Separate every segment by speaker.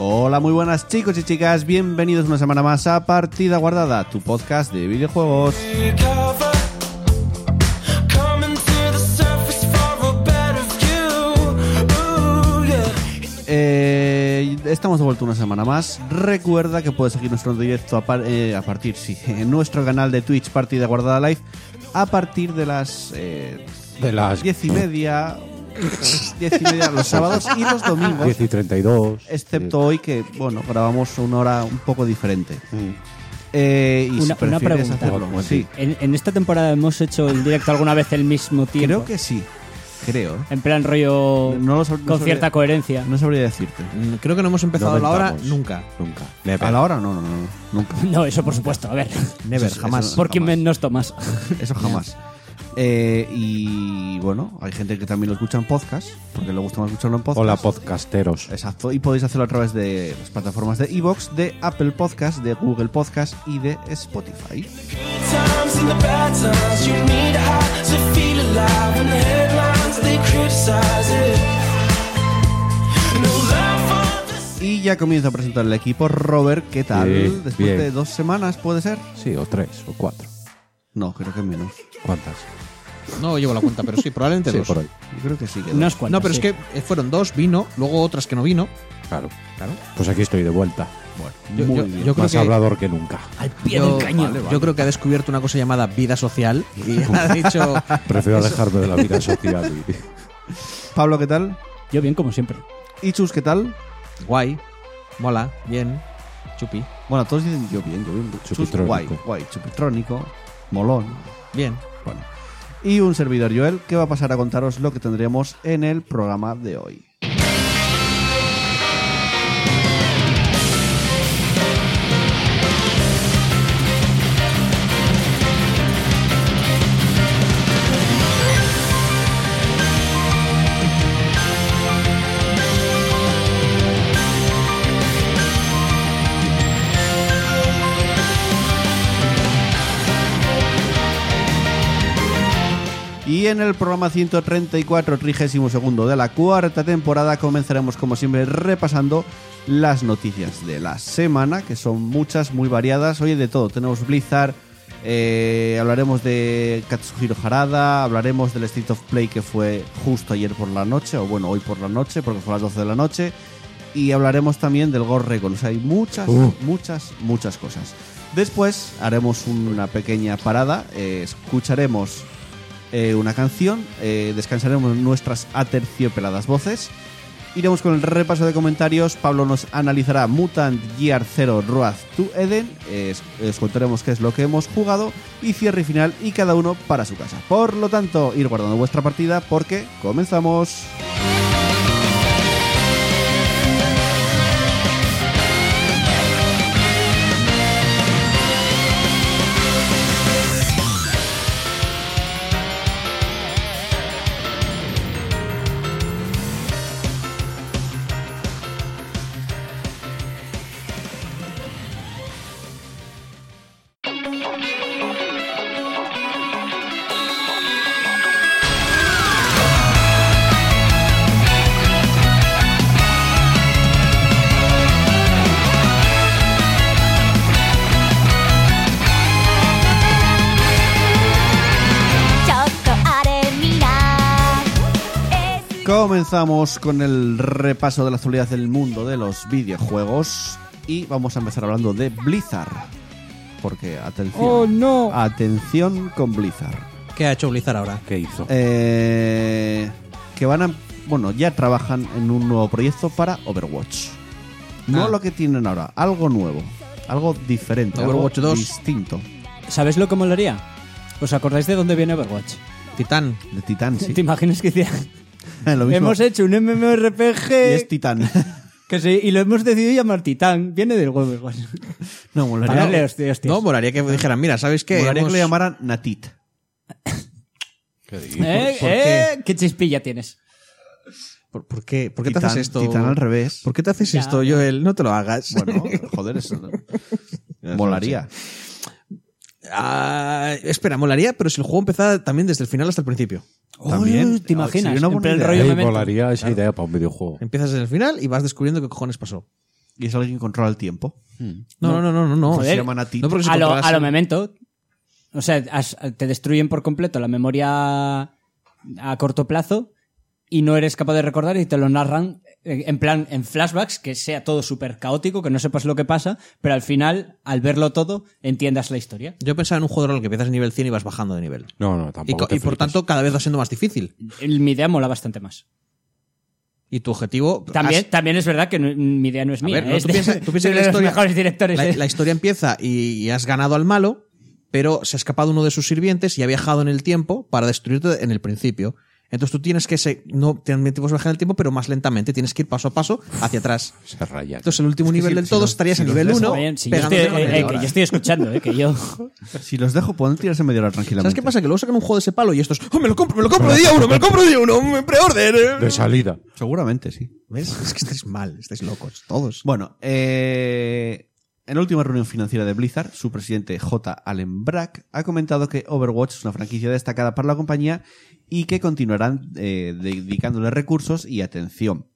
Speaker 1: Hola, muy buenas chicos y chicas, bienvenidos una semana más a Partida Guardada, tu podcast de videojuegos. Eh, estamos de vuelta una semana más. Recuerda que puedes seguir nuestro directo a, par- eh, a partir, sí, en nuestro canal de Twitch Partida Guardada Live a partir de las eh,
Speaker 2: De las
Speaker 1: diez y media, diez y media los sábados y los domingos.
Speaker 2: 10 y 32.
Speaker 1: Excepto hoy que, bueno, grabamos una hora un poco diferente. Eh, y si
Speaker 3: Una- una
Speaker 1: prefieres
Speaker 3: pregunta.
Speaker 1: hacerlo, pues sí.
Speaker 3: ¿En, en esta temporada hemos hecho el directo alguna vez el mismo tiempo?
Speaker 1: Creo que sí. Creo. ¿eh?
Speaker 3: En plan rollo
Speaker 1: No lo sab- no
Speaker 3: con
Speaker 1: sabría-
Speaker 3: cierta coherencia.
Speaker 1: No sabría decirte.
Speaker 4: Mm, Creo que no hemos empezado
Speaker 2: No
Speaker 4: la hora
Speaker 2: inventamos.
Speaker 4: nunca.
Speaker 2: Nunca.
Speaker 1: ¿A la hora? No, no, no. Nunca.
Speaker 3: No, eso por supuesto, a ver.
Speaker 1: Never, jamás.
Speaker 3: Porque
Speaker 1: jamás.
Speaker 3: menos tomas.
Speaker 1: Eso jamás. Eh, y bueno, hay gente que también lo escucha en podcast, porque le gusta más escucharlo en podcast.
Speaker 2: Hola, podcasteros.
Speaker 1: Exacto, y podéis hacerlo a través de las plataformas de Evox, de Apple Podcast, de Google Podcast y de Spotify.
Speaker 5: times and the bad times. You need a high to feel alive. And the headlines they criticize it. No love for the
Speaker 1: Y ya comienzo a presentar el equipo. Robert, ¿qué tal?
Speaker 2: Bien,
Speaker 1: Después
Speaker 2: bien.
Speaker 1: de dos semanas, ¿puede ser?
Speaker 2: Sí, o tres, o cuatro.
Speaker 1: No, creo que menos.
Speaker 2: ¿Cuántas?
Speaker 4: No llevo la cuenta, pero sí, probablemente
Speaker 2: Sí,
Speaker 4: dos.
Speaker 2: por hoy.
Speaker 1: Yo creo que sí. Que
Speaker 3: Unas
Speaker 1: dos.
Speaker 3: cuantas,
Speaker 4: No, pero
Speaker 3: sí.
Speaker 4: es que eh, fueron dos, vino, luego otras que no vino.
Speaker 2: Claro.
Speaker 4: Claro.
Speaker 2: Pues aquí estoy de vuelta.
Speaker 4: Yo,
Speaker 1: Muy
Speaker 4: yo-
Speaker 1: bien.
Speaker 4: yo creo
Speaker 2: Más
Speaker 4: que.
Speaker 2: hablador que nunca.
Speaker 3: Al pie
Speaker 4: yo-
Speaker 3: del cañón.
Speaker 4: Vale, vale. yo creo que ha descubierto una cosa llamada vida social y ha dicho
Speaker 2: Prefiero alejarme de la vida social. y-
Speaker 1: Pablo, ¿qué tal?
Speaker 3: Yo bien como siempre.
Speaker 1: ¿Y Chus, ¿qué tal?
Speaker 4: guay, mola, bien, chupi,
Speaker 1: Bueno, todos dicen yo bien, yo bien. Chus,
Speaker 2: Chupitrónico.
Speaker 1: guay, guay, chupitrónico, molón.
Speaker 4: bien.
Speaker 1: Bueno. Y un servidor, Joel, que va a pasar a contaros lo que tendremos en el programa de hoy. Y en el programa 134, 32 de la cuarta temporada, comenzaremos como siempre repasando las noticias de la semana, que son muchas, muy variadas. Oye, de todo, tenemos Blizzard, eh, hablaremos de Katsuhiro Harada, hablaremos del State of Play que fue justo ayer por la noche, o bueno, hoy por la noche, porque fue a las 12 de la noche. Y hablaremos también del Gore Recon. O sea, hay muchas,
Speaker 2: Uh.
Speaker 1: muchas, muchas cosas. Después haremos una pequeña parada, eh, escucharemos eh, una canción, eh, descansaremos en nuestras aterciopeladas voces. Iremos con el repaso de comentarios. Pablo nos analizará Mutant Gear 0 Road to Eden. eh, os- os contaremos qué es lo que hemos jugado. Y cierre y final y cada uno para su casa. Por lo tanto, ir guardando vuestra partida porque comenzamos. Comenzamos con el repaso de la actualidad del mundo de los videojuegos. Y vamos a empezar hablando de Blizzard. Porque, atención.
Speaker 3: Oh, no!
Speaker 1: Atención con Blizzard.
Speaker 4: ¿Qué ha hecho Blizzard ahora?
Speaker 2: ¿Qué hizo?
Speaker 1: Eh, que van a. Bueno, ya trabajan en un nuevo proyecto para Overwatch. No
Speaker 4: Ah.
Speaker 1: lo que tienen ahora, algo nuevo, algo diferente,
Speaker 4: Overwatch
Speaker 1: algo
Speaker 4: 2.
Speaker 1: distinto.
Speaker 3: ¿Sabéis lo que molaría? ¿Os acordáis de dónde viene Overwatch?
Speaker 4: Titán.
Speaker 1: De Titán, sí.
Speaker 3: ¿Te imaginas que hicieran?
Speaker 1: lo mismo.
Speaker 3: Hemos hecho un MMORPG
Speaker 1: Y es Titán.
Speaker 3: Que sí, y lo hemos decidido llamar Titán. Viene del huevo igual.
Speaker 1: No,
Speaker 3: Para
Speaker 1: molaría,
Speaker 3: darle hostias. hostias.
Speaker 4: No, molaría que dijeran, mira, ¿sabes qué?
Speaker 1: molaría
Speaker 4: Hemos-
Speaker 1: que lo llamaran Natit.
Speaker 3: ¿Eh?
Speaker 4: ¿Por
Speaker 3: ¿Eh? ¿Qué chispilla tienes?
Speaker 4: ¿Por, por qué, por qué te
Speaker 1: Titán-
Speaker 4: haces esto?
Speaker 1: Titán al revés.
Speaker 4: ¿Por qué te haces
Speaker 3: Ya,
Speaker 4: esto, Joel? No te lo hagas.
Speaker 1: Bueno, joder, eso molaría.
Speaker 4: Ah, espera, molaría, pero si el juego empezara también desde el final hasta el principio.
Speaker 1: También.
Speaker 3: Oh, ¿Te imaginas?
Speaker 1: Sería una
Speaker 3: En
Speaker 1: buena
Speaker 3: plan, el rollo
Speaker 1: idea.
Speaker 2: Ey,
Speaker 3: Memento.
Speaker 2: molaría esa idea para un videojuego.
Speaker 4: Empiezas desde el final y vas descubriendo qué cojones pasó.
Speaker 1: Y es alguien que controla el tiempo.
Speaker 4: No, no, no, no, no. no.
Speaker 3: Joder.
Speaker 1: Se llaman a ti.
Speaker 4: No, porque si
Speaker 3: a lo,
Speaker 4: controlas-
Speaker 3: a lo memento. O sea, has- te destruyen por completo la memoria a corto plazo y no eres capaz de recordar y te lo narran eh, en plan, en flashbacks, que sea todo súper caótico, que no sepas lo que pasa, pero al final, al verlo todo, entiendas la historia.
Speaker 4: Yo pensaba en un juego de rol que empiezas en nivel 100 y vas bajando de nivel.
Speaker 2: No, no,
Speaker 4: Y,
Speaker 2: tampoco.
Speaker 4: co-
Speaker 2: te
Speaker 4: y por
Speaker 2: flipes.
Speaker 4: tanto cada vez va siendo más difícil.
Speaker 3: El- Mi idea mola bastante más.
Speaker 4: Y tu objetivo...
Speaker 3: También,
Speaker 4: has-
Speaker 3: también es verdad que no- mi idea no es
Speaker 4: A
Speaker 3: mía.
Speaker 4: ver, no,
Speaker 3: es
Speaker 4: tú
Speaker 3: de-
Speaker 4: piensas- tú piensas
Speaker 3: de
Speaker 4: que la
Speaker 3: los
Speaker 4: historia-
Speaker 3: mejores directores. ¿eh?
Speaker 4: La,
Speaker 3: de-
Speaker 4: la historia empieza y, y has ganado al malo, pero se ha escapado uno de sus sirvientes y ha viajado en el tiempo para destruirte en el principio. Entonces tú tienes que... Se, no, también te puedes viajar en el tiempo, pero más lentamente. Tienes que ir paso a paso hacia atrás.
Speaker 2: Se raya.
Speaker 4: Entonces el último nivel
Speaker 1: si-
Speaker 4: del
Speaker 1: si
Speaker 4: todo
Speaker 1: los-
Speaker 4: estarías
Speaker 1: si
Speaker 4: en
Speaker 1: los
Speaker 4: nivel
Speaker 1: ves-
Speaker 4: 1.
Speaker 3: Oye, si yo estoy, eh, eh, que yo estoy escuchando, eh, que yo...
Speaker 1: Si los dejo, pueden tirarse media hora tranquilamente.
Speaker 4: ¿Sabes qué pasa? Que luego sacan un juego de ese palo y estos, ¡oh, me lo compro, me lo compro de día uno, me lo compro de día uno, me preorden! eh".
Speaker 2: De salida.
Speaker 1: Seguramente, sí.
Speaker 4: ¿Ves? Es que estáis mal, estáis locos, todos.
Speaker 1: Pues, Bueno, eh, en la última reunión financiera de Blizzard, su presidente J. Allen Brack ha comentado que Overwatch es una franquicia destacada para la compañía y que continuarán eh, dedicándole recursos y atención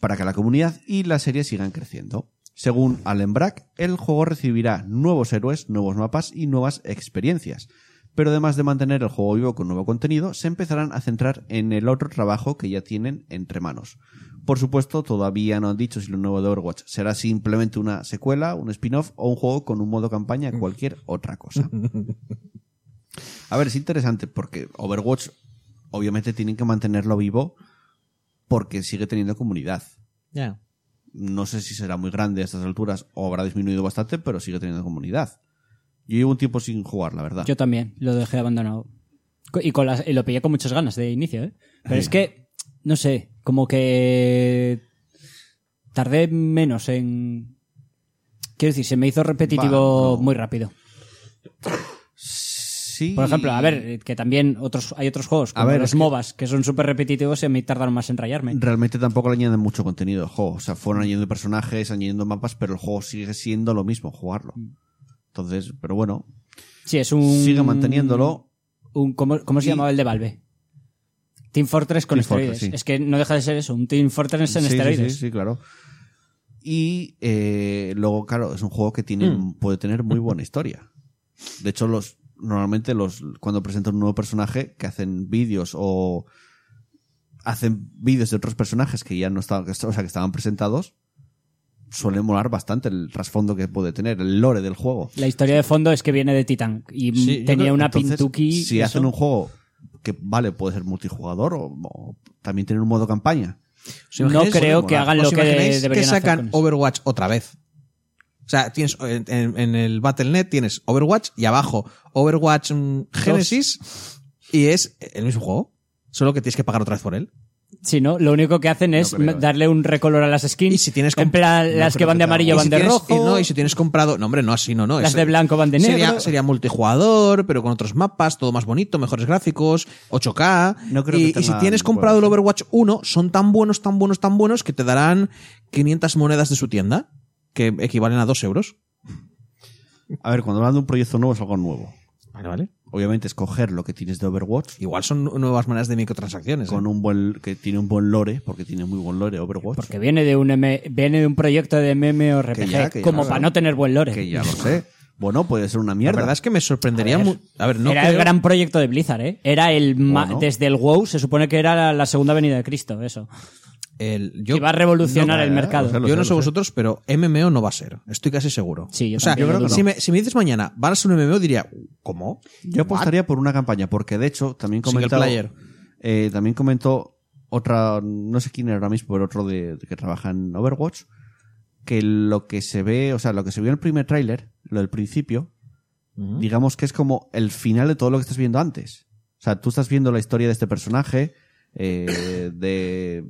Speaker 1: para que la comunidad y la serie sigan creciendo. Según Allen Brack, el juego recibirá nuevos héroes, nuevos mapas y nuevas experiencias. Pero además de mantener el juego vivo con nuevo contenido, se empezarán a centrar en el otro trabajo que ya tienen entre manos. Por supuesto, todavía no han dicho si lo nuevo de Overwatch será simplemente una secuela, un spin-off o un juego con un modo campaña, cualquier otra cosa. A ver, es interesante porque Overwatch obviamente tienen que mantenerlo vivo porque sigue teniendo comunidad.
Speaker 4: Ya.
Speaker 1: No sé si será muy grande a estas alturas o habrá disminuido bastante, pero sigue teniendo comunidad. Yo llevo un tiempo sin jugar, la verdad.
Speaker 3: Yo también, lo dejé abandonado. Co- Y, con las- y lo pillé con muchas ganas de inicio, ¿eh? Pero es que, no sé, como que tardé menos en... Quiero decir, se me hizo repetitivo
Speaker 1: Va, no.
Speaker 3: muy rápido.
Speaker 1: Sí.
Speaker 3: Por ejemplo, a ver, eh, que también otros hay otros juegos, como
Speaker 1: ver,
Speaker 3: los
Speaker 1: es que-
Speaker 3: MOBAs, que son súper repetitivos y a mí tardaron más en rayarme.
Speaker 1: Realmente tampoco le añaden mucho contenido al juego. O sea, fueron añadiendo personajes, añadiendo mapas, pero el juego sigue siendo lo mismo, jugarlo. Entonces, pero bueno,
Speaker 3: Sí, es un...
Speaker 1: sigue manteniéndolo.
Speaker 3: un- ¿Cómo, cómo se
Speaker 1: Y-
Speaker 3: llamaba el de Valve? Team Fortress con
Speaker 1: Team
Speaker 3: esteroides.
Speaker 1: Fortress, sí.
Speaker 3: Es que no deja de ser eso, un Team Fortress en
Speaker 1: sí, sí,
Speaker 3: esteroides.
Speaker 1: Sí, sí, claro. Y eh, luego, claro, es un juego que tiene,
Speaker 3: Hmm.
Speaker 1: puede tener muy buena historia. De hecho, los normalmente los cuando presentan un nuevo personaje que hacen vídeos o hacen vídeos de otros personajes que ya no estaban, que est- o sea, que estaban presentados, suele molar bastante el trasfondo que puede tener, el lore del juego.
Speaker 3: La historia de fondo es que viene de Titan y
Speaker 4: Sí, yo
Speaker 3: tenía
Speaker 4: creo-
Speaker 3: una
Speaker 1: Entonces,
Speaker 3: pintuki.
Speaker 1: Si
Speaker 3: eso.
Speaker 1: hacen un juego que vale, puede ser multijugador o, o también tener un modo campaña.
Speaker 4: ¿Os imagináis-
Speaker 3: No creo que hagan
Speaker 4: ¿os
Speaker 3: lo que
Speaker 4: imagináis
Speaker 3: deberían hacer
Speaker 4: sacan
Speaker 3: con eso?
Speaker 4: Overwatch otra vez. O sea, tienes en, en- en el Battle.net tienes Overwatch y abajo Overwatch mm, Genesis y es el mismo juego, solo que tienes que pagar otra vez por él.
Speaker 3: Sí, ¿no? Lo único que hacen es
Speaker 1: creo, eh.
Speaker 3: darle un recolor a las skins.
Speaker 4: Y si tienes
Speaker 3: en
Speaker 4: comp-
Speaker 3: plan,
Speaker 1: no
Speaker 3: las que
Speaker 1: creo
Speaker 3: van de
Speaker 1: que te
Speaker 3: amarillo
Speaker 1: hagan.
Speaker 3: van
Speaker 4: si
Speaker 3: de
Speaker 4: tienes,
Speaker 3: rojo.
Speaker 4: y no, y si tienes comprado, no hombre, no así, no, no.
Speaker 3: Las
Speaker 4: es-
Speaker 3: de blanco van de negro.
Speaker 4: Sería, sería multijugador, pero con otros mapas, todo más bonito, mejores gráficos, 8K.
Speaker 1: No creo
Speaker 4: y,
Speaker 1: que
Speaker 4: y si
Speaker 1: tengan
Speaker 4: tienes comprado el
Speaker 1: huevos.
Speaker 4: Overwatch 1, son tan buenos, tan buenos, tan buenos que te darán 500 monedas de su tienda, que equivalen a 2 euros.
Speaker 1: A ver, cuando hablan de un proyecto nuevo es algo nuevo.
Speaker 4: Vale, vale.
Speaker 1: obviamente escoger lo que tienes de Overwatch
Speaker 4: Igual son nu- nuevas maneras de microtransacciones. ¿eh?
Speaker 1: con un buen que tiene un buen lore porque tiene muy buen lore Overwatch
Speaker 3: Porque viene de un M- viene de un proyecto de MMORPG,
Speaker 1: Que ya, que ya,
Speaker 3: como
Speaker 1: claro.
Speaker 3: para no tener buen lore.
Speaker 1: que ya lo sé bueno puede ser una
Speaker 4: La
Speaker 1: mierda
Speaker 4: verdad es que me sorprendería
Speaker 3: A ver.
Speaker 4: mucho. A ver, no
Speaker 3: era el
Speaker 4: creo-
Speaker 3: gran proyecto de Blizzard, ¿eh? Era el ma-
Speaker 1: Bueno.
Speaker 3: desde el WoW se supone que era la, la segunda venida de Cristo, eso.
Speaker 4: el-
Speaker 3: Que
Speaker 4: yo,
Speaker 3: va a revolucionar
Speaker 1: No,
Speaker 3: el
Speaker 1: eh,
Speaker 3: mercado.
Speaker 1: o sea, lo
Speaker 4: yo
Speaker 1: sé,
Speaker 4: no
Speaker 1: lo
Speaker 4: sé
Speaker 1: sé.
Speaker 4: vosotros, pero MMO no va a ser. Estoy casi seguro.
Speaker 3: Sí, yo
Speaker 4: o sea,
Speaker 3: también. Yo creo que
Speaker 4: si,
Speaker 3: no.
Speaker 4: me, si me dices mañana, van a ser un MMO, diría, ¿cómo?
Speaker 1: yo apostaría por una campaña porque de hecho también
Speaker 4: Single
Speaker 1: comentó
Speaker 4: player.
Speaker 1: eh, también comentó otra no sé quién era ahora mismo pero otro de, de que trabaja en Overwatch que lo que se ve o sea lo que se vio en el primer tráiler lo del principio digamos que es como el final de todo lo que estás viendo antes. O sea, tú estás viendo la historia de este personaje, eh, de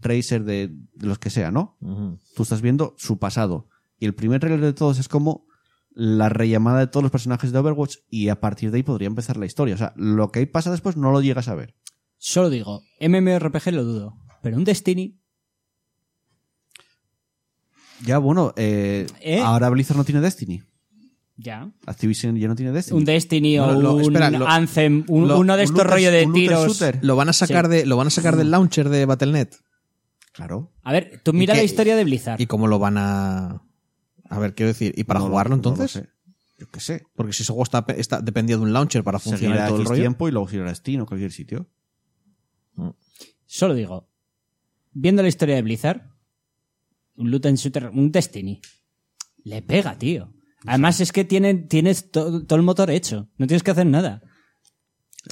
Speaker 1: Tracer, de de los que sea, ¿no? Tú estás viendo su pasado. Y el primer trailer de todos es como la rellamada de todos los personajes de Overwatch y a partir de ahí podría empezar la historia. O sea, lo que ahí pasa después no lo llegas a ver.
Speaker 3: Solo digo, MMORPG lo dudo, pero un Destiny,
Speaker 1: Ya, bueno, eh,
Speaker 3: ¿Eh?
Speaker 1: ahora Blizzard no tiene Destiny.
Speaker 3: ya.
Speaker 1: Activision ya no tiene Destiny.
Speaker 3: Un Destiny
Speaker 4: No,
Speaker 3: o
Speaker 4: lo-
Speaker 3: un
Speaker 4: espera, lo-
Speaker 3: Anthem, un-
Speaker 4: lo-
Speaker 3: uno de
Speaker 1: un
Speaker 3: estos
Speaker 1: looter-
Speaker 3: rollos de
Speaker 1: un looter
Speaker 3: tiros.
Speaker 1: shooter. Mm.
Speaker 4: Lo van a sacar
Speaker 3: Sí.
Speaker 4: de, lo van a sacar del launcher de Battle.net.
Speaker 1: Claro.
Speaker 3: A ver, tú mira
Speaker 4: ¿Y qué-
Speaker 3: la historia de Blizzard.
Speaker 4: ¿Y cómo lo van a a ver, quiero decir, y para
Speaker 1: No lo-
Speaker 4: jugarlo
Speaker 1: no lo
Speaker 4: entonces?
Speaker 1: sé. Yo qué sé.
Speaker 4: Porque si ese juego está, está dependía de un launcher para funcionar
Speaker 1: Seguirá
Speaker 4: y todo el
Speaker 1: X
Speaker 4: rollo.
Speaker 1: tiempo y luego seguirá Steam o cualquier sitio.
Speaker 3: Solo digo, viendo la historia de Blizzard, un loot and shooter, un Destiny, le pega, tío. Además es que tiene, tienes to- todo el motor hecho, no tienes que hacer nada.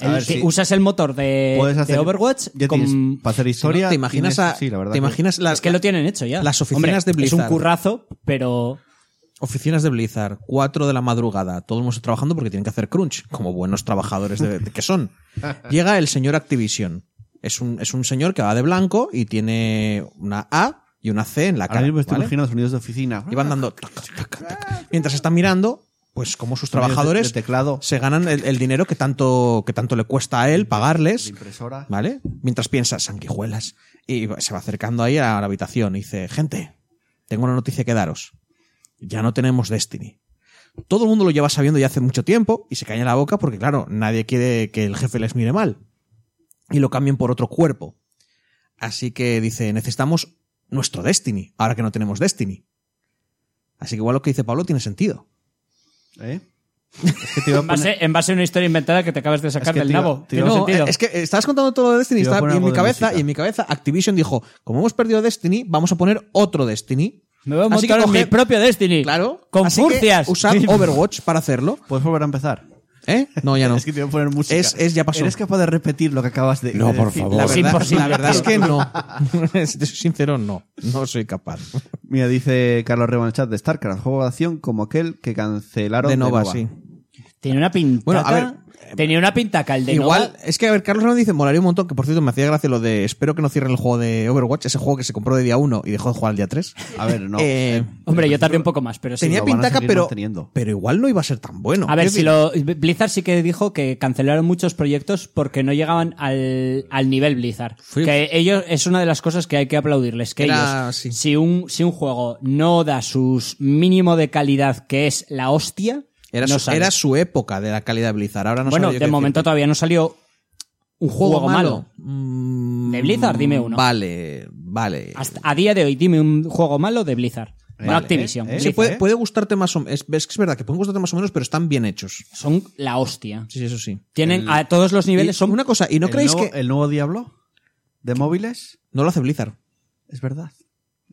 Speaker 1: A
Speaker 3: El
Speaker 1: ver,
Speaker 3: que
Speaker 1: sí.
Speaker 3: Usas el motor
Speaker 4: Eh,
Speaker 3: de,
Speaker 1: Puedes
Speaker 3: de
Speaker 1: hacer-
Speaker 3: Overwatch
Speaker 1: Ya
Speaker 3: con-
Speaker 1: tienes, para hacer
Speaker 4: Si no,
Speaker 1: historia.
Speaker 4: ¿Te imaginas
Speaker 1: tienes-
Speaker 4: a-
Speaker 1: sí, la verdad
Speaker 4: te
Speaker 1: que-
Speaker 4: imaginas las,
Speaker 3: es que lo tienen hecho ya.
Speaker 4: las oficinas de
Speaker 3: Es un
Speaker 4: Blizzard.
Speaker 3: currazo, pero
Speaker 4: oficinas de Blizzard, 4 de la madrugada, todo el mundo está trabajando porque tienen que hacer crunch, como buenos trabajadores de, de que son. Llega el señor Activision. Es un, es un señor que va de blanco y tiene una A y una C en la cara.
Speaker 1: Ahora mismo estoy
Speaker 4: ¿vale?
Speaker 1: imaginando sonidos de oficina.
Speaker 4: Y van dando. tac, tac, tac. Mientras están mirando, pues como sus trabajadores
Speaker 1: De, de teclado.
Speaker 4: se ganan el, el dinero que tanto, que tanto le cuesta a él
Speaker 1: De
Speaker 4: pagarles,
Speaker 1: impresora.
Speaker 4: ¿vale? Mientras piensa, sanguijuelas. Y se va acercando ahí a la habitación y dice, gente, tengo una noticia que daros. Ya no tenemos Destiny. Todo el mundo lo lleva sabiendo ya hace mucho tiempo y se caña la boca porque, claro, nadie quiere que el jefe les mire mal. Y lo cambien por otro cuerpo. Así que dice, necesitamos nuestro Destiny, ahora que no tenemos Destiny. Así que igual lo que dice Pablo tiene sentido.
Speaker 1: ¿Eh? Es que te iba a
Speaker 3: en
Speaker 1: poner-
Speaker 3: base, en base a una historia inventada que te acabas de sacar
Speaker 1: que
Speaker 3: del
Speaker 1: te iba-
Speaker 3: nabo.
Speaker 1: te iba-
Speaker 3: Tiene
Speaker 4: No,
Speaker 3: sentido.
Speaker 4: es que estabas contando todo lo de Destiny
Speaker 1: Te iba a
Speaker 4: estaba-
Speaker 1: poner
Speaker 4: y en
Speaker 1: algo
Speaker 4: mi
Speaker 1: de
Speaker 4: cabeza,
Speaker 1: música.
Speaker 4: y en mi cabeza Activision dijo, como hemos perdido Destiny, vamos a poner otro Destiny.
Speaker 3: Me voy a
Speaker 4: Así que
Speaker 3: montar en mi
Speaker 4: coge-
Speaker 3: propio Destiny.
Speaker 4: Claro.
Speaker 3: Con
Speaker 4: así que
Speaker 3: furcias.
Speaker 4: Usad Overwatch para hacerlo.
Speaker 1: ¿Puedes volver a empezar?
Speaker 4: ¿Eh? No, ya no.
Speaker 1: Es que te voy a poner música.
Speaker 4: Es- es- ya pasó.
Speaker 1: ¿Eres capaz de repetir lo que acabas de,
Speaker 2: No,
Speaker 1: de
Speaker 2: por
Speaker 1: decir?
Speaker 2: favor.
Speaker 4: la
Speaker 3: Es
Speaker 4: verdad,
Speaker 3: imposible,
Speaker 4: la verdad
Speaker 3: tío.
Speaker 4: es que no. Si te soy sincero, no. No soy capaz.
Speaker 1: Mira, dice Carlos Reba en el chat de StarCraft, juego de acción como aquel que cancelaron
Speaker 4: De Nova, sí.
Speaker 3: Tiene una pintaca.
Speaker 4: Bueno, a ver,
Speaker 3: Tenía una pintaca el de
Speaker 4: Igual,
Speaker 3: Nova.
Speaker 4: es que a ver, Carlos nos dice, molaría un montón, que por cierto me hacía gracia lo de espero que no cierren el juego de Overwatch, ese juego que se compró de día 1 y dejó de jugar el día 3.
Speaker 1: A ver, no.
Speaker 4: Eh,
Speaker 3: Hombre, yo tardé un poco más, pero sí.
Speaker 4: tenía
Speaker 1: lo van a
Speaker 4: pintaca,
Speaker 1: seguir
Speaker 4: pero,
Speaker 1: manteniendo.
Speaker 4: pero igual no iba a ser tan bueno.
Speaker 3: A ver,
Speaker 4: Quiero
Speaker 3: si
Speaker 4: decir,
Speaker 3: lo. Blizzard sí que dijo que cancelaron muchos proyectos porque no llegaban al, al nivel Blizzard.
Speaker 4: Fui-
Speaker 3: Que ellos es una de las cosas que hay que aplaudirles. Que
Speaker 4: Era
Speaker 3: ellos,
Speaker 4: así.
Speaker 3: si un, si un juego no da sus mínimo de calidad, que es la hostia,
Speaker 4: Era,
Speaker 3: no
Speaker 4: su,
Speaker 3: sale.
Speaker 4: era su época de la calidad de Blizzard. Ahora no
Speaker 3: bueno,
Speaker 4: sabría
Speaker 3: de
Speaker 4: qué
Speaker 3: momento
Speaker 4: decirte.
Speaker 3: todavía no salió un juego, malo.
Speaker 4: Mm,
Speaker 3: ¿De Blizzard? Dime uno.
Speaker 4: Vale, vale.
Speaker 3: Hasta- a día de hoy, dime un juego malo de Blizzard. no
Speaker 1: Vale,
Speaker 3: Activision.
Speaker 1: eh, eh.
Speaker 4: Sí,
Speaker 3: Blizzard.
Speaker 4: puede, puede gustarte más o menos. Es que es verdad que pueden gustarte más o menos, pero están bien hechos.
Speaker 3: Son la hostia.
Speaker 4: Sí, sí, eso sí.
Speaker 3: Tienen a todos los niveles.
Speaker 4: Y
Speaker 3: Son
Speaker 4: Una cosa, ¿y no
Speaker 1: ¿El
Speaker 4: creéis
Speaker 1: nuevo-
Speaker 4: que.?
Speaker 1: ¿El nuevo Diablo? ¿De móviles?
Speaker 4: No lo hace Blizzard.
Speaker 1: Es verdad.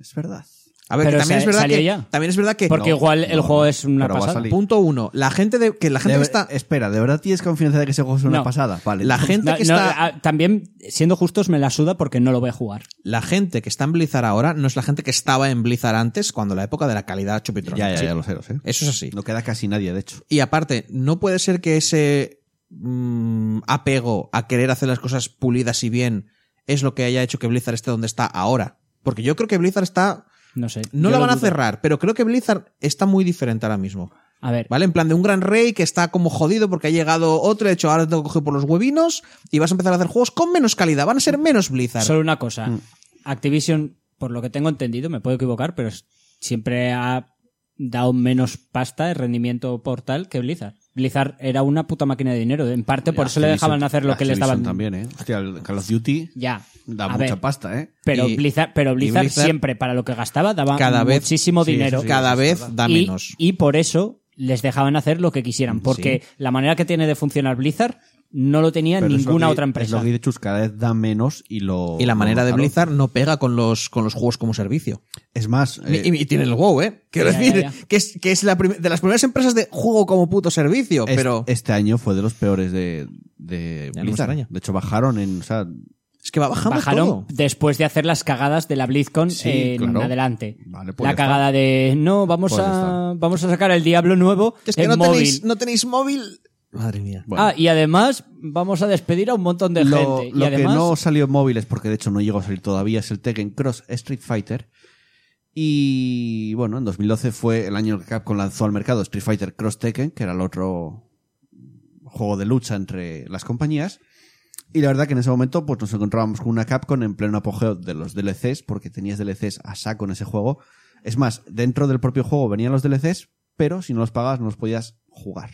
Speaker 1: Es verdad.
Speaker 4: A ver, que
Speaker 3: Pero
Speaker 4: también,
Speaker 3: sa-
Speaker 4: es verdad
Speaker 3: salió
Speaker 4: que,
Speaker 3: ya.
Speaker 4: también es verdad que.
Speaker 3: Porque
Speaker 4: No.
Speaker 3: igual el juego es una
Speaker 1: pero va a
Speaker 3: pasada.
Speaker 1: salir.
Speaker 4: Punto uno. La gente de, que la gente
Speaker 1: De
Speaker 4: que
Speaker 1: ver-
Speaker 4: está.
Speaker 1: Espera, ¿de verdad tienes confianza de que ese juego es una
Speaker 3: No.
Speaker 1: pasada? Vale.
Speaker 4: La gente
Speaker 3: No,
Speaker 4: que
Speaker 3: no,
Speaker 4: está.
Speaker 3: ah, también, siendo justos, me la suda porque no lo voy a jugar.
Speaker 4: La gente que está en Blizzard ahora no es la gente que estaba en Blizzard antes, cuando la época de la calidad chupitrón.
Speaker 1: Ya, ya, ya lo sé, lo sé.
Speaker 4: Eso es así.
Speaker 1: No queda casi nadie, de hecho.
Speaker 4: Y aparte, no puede ser que ese mm, apego a querer hacer las cosas pulidas y bien es lo que haya hecho que Blizzard esté donde está ahora. Porque yo creo que Blizzard está.
Speaker 3: No sé.
Speaker 4: No
Speaker 3: yo
Speaker 4: la
Speaker 3: lo
Speaker 4: van a
Speaker 3: dudo.
Speaker 4: cerrar, pero creo que Blizzard está muy diferente ahora mismo.
Speaker 3: A ver,
Speaker 4: ¿Vale? En plan de un gran rey que está como jodido porque ha llegado otro, de hecho ahora te tengo que coger por los huevinos y vas a empezar a hacer juegos con menos calidad, van a ser menos Blizzard.
Speaker 3: solo una cosa.
Speaker 4: Mm.
Speaker 3: Activision, por lo que tengo entendido, me puedo equivocar, pero es- siempre ha dado menos pasta de rendimiento por tal que Blizzard. Blizzard era una puta máquina de dinero. En parte por eso le
Speaker 1: Activision-
Speaker 3: dejaban hacer lo que les
Speaker 1: Activision
Speaker 3: daban.
Speaker 1: también, ¿eh? Hostia, el Call of Duty
Speaker 3: Ya.
Speaker 1: da
Speaker 3: A
Speaker 1: mucha
Speaker 3: ver,
Speaker 1: pasta, ¿eh?
Speaker 3: Pero,
Speaker 4: Y-
Speaker 3: Blizzard, pero
Speaker 4: y
Speaker 3: Blizzard,
Speaker 4: Blizzard-
Speaker 3: siempre, para lo que gastaba, daba
Speaker 4: Cada vez-
Speaker 3: muchísimo
Speaker 4: sí, eso
Speaker 3: dinero.
Speaker 4: sí, cada vez da
Speaker 3: y,
Speaker 4: menos.
Speaker 3: y por eso les dejaban hacer lo que quisieran, porque la manera que tiene de funcionar Blizzard no lo tenía
Speaker 1: Pero es lo
Speaker 3: ninguna
Speaker 1: que-
Speaker 3: otra
Speaker 1: Es
Speaker 3: empresa.
Speaker 1: lo que dice Chus, cada vez da menos y lo.
Speaker 4: Y la
Speaker 1: lo
Speaker 4: manera de
Speaker 1: mataron.
Speaker 4: Blizzard no pega con los, con los juegos como servicio.
Speaker 1: Es más. eh,
Speaker 4: Y, y tiene el WoW, ¿eh? Quiero
Speaker 3: Ya,
Speaker 4: decir,
Speaker 3: ya, ya.
Speaker 4: que es, que es la prim- de las primeras empresas de juego como puto servicio,
Speaker 1: Est-
Speaker 4: pero...
Speaker 1: Este año fue de los peores de, de
Speaker 4: Ya no
Speaker 1: Blizzard.
Speaker 4: me extraña.
Speaker 1: de hecho, bajaron en. O sea,
Speaker 4: Es que va- bajamos
Speaker 3: Bajaron
Speaker 4: todo.
Speaker 3: después de hacer las cagadas de la BlizzCon
Speaker 1: Sí,
Speaker 3: en
Speaker 1: claro.
Speaker 3: adelante.
Speaker 1: Vale, pues ya
Speaker 3: la
Speaker 1: está.
Speaker 3: cagada de no, vamos
Speaker 1: Pues ya
Speaker 3: a vamos a sacar el Diablo nuevo
Speaker 4: Es que
Speaker 3: en
Speaker 4: no
Speaker 3: móvil.
Speaker 4: tenéis, no tenéis móvil. Madre mía.
Speaker 1: Bueno.
Speaker 3: Ah, y además vamos a despedir a un montón de
Speaker 1: lo,
Speaker 3: gente.
Speaker 1: lo
Speaker 3: y además,
Speaker 1: que no salió en móviles, porque de hecho no llegó a salir todavía, es el Tekken Cross Street Fighter. Y bueno, en 2012 fue el año que Capcom lanzó al mercado Street Fighter Cross Tekken, que era el otro juego de lucha entre las compañías. Y la verdad que en ese momento pues nos encontrábamos con una Capcom en pleno apogeo de los DLCs, porque tenías DLCs a saco en ese juego. Es más, dentro del propio juego venían los DLCs, pero si no los pagabas no los podías jugar.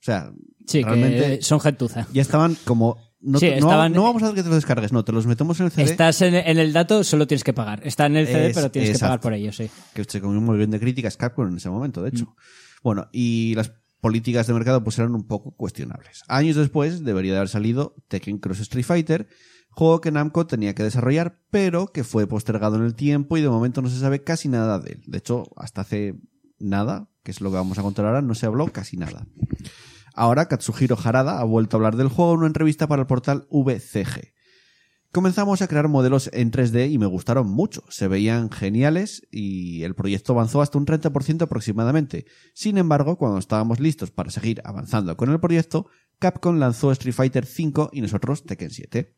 Speaker 1: O sea,
Speaker 3: sí, que
Speaker 1: realmente
Speaker 3: son gentuza.
Speaker 1: ya estaban como. No,
Speaker 3: Sí,
Speaker 1: te- no-
Speaker 3: estaban-
Speaker 1: no, vamos a hacer que te los descargues, no, te los metemos en el CD.
Speaker 3: Estás en, en el dato, solo tienes que pagar. Está en el CD,
Speaker 1: Es-
Speaker 3: pero tienes que pagar
Speaker 1: exacto.
Speaker 3: por ello, sí.
Speaker 1: Que se comió muy bien de críticas Capcom en ese momento, de
Speaker 3: Mm.
Speaker 1: hecho. Bueno, y las políticas de mercado pues eran un poco cuestionables. Años después debería de haber salido Tekken Cross Street Fighter, juego que Namco tenía que desarrollar, pero que fue postergado en el tiempo y de momento no se sabe casi nada de él. De hecho, hasta hace nada, que es lo que vamos a contar ahora, no se habló casi nada. Ahora Katsuhiro Harada ha vuelto a hablar del juego en una entrevista para el portal VCG. Comenzamos a crear modelos en 3D y me gustaron mucho. Se veían geniales y el proyecto avanzó hasta un 30% aproximadamente. Sin embargo, cuando estábamos listos para seguir avanzando con el proyecto, Capcom lanzó Street Fighter V y nosotros Tekken 7.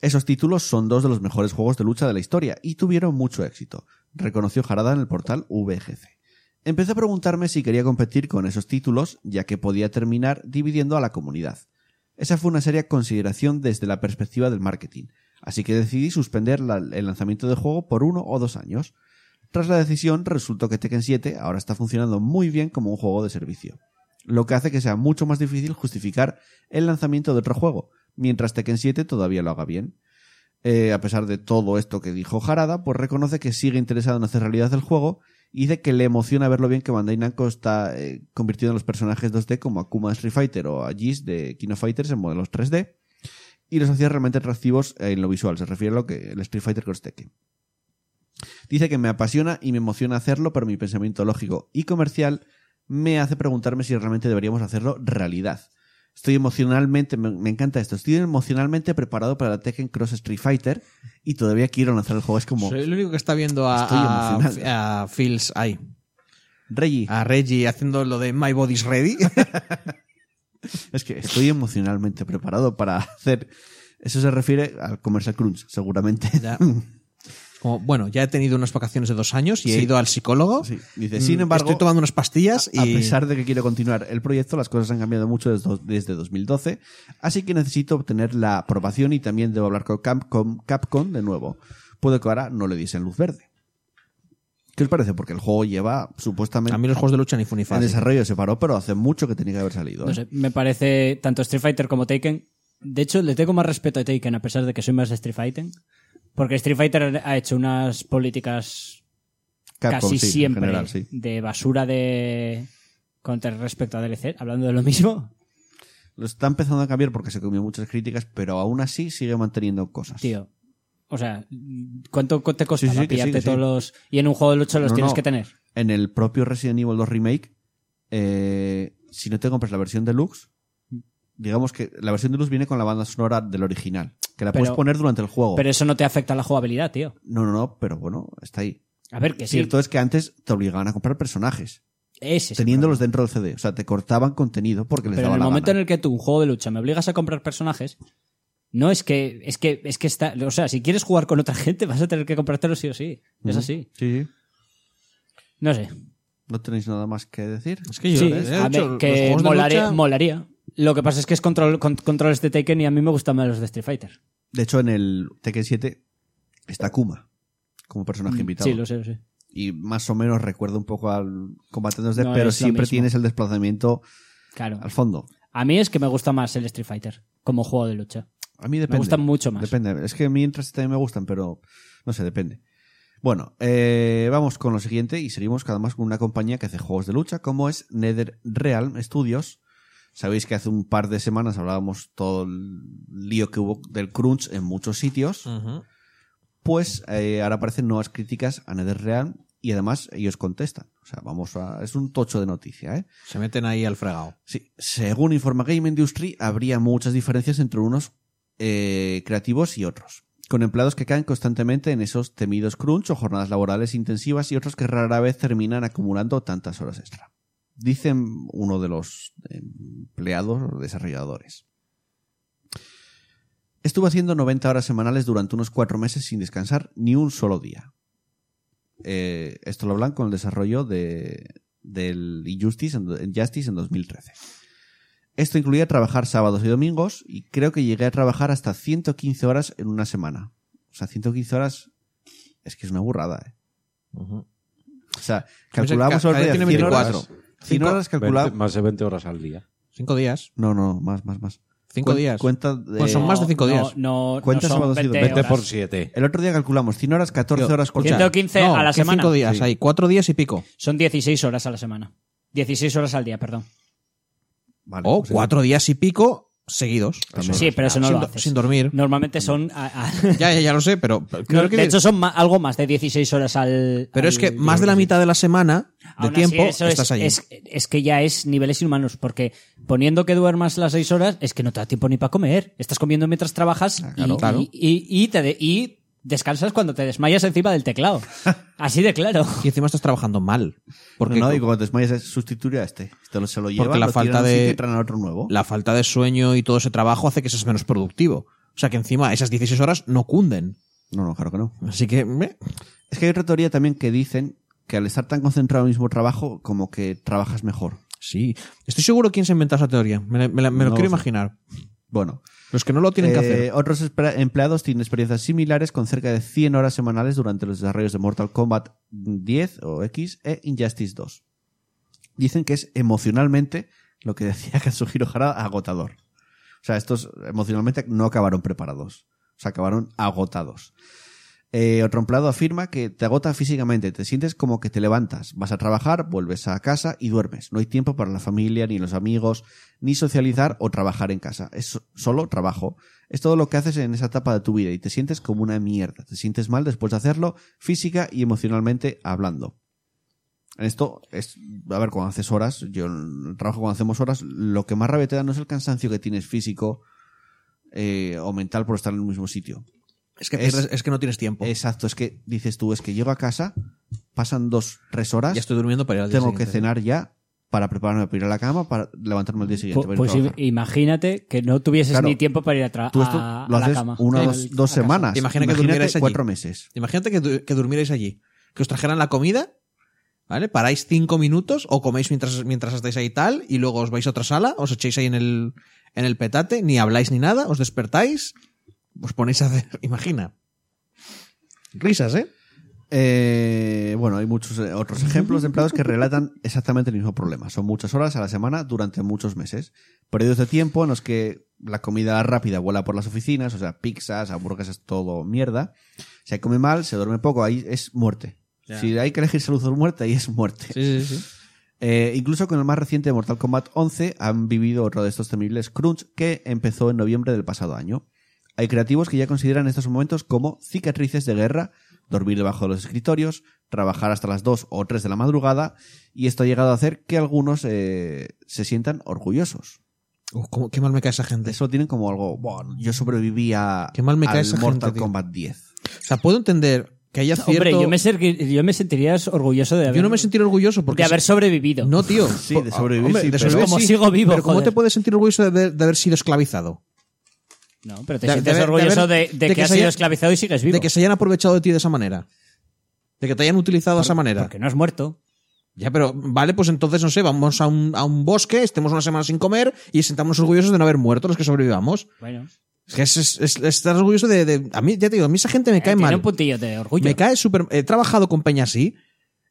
Speaker 1: Esos títulos son dos de los mejores juegos de lucha de la historia y tuvieron mucho éxito, reconoció Jarada en el portal VGC. Empecé a preguntarme si quería competir con esos títulos, ya que podía terminar dividiendo a la comunidad. Esa fue una seria consideración desde la perspectiva del marketing, así que decidí suspender la- el lanzamiento del juego por uno o dos años. Tras la decisión, resultó que Tekken 7 ahora está funcionando muy bien como un juego de servicio, lo que hace que sea mucho más difícil justificar el lanzamiento de otro juego, mientras Tekken 7 todavía lo haga bien. Eh, a pesar de todo esto que dijo Harada, pues reconoce que sigue interesado en hacer realidad el juego y dice que le emociona ver lo bien que Bandai Namco está eh, convirtiendo a los personajes 2D como Akuma de Street Fighter o a Jis de Kino Fighters en modelos 3D y los hacía realmente atractivos eh, en lo visual. Se refiere a lo que el Street Fighter Cross Tekken. Dice que me apasiona y me emociona hacerlo, pero mi pensamiento lógico y comercial me hace preguntarme si realmente deberíamos hacerlo realidad. Estoy emocionalmente, me, me encanta esto, estoy emocionalmente preparado para la Tekken Cross Street Fighter y todavía quiero lanzar el juego. Es como,
Speaker 4: Soy el único que está viendo a,
Speaker 1: Estoy
Speaker 4: a-
Speaker 1: emocionado.
Speaker 4: a Phils ahí.
Speaker 1: Reggie,
Speaker 4: A Reggie haciendo lo de My Body's Ready.
Speaker 1: es que estoy emocionalmente preparado para hacer... Eso se refiere al Commercial Crunch, seguramente.
Speaker 4: Ya. Como, bueno, ya he tenido unas vacaciones de dos años y he
Speaker 1: Sí.
Speaker 4: ido al psicólogo.
Speaker 1: Sí. Dice,
Speaker 4: Mm,
Speaker 1: sin embargo,
Speaker 4: Estoy tomando unas pastillas y.
Speaker 1: A pesar de que quiero continuar el proyecto, las cosas han cambiado mucho desde, desde 2012, así que necesito obtener la aprobación y también debo hablar con Capcom, Capcom de nuevo. Puede que ahora no le diesen luz verde. ¿Qué os parece? Porque el juego lleva supuestamente
Speaker 4: A mí los juegos de lucha ni
Speaker 1: en
Speaker 4: funifaz.
Speaker 1: desarrollo, se paró, pero hace mucho que tenía que haber salido.
Speaker 3: No
Speaker 1: ¿eh?
Speaker 3: sé, me parece tanto Street Fighter como Taken. De hecho, le tengo más respeto a Taken a pesar de que soy más de Street Fighter. Porque Street Fighter ha hecho unas políticas
Speaker 1: Capcom,
Speaker 3: casi
Speaker 1: sí, en
Speaker 3: siempre
Speaker 1: general, sí.
Speaker 3: de basura de con respecto a DLC, hablando de lo mismo.
Speaker 1: Lo está empezando a cambiar porque se comió muchas críticas, pero aún así sigue manteniendo cosas.
Speaker 3: Tío. O sea, ¿cuánto co- te costaba
Speaker 1: Pues Sí, sí, sí, que sí,
Speaker 3: pillarte
Speaker 1: que sí.
Speaker 3: todos los. Y en un juego de lucha los
Speaker 1: No,
Speaker 3: tienes
Speaker 1: no.
Speaker 3: que tener.
Speaker 1: En el propio Resident Evil 2 Remake, eh, si no te compras la versión deluxe, digamos que la versión deluxe viene con la banda sonora del original, que la
Speaker 3: Pero-
Speaker 1: puedes poner durante el juego.
Speaker 3: Pero eso no te afecta a la jugabilidad, tío.
Speaker 1: No, no, no, pero bueno, está ahí.
Speaker 3: A ver, que sí.
Speaker 1: Cierto es que antes te obligaban a comprar personajes,
Speaker 3: Ese es el
Speaker 1: teniéndolos
Speaker 3: problema.
Speaker 1: dentro del CD. O sea, te cortaban contenido porque les
Speaker 3: Pero en
Speaker 1: daba
Speaker 3: el
Speaker 1: la
Speaker 3: momento
Speaker 1: gana.
Speaker 3: en el que tú, un juego de lucha, me obligas a comprar personajes, no es que. Es que, es que está. O sea, si quieres jugar con otra gente, vas a tener que comprártelo sí o sí. Es
Speaker 1: Ujú.
Speaker 3: así.
Speaker 1: Sí, sí.
Speaker 3: No sé.
Speaker 1: ¿No tenéis nada más que decir?
Speaker 4: Es que yo
Speaker 3: Sí,
Speaker 4: he hecho
Speaker 3: a ver,
Speaker 4: los
Speaker 3: que
Speaker 4: juegos de
Speaker 3: molare-
Speaker 4: lucha-
Speaker 3: molaría. Lo que pasa es que es control, con- controles de Taken y a mí me gustan más los de Street Fighter.
Speaker 1: De hecho, en el Tekken 7 está Kuma como personaje invitado.
Speaker 3: Mm, Sí, lo sé, lo sé.
Speaker 1: Y más o menos recuerda un poco al combate 2D,
Speaker 3: No
Speaker 1: pero
Speaker 3: es lo
Speaker 1: siempre
Speaker 3: mismo.
Speaker 1: tienes el desplazamiento
Speaker 3: Claro.
Speaker 1: al fondo.
Speaker 3: A mí es que me gusta más el Street Fighter como juego de lucha.
Speaker 1: A mí depende.
Speaker 3: gustan mucho más.
Speaker 1: Depende. Es que a mí mientras también me gustan, pero no sé, depende. Bueno, eh, vamos con lo siguiente y seguimos cada más con una compañía que hace juegos de lucha, como es NetherRealm Studios. Sabéis que hace un par de semanas hablábamos todo el lío que hubo del crunch en muchos
Speaker 3: Mm.
Speaker 1: sitios.
Speaker 4: Ujú.
Speaker 1: Pues eh, ahora aparecen nuevas críticas a NetherRealm y además ellos contestan. O sea, vamos a... Es un tocho de noticia, ¿eh?
Speaker 4: Se meten ahí al fregado.
Speaker 1: Sí, según informa Game Industry, habría muchas diferencias entre unos eh, creativos y otros, con empleados que caen constantemente en esos temidos crunch o jornadas laborales intensivas y otros que rara vez terminan acumulando tantas horas extra. dicen uno de los empleados o desarrolladores. Estuve haciendo 90 horas semanales durante unos cuatro meses sin descansar ni un solo día. Eh, esto lo hablan con el desarrollo de, del Injustice en, en Justice en 2013. Esto incluía trabajar sábados y domingos y creo que llegué a trabajar hasta 115 horas en una semana. O sea, 115 horas es que es una burrada. ¿eh? O sea, calculábamos
Speaker 4: Pues ca-
Speaker 1: el otro
Speaker 4: cada
Speaker 1: día
Speaker 4: tiene
Speaker 1: 100 horas.
Speaker 4: 24.
Speaker 1: 100 horas calculaba-
Speaker 2: 20 más de 20 horas al día.
Speaker 4: Cinco días.
Speaker 1: No, no, más, más, más.
Speaker 4: Cinco
Speaker 1: Cuen-
Speaker 4: días.
Speaker 1: Cuenta de-
Speaker 4: Pues son más de cinco
Speaker 3: No,
Speaker 4: días.
Speaker 3: No, no,
Speaker 1: Cuenta
Speaker 3: son
Speaker 1: sábados y
Speaker 4: Eh,
Speaker 3: 20
Speaker 1: domingos.
Speaker 2: 20 por
Speaker 3: horas.
Speaker 2: 7.
Speaker 1: El otro día calculamos 100 horas, 14 horas
Speaker 4: Escucha,
Speaker 1: corridas.
Speaker 3: 115 a la
Speaker 4: que
Speaker 3: semana.
Speaker 4: Cinco días, hay cuatro días y pico.
Speaker 3: Son 16 horas a la semana. 16 horas al día, perdón.
Speaker 1: Vale,
Speaker 4: O
Speaker 2: Oh,
Speaker 1: pues eso.
Speaker 4: cuatro días y pico seguidos.
Speaker 1: También.
Speaker 3: Sí, pero eso no
Speaker 4: sin,
Speaker 3: lo
Speaker 4: do-
Speaker 3: haces.
Speaker 4: sin dormir.
Speaker 3: Normalmente son... a- a-
Speaker 4: Ya, ya, ya lo sé, pero pero creo
Speaker 3: No,
Speaker 4: que-
Speaker 3: de hecho, son ma- algo más de 16 horas al...
Speaker 4: pero es
Speaker 3: al-
Speaker 4: que más de la mitad de la semana de
Speaker 3: Aún así,
Speaker 4: tiempo
Speaker 3: eso es-
Speaker 4: estás allí.
Speaker 3: Es, es que ya es niveles inhumanos, porque poniendo que duermas las 6 horas, es que no te da tiempo ni para comer. Estás comiendo mientras trabajas y-
Speaker 4: Ah, claro.
Speaker 3: y,
Speaker 4: Claro.
Speaker 3: y- y te de- y descansas cuando te desmayas encima del teclado. Así de claro.
Speaker 4: Y encima estás trabajando mal. Porque
Speaker 1: no, no, y cuando te desmayas es sustituir a este. Este lo, se lo lleva,
Speaker 4: Porque la
Speaker 1: lo
Speaker 4: falta
Speaker 1: tiran a un
Speaker 4: de-
Speaker 1: sitio y traen a otro nuevo.
Speaker 4: la falta de sueño y todo ese trabajo hace que seas menos productivo. O sea que encima esas 16 horas no cunden.
Speaker 1: No, no, claro que no.
Speaker 4: Así que meh,
Speaker 1: Es que hay otra teoría también que dicen que al estar tan concentrado en el mismo trabajo, como que trabajas mejor.
Speaker 4: sí. Estoy seguro quién se inventó esa teoría. Me, la- me la- me lo
Speaker 1: No
Speaker 4: quiero
Speaker 1: lo sé.
Speaker 4: imaginar.
Speaker 1: Bueno,
Speaker 4: Los que no lo tienen que
Speaker 1: eh,
Speaker 4: hacer.
Speaker 1: otros espera- empleados tienen experiencias similares con cerca de 100 horas semanales durante los desarrollos de Mortal Kombat 10 o X e Injustice 2. Dicen que es emocionalmente lo que decía Katsuhiro Hara agotador. O sea, estos emocionalmente no acabaron preparados. O sea, acabaron agotados. Eh, otro empleado afirma que te agota físicamente, te sientes como que te levantas, vas a trabajar, vuelves a casa y duermes. No hay tiempo para la familia, ni los amigos, ni socializar o trabajar en casa. Es so- solo trabajo. Es todo lo que haces en esa etapa de tu vida y te sientes como una mierda. Te sientes mal después de hacerlo, física y emocionalmente hablando. En esto es, a ver, cuando haces horas, yo en el trabajo cuando hacemos horas, lo que más rabia te da no es el cansancio que tienes físico eh, o mental por estar en el mismo sitio.
Speaker 4: es, que
Speaker 1: es-
Speaker 4: pierdes- es que no tienes tiempo.
Speaker 1: Exacto, es que dices tú, es que llego a casa, pasan dos, tres horas,
Speaker 4: ya estoy durmiendo para ir al día
Speaker 1: tengo que
Speaker 4: siguiente.
Speaker 1: cenar ya para prepararme para ir a la cama, para levantarme al día siguiente. para ir
Speaker 3: Pu-
Speaker 1: a
Speaker 3: Pues i-
Speaker 1: trabajar.
Speaker 3: imagínate que no tuvieses
Speaker 1: Claro.
Speaker 3: ni tiempo para ir a, tra-
Speaker 1: Tú esto
Speaker 3: a-
Speaker 1: lo
Speaker 3: a la
Speaker 1: haces
Speaker 3: cama.
Speaker 1: una,
Speaker 3: Al-
Speaker 1: dos, dos
Speaker 3: a casa.
Speaker 1: semanas.
Speaker 4: Imagina que durmieras allí.
Speaker 1: cuatro meses.
Speaker 4: Imagínate que, du- que durmierais allí. Que os trajeran la comida, ¿vale? Paráis cinco minutos o coméis mientras, mientras estáis ahí tal y luego os vais a otra sala, os echáis ahí en el, en el petate, ni habláis ni nada, os despertáis, os ponéis a hacer... Imagina. Risas, ¿eh?
Speaker 1: Eh, bueno, hay muchos eh, otros ejemplos de empleados que relatan exactamente el mismo problema. Son muchas horas a la semana durante muchos meses. Periodos de tiempo en los que la comida rápida vuela por las oficinas, o sea, pizzas, hamburguesas, todo mierda. Se come mal, se duerme poco, ahí es muerte. Si hay que elegir salud o muerte, ahí es muerte.
Speaker 4: Sí, sí, sí.
Speaker 1: Eh, incluso con el más reciente de Mortal Kombat 11 han vivido otro de estos temibles crunch que empezó en noviembre del pasado año. Hay creativos que ya consideran estos momentos como cicatrices de guerra, dormir debajo de los escritorios, trabajar hasta las 2 o 3 de la madrugada, y esto ha llegado a hacer que algunos eh, se sientan orgullosos.
Speaker 4: Uf, cómo- qué mal me cae esa gente.
Speaker 1: Eso lo tienen como algo, bueno, yo sobreviví a,
Speaker 4: Qué mal me cae
Speaker 1: al
Speaker 4: esa
Speaker 1: Mortal
Speaker 4: gente, tío.
Speaker 1: Kombat 10.
Speaker 4: O sea, puedo entender que haya cierto...
Speaker 3: Hombre, yo me, ser- yo me sentiría orgulloso de haber,
Speaker 4: Yo no me sentiré orgulloso porque...
Speaker 3: de haber
Speaker 4: si-
Speaker 3: sobrevivido.
Speaker 4: No, tío.
Speaker 1: Sí,
Speaker 4: Por-
Speaker 1: de sobrevivir,
Speaker 4: hombre,
Speaker 1: sí,
Speaker 4: de
Speaker 1: pero-
Speaker 4: sobrevivir
Speaker 3: Como
Speaker 4: sí,
Speaker 3: sigo vivo,
Speaker 4: Pero ¿cómo
Speaker 3: joder.
Speaker 4: te puedes sentir orgulloso de haber- de haber sido esclavizado?
Speaker 3: No, pero te
Speaker 4: De-
Speaker 3: sientes
Speaker 4: de haber-
Speaker 3: orgulloso de,
Speaker 4: de haber-
Speaker 3: de
Speaker 4: de
Speaker 3: que,
Speaker 4: que
Speaker 3: has
Speaker 4: se
Speaker 3: sido
Speaker 4: haya-
Speaker 3: esclavizado y sigues vivo.
Speaker 4: De que se hayan aprovechado de ti de esa manera. De que te hayan utilizado de esa manera.
Speaker 3: Porque no has muerto.
Speaker 4: Ya, pero vale, pues entonces, no sé, vamos a un, a un bosque, estemos una semana sin comer y sentamos orgullosos de no haber muerto los que sobrevivamos.
Speaker 3: Bueno,
Speaker 4: Es que es, es- es- estar orgulloso de, de- A mí, ya te digo, a mí esa gente me
Speaker 3: eh,
Speaker 4: cae
Speaker 3: tiene
Speaker 4: mal.
Speaker 3: un puntillo de orgullo.
Speaker 4: Me cae súper... He trabajado con peña así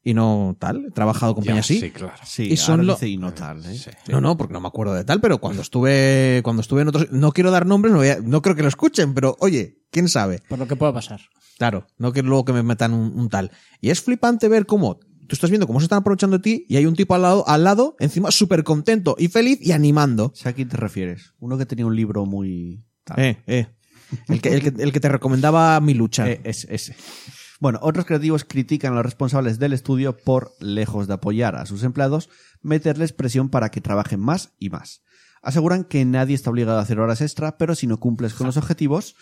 Speaker 4: y no tal. He trabajado con
Speaker 2: Ya,
Speaker 4: peña así.
Speaker 2: sí, claro.
Speaker 1: Sí,
Speaker 4: Y son
Speaker 1: ahora
Speaker 4: lo-
Speaker 1: dice y no tal, ¿eh?
Speaker 4: No, no, porque no me acuerdo de tal, pero cuando estuve, cuando estuve en otros... No quiero dar nombres, no, voy a- no creo que lo escuchen, pero oye, quién sabe.
Speaker 3: Por lo que pueda pasar.
Speaker 4: Claro, no que luego que me metan un, un tal. Y es flipante ver cómo tú estás viendo cómo se están aprovechando de ti y hay un tipo al lado, al lado encima súper contento y feliz y animando.
Speaker 1: Sé a quién te refieres. Uno que tenía un libro muy... tal.
Speaker 4: Eh, eh. El que, el que- el que te recomendaba mi lucha.
Speaker 1: Eh, ese, ese. Bueno, otros creativos critican a los responsables del estudio por, lejos de apoyar a sus empleados, meterles presión para que trabajen más y más. Aseguran que nadie está obligado a hacer horas extra, pero si no cumples con los objetivos,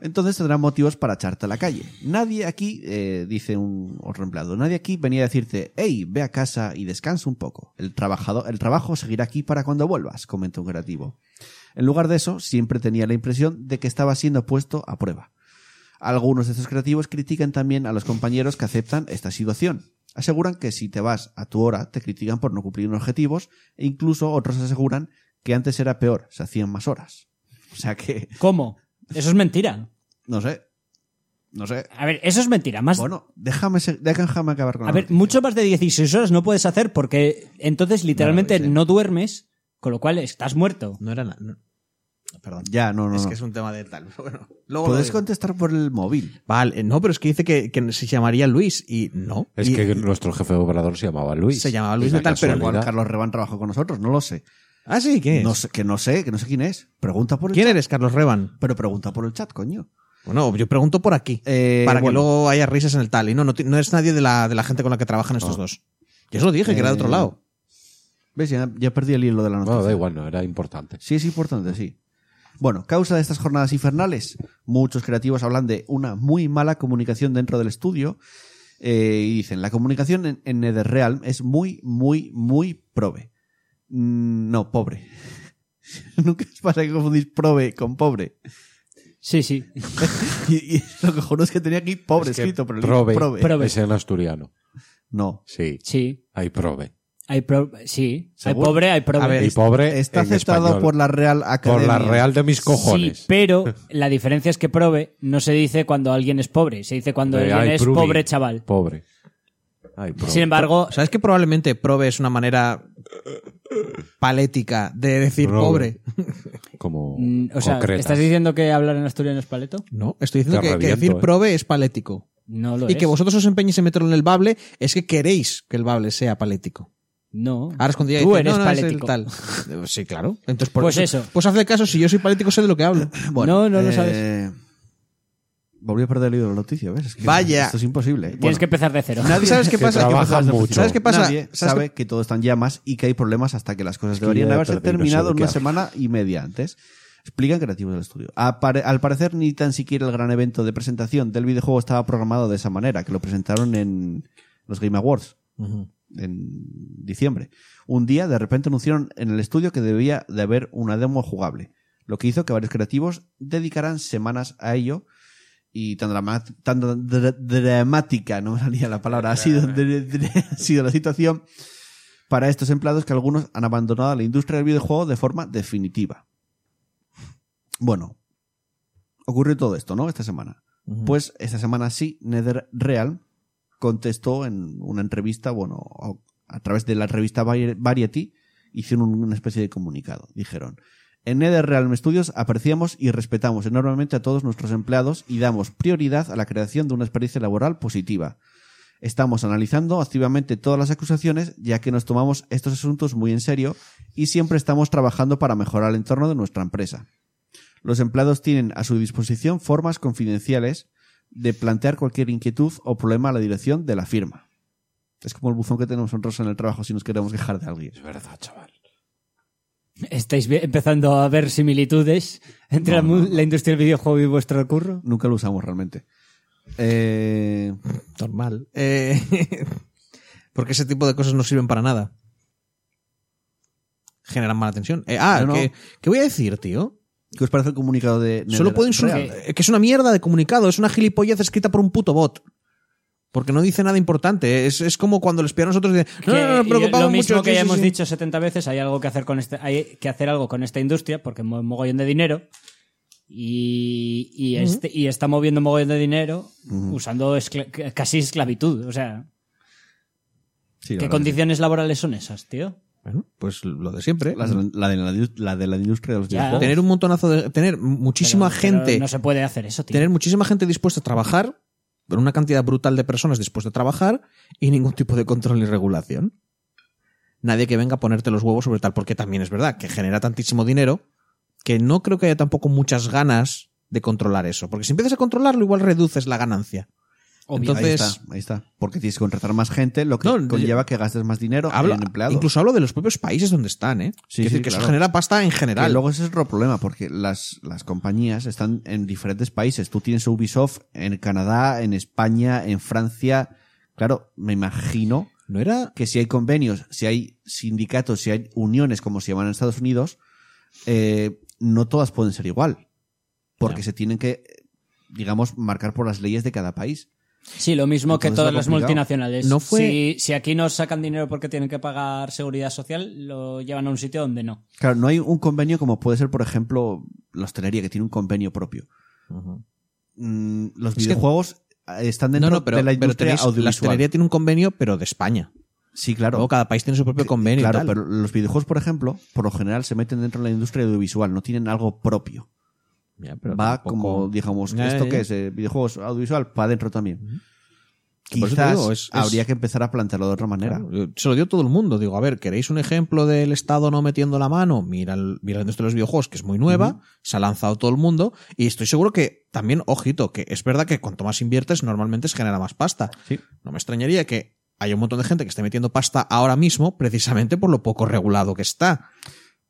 Speaker 1: entonces tendrán motivos para echarte a la calle. Nadie aquí, eh, dice un otro empleado, nadie aquí venía a decirte, hey, ve a casa y descansa un poco. El, trabajador, el trabajo seguirá aquí para cuando vuelvas, comenta un creativo. En lugar de eso, siempre tenía la impresión de que estaba siendo puesto a prueba. Algunos de estos creativos critican también a los compañeros que aceptan esta situación. Aseguran que si te vas a tu hora te critican por no cumplir unos objetivos e incluso otros aseguran que antes era peor, se hacían más horas. O sea que,
Speaker 3: ¿Cómo? Eso es mentira.
Speaker 1: no sé, no sé.
Speaker 3: A ver, eso es mentira. Más,
Speaker 1: Bueno, déjame, se- déjame acabar con
Speaker 3: a
Speaker 1: la
Speaker 3: ver,
Speaker 1: noticia.
Speaker 3: mucho más de 16 horas no puedes hacer porque entonces literalmente
Speaker 1: No,
Speaker 3: no,
Speaker 1: sí.
Speaker 3: duermes, con lo cual estás muerto.
Speaker 4: No era nada. no. Perdón.
Speaker 1: Ya, no, no.
Speaker 4: es
Speaker 1: no.
Speaker 4: que es un tema de tal. pero Bueno, luego lo
Speaker 1: Puedes
Speaker 4: digo.
Speaker 1: contestar por el móvil.
Speaker 4: Vale, eh, no, pero es que dice que, que se llamaría Luis y no.
Speaker 2: Es
Speaker 4: Y-
Speaker 2: que nuestro jefe de operador se llamaba Luis.
Speaker 4: Se llamaba Luis
Speaker 2: Es la
Speaker 4: Natal, pero
Speaker 1: Igual
Speaker 2: casualidad.
Speaker 1: Carlos Rebán trabajó con nosotros, no lo sé.
Speaker 4: Ah, sí, ¿quién es?
Speaker 1: No sé, que no sé, que no sé quién es. Pregunta por el
Speaker 4: ¿Quién
Speaker 1: chat.
Speaker 4: eres, Carlos Reban?
Speaker 1: Pero pregunta por el chat, coño.
Speaker 4: Bueno, yo pregunto por aquí.
Speaker 1: Eh,
Speaker 4: para
Speaker 1: bueno.
Speaker 4: que luego haya risas en el tal. Y no, no, ti- no es nadie de la, de la gente con la que trabajan estos dos. Yo se lo dije, que era de otro
Speaker 1: Eh,
Speaker 4: lado.
Speaker 1: ¿Ves? Ya, ya perdí el hilo de la noticia.
Speaker 2: Bueno, da igual, no, era importante.
Speaker 1: Sí, es importante, sí. Bueno, causa de estas jornadas infernales. Muchos creativos hablan de una muy mala comunicación dentro del estudio. eh, y dicen, la comunicación en, en NetherRealm es muy, muy, muy prove. Mm, No, pobre. Nunca os pasa que confundís prove con pobre.
Speaker 3: Sí, sí.
Speaker 1: Y, y lo cojonudo es que tenía aquí pobre
Speaker 2: Es que
Speaker 1: escrito, pero leí
Speaker 2: prove,
Speaker 1: prove.
Speaker 3: Prove.
Speaker 2: Es en asturiano.
Speaker 1: No.
Speaker 2: Sí,
Speaker 3: Sí.
Speaker 2: hay prove.
Speaker 3: Hay pro- sí.
Speaker 1: ¿Seguro?
Speaker 3: Hay pobre, hay prove.
Speaker 4: A ver,
Speaker 2: Y
Speaker 4: Está-
Speaker 2: pobre
Speaker 1: Está
Speaker 2: en
Speaker 1: aceptado
Speaker 2: español.
Speaker 1: por la Real
Speaker 2: Por
Speaker 1: Academia.
Speaker 2: la real de mis cojones.
Speaker 3: Sí, pero la diferencia es que prove no se dice cuando alguien es pobre, se dice cuando
Speaker 2: De,
Speaker 3: alguien
Speaker 2: "Ay,
Speaker 3: es
Speaker 2: Prubi".
Speaker 3: pobre chaval.
Speaker 2: Pobre. Ay, prove.
Speaker 3: Sin embargo,
Speaker 4: ¿Sabes que probablemente prove es una manera palética de decir
Speaker 2: Prove.
Speaker 4: pobre?
Speaker 2: Como
Speaker 3: mm, o sea,
Speaker 2: concretas.
Speaker 3: ¿estás diciendo que hablar en asturiano es paleto?
Speaker 4: No, estoy diciendo
Speaker 2: Te
Speaker 4: que, que
Speaker 2: reviento,
Speaker 4: decir
Speaker 2: eh.
Speaker 4: prove es palético.
Speaker 3: No lo
Speaker 4: Y
Speaker 3: es.
Speaker 4: que vosotros os empeñéis en meterlo en el bable es que queréis que el bable sea palético.
Speaker 3: No.
Speaker 4: Ahora es cuando ya
Speaker 3: Tú
Speaker 4: dicen,
Speaker 3: eres
Speaker 4: no, no, es el
Speaker 3: palético.
Speaker 4: tal. Eh, Sí, claro. Entonces, por
Speaker 3: Pues
Speaker 4: eso,
Speaker 3: eso.
Speaker 4: Pues hazle caso, si yo soy palético sé de lo que hablo.
Speaker 3: no, no lo sabes.
Speaker 1: eh, Volví a perder el hilo de la noticia, ¿ves? Es que
Speaker 4: Vaya.
Speaker 1: Esto es imposible.
Speaker 3: Tienes
Speaker 1: Bueno.
Speaker 3: que empezar de cero.
Speaker 4: Nadie- ¿Sabes qué
Speaker 2: Que
Speaker 4: pasa?
Speaker 2: trabajan
Speaker 1: ¿Qué pasa?
Speaker 2: mucho.
Speaker 4: ¿Sabes qué pasa?
Speaker 1: Nadie
Speaker 4: ¿Sabes
Speaker 1: sabe que todo está en llamas y que hay problemas hasta que las cosas
Speaker 2: que
Speaker 1: deberían
Speaker 2: ya he
Speaker 1: haberse
Speaker 2: perdido, no sé
Speaker 1: terminado
Speaker 2: de
Speaker 1: en
Speaker 2: qué
Speaker 1: una
Speaker 2: hablas.
Speaker 1: semana y media antes. Explican creativos del estudio. Apare- al parecer, ni tan siquiera el gran evento de presentación del videojuego estaba programado de esa manera, que lo presentaron en los Game Awards
Speaker 4: Ujú.
Speaker 1: en diciembre. Un día, de repente, anunciaron en el estudio que debía de haber una demo jugable, lo que hizo que varios creativos dedicaran semanas a ello y tan, drama- tan dra- dramática, no me salía la palabra, ha sido, ha sido la situación para estos empleados que algunos han abandonado la industria del videojuego de forma definitiva. Bueno, ocurrió todo esto, ¿no? Esta semana.
Speaker 4: Ujú.
Speaker 1: Pues esta semana sí, NetherRealm contestó en una entrevista, bueno, a- a través de la revista Vari- Variety, hicieron un- una especie de comunicado. Dijeron, en NetherRealm Studios apreciamos y respetamos enormemente a todos nuestros empleados y damos prioridad a la creación de una experiencia laboral positiva. Estamos analizando activamente todas las acusaciones, ya que nos tomamos estos asuntos muy en serio y siempre estamos trabajando para mejorar el entorno de nuestra empresa. Los empleados tienen a su disposición formas confidenciales de plantear cualquier inquietud o problema a la dirección de la firma. Es como el buzón que tenemos nosotros en el trabajo si nos queremos quejar de alguien.
Speaker 2: Es verdad, chaval.
Speaker 3: Estáis ve- empezando a ver similitudes entre la, mu- la industria del videojuego y vuestro curro.
Speaker 1: Nunca lo usamos realmente. Eh,
Speaker 4: Normal. Eh, porque ese tipo de cosas no sirven para nada. Generan mala tensión. Eh, ah,
Speaker 1: No, no.
Speaker 4: Que, ¿qué voy a decir, tío?
Speaker 1: ¿Qué os parece el comunicado de
Speaker 4: Solo puedo
Speaker 1: insultar.
Speaker 4: insultar. Que es una mierda de comunicado. Es una gilipollez escrita por un puto bot. Porque no dice nada importante. Es, es como cuando les pillaron a nosotros y dicen, no,
Speaker 3: Que-
Speaker 4: no, no,
Speaker 3: y
Speaker 4: preocupamos
Speaker 3: lo mismo
Speaker 4: mucho,
Speaker 3: que
Speaker 4: sí,
Speaker 3: ya
Speaker 4: sí,
Speaker 3: hemos
Speaker 4: sí.
Speaker 3: dicho 70 veces, hay algo que hacer con este, hay que hacer algo con esta industria porque mueve mogollón de dinero y, y este- y está moviendo mogollón de dinero usando escla- c- casi esclavitud, o sea, ¿qué condiciones laborales son esas, tío?
Speaker 4: Bueno, pues lo de siempre.
Speaker 1: La, la de la, la de la industria de los
Speaker 3: Ya.
Speaker 1: videojuegos.
Speaker 4: Tener un montonazo de. Tener muchísima
Speaker 3: Pero- pero
Speaker 4: gente.
Speaker 3: no se puede hacer eso, tío.
Speaker 4: tener muchísima gente dispuesta a trabajar, pero una cantidad brutal de personas dispuesta a trabajar y ningún tipo de control ni regulación. Nadie que venga a ponerte los huevos sobre tal, porque también es verdad que genera tantísimo dinero que no creo que haya tampoco muchas ganas de controlar eso, porque si empiezas a controlarlo igual reduces la ganancia.
Speaker 3: Obvio.
Speaker 4: Entonces-
Speaker 1: ahí está, ahí está. Porque tienes que contratar más gente, lo que
Speaker 4: No, yo-
Speaker 1: conlleva que gastes más dinero
Speaker 4: Hablo-
Speaker 1: en empleados.
Speaker 4: incluso hablo de los propios países donde están, ¿eh?
Speaker 1: Sí,
Speaker 4: Quiero
Speaker 1: sí,
Speaker 4: decir, que
Speaker 1: claro.
Speaker 4: eso genera pasta en
Speaker 1: Y
Speaker 4: general.
Speaker 1: luego ese es otro problema, porque las, las compañías están en diferentes países. Tú tienes Ubisoft en Canadá, en España, en Francia. Claro, me imagino
Speaker 4: ¿No era?
Speaker 1: que si hay convenios, si hay sindicatos, si hay uniones, como se llaman en Estados Unidos, eh, no todas pueden ser igual. Porque se tienen que, digamos, marcar por las leyes de cada país.
Speaker 3: Sí, lo mismo
Speaker 1: Entonces
Speaker 3: que todas
Speaker 1: era
Speaker 3: las
Speaker 1: complicado.
Speaker 3: multinacionales.
Speaker 4: No
Speaker 3: si,
Speaker 4: fue-
Speaker 3: si aquí nos sacan dinero porque tienen que pagar seguridad social, lo llevan a un sitio donde no.
Speaker 1: Claro, no hay un convenio como puede ser, por ejemplo, la hostelería, que tiene un convenio propio. Mm, los
Speaker 4: que-
Speaker 1: videojuegos eh, están
Speaker 4: No,
Speaker 1: dentro
Speaker 4: no, pero,
Speaker 1: de la
Speaker 4: pero
Speaker 1: industria
Speaker 4: tenéis- la
Speaker 1: audiovisual.
Speaker 4: hostelería tiene un convenio, pero de España.
Speaker 1: Sí, claro.
Speaker 4: Luego cada país tiene su propio convenio. y
Speaker 1: claro,
Speaker 4: tal.
Speaker 1: pero los videojuegos, por ejemplo, por lo general se meten dentro de la industria audiovisual, no tienen algo propio.
Speaker 4: Ya, pero
Speaker 1: Va
Speaker 4: tampoco-
Speaker 1: como, digamos,
Speaker 4: Ya,
Speaker 1: ¿esto
Speaker 4: ya.
Speaker 1: qué es? Eh, videojuegos audiovisual, para adentro también.
Speaker 4: Que por eso te
Speaker 1: Quizás
Speaker 4: digo, es- es-
Speaker 1: habría que empezar a plantearlo de otra manera.
Speaker 4: Claro, yo- Se lo dio todo el mundo. Digo, a ver, ¿queréis un ejemplo del Estado no metiendo la mano? Mira, el- mira la industria de los videojuegos, que es muy nueva, se ha lanzado todo el mundo, y estoy seguro que también, ojito, que es verdad que cuanto más inviertes, normalmente se genera más pasta.
Speaker 1: Sí.
Speaker 4: No me extrañaría que haya un montón de gente que esté metiendo pasta ahora mismo, precisamente por lo poco regulado que está.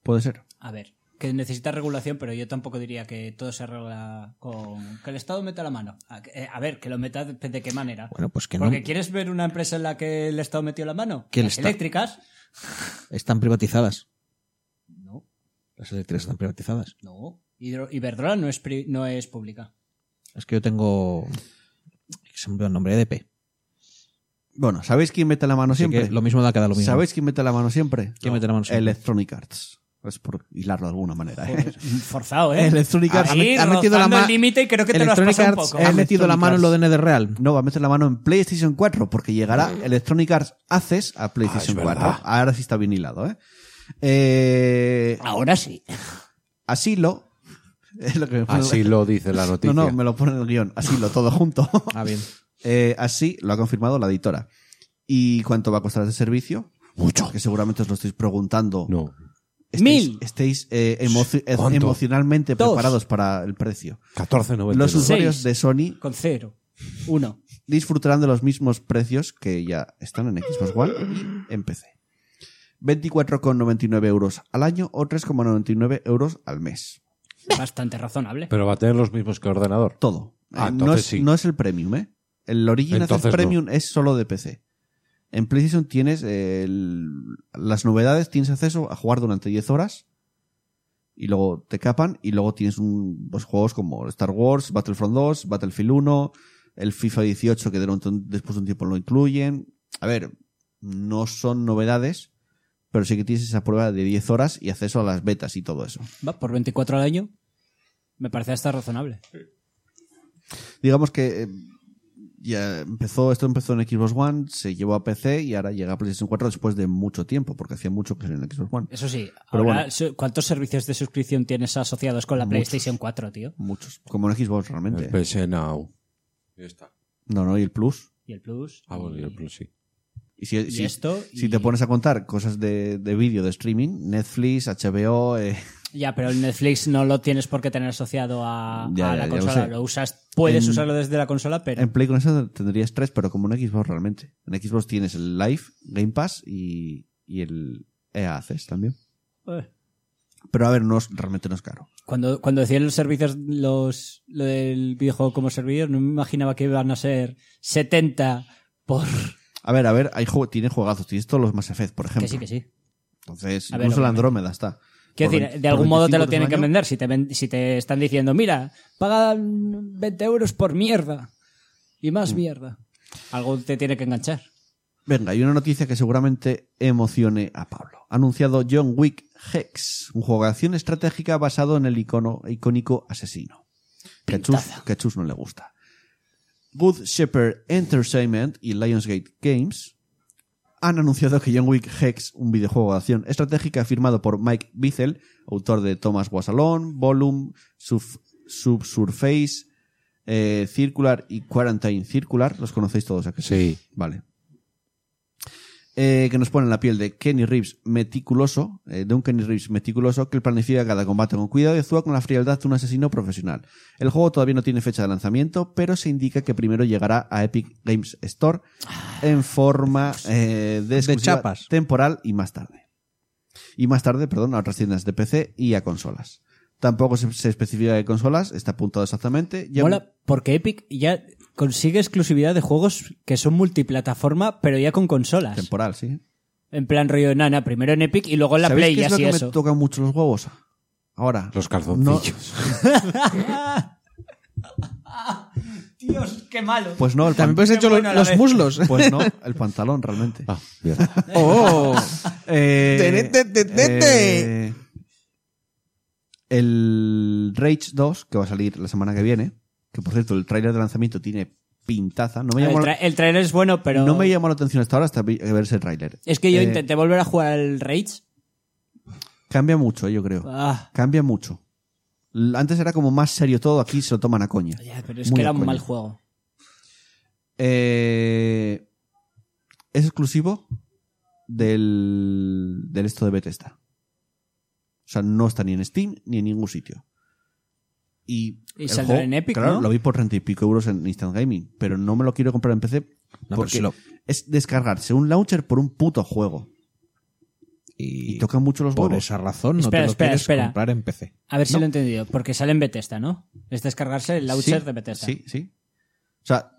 Speaker 1: Puede ser.
Speaker 3: A ver, que necesita regulación, pero yo tampoco diría que todo se arregla con... Que el Estado meta la mano. A, que- eh, a ver, que lo meta de, de qué manera.
Speaker 4: Bueno, pues que no
Speaker 3: Porque quieres ver una empresa en la que el Estado metió la mano.
Speaker 4: Que el
Speaker 3: Las
Speaker 4: Estado-
Speaker 3: eléctricas.
Speaker 4: están privatizadas.
Speaker 3: No,
Speaker 4: Las eléctricas están privatizadas.
Speaker 3: no. Hidro- Iberdrola no es, pri- no es pública.
Speaker 4: Es que yo tengo. Se me olvidó el nombre de DP.
Speaker 1: Bueno, ¿sabéis quién mete la mano
Speaker 4: Así
Speaker 1: siempre?
Speaker 4: que lo mismo da cada lo mismo.
Speaker 1: ¿Sabéis quién mete la mano siempre?
Speaker 4: ¿Quién mete la mano siempre?
Speaker 1: Electronic Arts. Es por hilarlo de alguna manera. ¿eh?
Speaker 3: Joder, forzado, ¿eh?
Speaker 1: Electronic Arts
Speaker 3: Ahí,
Speaker 4: ha metido la
Speaker 3: rozando
Speaker 4: ma-
Speaker 3: el límite y creo que te lo has
Speaker 4: Electronic
Speaker 3: pasado un
Speaker 4: Arts
Speaker 3: poco. Ah,
Speaker 4: Ha metido la mano en lo de NetherReal.
Speaker 1: No, va a meter la mano en PlayStation 4 porque llegará Electronic Arts Haces a PlayStation
Speaker 2: Mm. Ah, es
Speaker 1: 4.
Speaker 2: verdad.
Speaker 1: Ahora sí está bien hilado, ¿eh? Eh,
Speaker 3: Ahora sí.
Speaker 1: asilo. Es lo que me pone-
Speaker 2: Así lo dice la noticia.
Speaker 1: No, no, me lo pone en el guión. Asilo, todo junto.
Speaker 4: Ah, bien.
Speaker 1: Eh, así lo ha confirmado la editora. ¿Y cuánto va a costar este servicio?
Speaker 2: Mucho.
Speaker 1: Que seguramente os lo estáis preguntando.
Speaker 2: No.
Speaker 1: Estéis-
Speaker 3: Mil.
Speaker 1: Estéis eh, emoci- eh,
Speaker 2: ¿Cuánto?
Speaker 1: emocionalmente
Speaker 3: Dos.
Speaker 1: preparados para el precio.
Speaker 2: 14.99.
Speaker 1: Los usuarios
Speaker 3: Seis.
Speaker 1: de Sony
Speaker 3: Con cero. Uno.
Speaker 1: disfrutarán de los mismos precios que ya están en Xbox One y en PC. 24,99 euros al año o 3,99 euros al mes.
Speaker 3: Bastante razonable.
Speaker 2: Pero va a tener los mismos que ordenador.
Speaker 1: Todo.
Speaker 2: Ah,
Speaker 1: Eh, no,
Speaker 2: entonces
Speaker 1: es,
Speaker 2: sí.
Speaker 1: no es el premium, ¿eh? El Origin Access
Speaker 2: Entonces no.
Speaker 1: Premium es solo de PC. En PlayStation tienes eh, el- las novedades, tienes acceso a jugar durante 10 horas y luego te capan y luego tienes un, pues, juegos como Star Wars, Battlefront 2, Battlefield 1, el FIFA 18 que de un- después de un tiempo lo incluyen. A ver, no son novedades, pero sí que tienes esa prueba de 10 horas y acceso a las betas y todo eso.
Speaker 3: Va, por 24 al año. Me parece hasta razonable.
Speaker 1: digamos que eh, ya empezó esto empezó en Xbox One se llevó a PC y ahora llega a PlayStation 4 después de mucho tiempo porque hacía mucho que salió en Xbox One
Speaker 3: Eso sí,
Speaker 1: Pero
Speaker 3: ahora,
Speaker 1: bueno.
Speaker 3: su- ¿cuántos servicios de suscripción tienes asociados con la
Speaker 1: Muchos.
Speaker 3: PlayStation 4, tío?
Speaker 1: muchos como en Xbox
Speaker 2: El
Speaker 1: realmente
Speaker 2: PS Now. Ya está.
Speaker 1: no no y el Plus
Speaker 3: Y el Plus.
Speaker 2: Ah, bueno,
Speaker 3: y,
Speaker 2: y el Plus sí.
Speaker 1: y si,
Speaker 3: y
Speaker 1: si-
Speaker 3: esto.
Speaker 1: si
Speaker 3: y-
Speaker 1: te pones a contar cosas de, de vídeo de streaming Netflix HBO eh,
Speaker 3: Ya, pero el Netflix no lo tienes por qué tener asociado a,
Speaker 1: Ya, ya,
Speaker 3: a la
Speaker 1: ya lo
Speaker 3: consola.
Speaker 1: sé.
Speaker 3: Lo, usas, puedes
Speaker 1: En-
Speaker 3: usarlo desde la consola, pero.
Speaker 1: en Play con eso tendrías tres pero como en Xbox realmente en Xbox tienes el Live Game Pass y, y el EA Access también
Speaker 3: Eh.
Speaker 1: pero a ver no es- realmente no es caro
Speaker 3: Cuando, cuando decían los servicios, los, lo del videojuego como servidor, no me imaginaba que iban a ser 70 por.
Speaker 1: a ver a ver hay juego tiene juegazos tienes todos los Mass Effect por ejemplo
Speaker 3: Que sí, que sí.
Speaker 1: Entonces,
Speaker 3: A ver,
Speaker 1: incluso la
Speaker 3: obviamente.
Speaker 1: Andrómeda está.
Speaker 3: Quiero
Speaker 1: Por
Speaker 3: decir,
Speaker 1: 20
Speaker 3: de algún
Speaker 1: por
Speaker 3: modo te
Speaker 1: 25
Speaker 3: lo tienen
Speaker 1: euros
Speaker 3: que
Speaker 1: al año.
Speaker 3: vender. Si te, ven- si te están diciendo, mira, paga 20 euros por mierda y
Speaker 1: Mm.
Speaker 3: más mierda, algo te tiene que enganchar.
Speaker 1: Venga, hay una noticia que seguramente emocione a Pablo. Ha anunciado John Wick Hex, un juego de acción estratégica basado en el icono, icónico asesino. Que a Chus,
Speaker 3: Pintaza.
Speaker 1: que a Chus no le gusta. Good Shepherd Entertainment y Lionsgate Games han anunciado que John Wick Hex, un videojuego de acción estratégica firmado por Mike Bizzle, autor de Thomas Wasalon, Volume, Sub- Subsurface, eh, Circular y Quarantine Circular, los conocéis todos aquí.
Speaker 2: Sí.
Speaker 1: Vale. eh, que nos pone en la piel de Kenny Reeves meticuloso, eh, de un Kenny Reeves meticuloso que planifica cada combate con cuidado y actúa con la frialdad de un asesino profesional. El juego todavía no tiene fecha de lanzamiento, pero se indica que primero llegará a Epic Games Store en forma eh, de exclusiva
Speaker 4: chapas.
Speaker 1: temporal y más tarde y más tarde, perdón, a otras tiendas de PC y a consolas. Tampoco se, se especifica de consolas, está apuntado exactamente. Ya-
Speaker 3: Mola, porque Epic ya consigue exclusividad de juegos que son multiplataforma, pero ya con consolas.
Speaker 1: Temporal, sí.
Speaker 3: En plan rollo de nana, primero en Epic y luego en la
Speaker 1: ¿Sabéis
Speaker 3: Play
Speaker 1: qué
Speaker 3: y
Speaker 1: es lo
Speaker 3: así
Speaker 1: que
Speaker 3: eso.
Speaker 1: me tocan mucho los huevos? Ahora.
Speaker 2: Los calzoncillos.
Speaker 3: Dios, qué malo.
Speaker 1: Pues no, el
Speaker 4: También
Speaker 1: pan-
Speaker 4: puedes hecho
Speaker 3: bueno
Speaker 4: lo-
Speaker 3: a la
Speaker 4: los
Speaker 3: vez.
Speaker 4: muslos.
Speaker 1: Pues no, el pantalón realmente.
Speaker 2: Ah, bien.
Speaker 4: ¡Oh!
Speaker 1: Eh,
Speaker 4: Tenete, tenete.
Speaker 1: eh, el Rage 2, que va a salir la semana que viene, que por cierto, el tráiler de lanzamiento tiene pintaza. No me,
Speaker 3: Ah, el,
Speaker 1: llamó,
Speaker 3: tra- el trailer es bueno, pero.
Speaker 1: no me llamó la atención hasta ahora hasta vi- ver ese tráiler.
Speaker 3: Es que yo
Speaker 1: Eh,
Speaker 3: intenté volver a jugar al Rage.
Speaker 1: Cambia mucho, eh, yo creo.
Speaker 3: Ah,
Speaker 1: Cambia mucho. L- Antes era como más serio todo, aquí se lo toman a coña.
Speaker 3: ya, pero es
Speaker 1: Muy
Speaker 3: que
Speaker 1: a
Speaker 3: era un
Speaker 1: coña.
Speaker 3: mal juego.
Speaker 1: Eh, es exclusivo del, del esto de Bethesda. O sea, no está ni en Steam ni en ningún sitio. Y,
Speaker 3: Y
Speaker 1: el
Speaker 3: saldrá en Epic,
Speaker 1: claro,
Speaker 3: ¿no?
Speaker 1: lo vi por 30 y pico euros en Instant Gaming, pero no me lo quiero comprar en PC
Speaker 4: pero
Speaker 1: porque
Speaker 4: si lo-
Speaker 1: es descargarse un launcher por un puto juego. Y,
Speaker 4: Y
Speaker 1: tocan mucho los
Speaker 4: por
Speaker 1: huevos.
Speaker 4: esa razón no
Speaker 3: Espera,
Speaker 4: te lo
Speaker 3: espera,
Speaker 4: quieres
Speaker 3: espera.
Speaker 4: comprar en PC.
Speaker 3: A ver si
Speaker 1: No.
Speaker 3: lo he entendido. Porque sale en Bethesda, ¿no? Es descargarse el launcher de Bethesda.
Speaker 1: Sí, sí. O sea,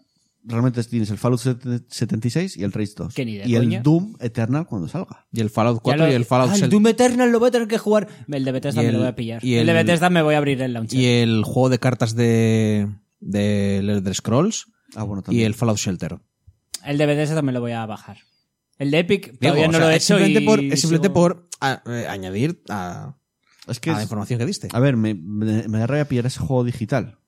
Speaker 1: realmente tienes el Fallout 76 y el Rage 2.
Speaker 3: Que ni de
Speaker 1: y
Speaker 3: coña.
Speaker 1: el Doom Eternal cuando salga.
Speaker 4: Y el Fallout
Speaker 3: Ya
Speaker 4: 4
Speaker 3: lo-
Speaker 4: y el Fallout
Speaker 3: Ah, el
Speaker 4: Sel-
Speaker 3: Doom Eternal lo voy a tener que jugar. El de Bethesda
Speaker 4: Y
Speaker 3: me lo
Speaker 4: el-
Speaker 3: voy a pillar.
Speaker 4: y
Speaker 3: el, de
Speaker 4: el-
Speaker 3: Bethesda me voy a abrir el launcher.
Speaker 4: y el juego de cartas de, de Elder Scrolls
Speaker 1: Ah, bueno, también.
Speaker 4: y el Fallout Shelter.
Speaker 3: El de Bethesda también lo voy a bajar. El de Epic
Speaker 4: Digo,
Speaker 3: todavía
Speaker 4: o
Speaker 3: no
Speaker 4: sea,
Speaker 3: lo he
Speaker 4: es
Speaker 3: hecho
Speaker 4: simplemente
Speaker 3: y
Speaker 4: por, es simplemente
Speaker 3: sigo-
Speaker 4: por a- eh, añadir a,
Speaker 1: Es que
Speaker 4: a la
Speaker 1: es-
Speaker 4: información que diste.
Speaker 1: A ver, me, me, me da rabia pillar ese juego digital.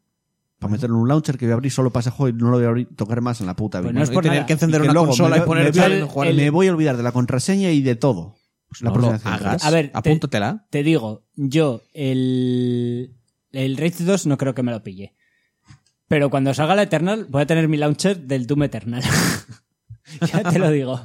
Speaker 1: Para meterlo en un launcher que voy a abrir solo para ese juego y no lo voy a abrir, tocar más en la puta vida.
Speaker 3: Pues no es
Speaker 4: Y
Speaker 3: por
Speaker 4: tener
Speaker 3: nada.
Speaker 4: que encender
Speaker 1: Y que
Speaker 4: una
Speaker 1: luego
Speaker 4: consola
Speaker 1: me,
Speaker 4: y poner
Speaker 1: me
Speaker 4: el
Speaker 1: voy a-
Speaker 4: Fallout en jugar.
Speaker 3: el-
Speaker 1: me voy a olvidar de la contraseña y de todo.
Speaker 4: Pues no
Speaker 1: la
Speaker 4: lo
Speaker 1: próxima vez.
Speaker 4: hagas.
Speaker 3: A ver, te-
Speaker 4: apúntatela.
Speaker 3: Te digo, yo el, el Rage 2 no creo que me lo pille. Pero cuando salga la Eternal voy a tener mi launcher del Doom Eternal. ya te lo digo.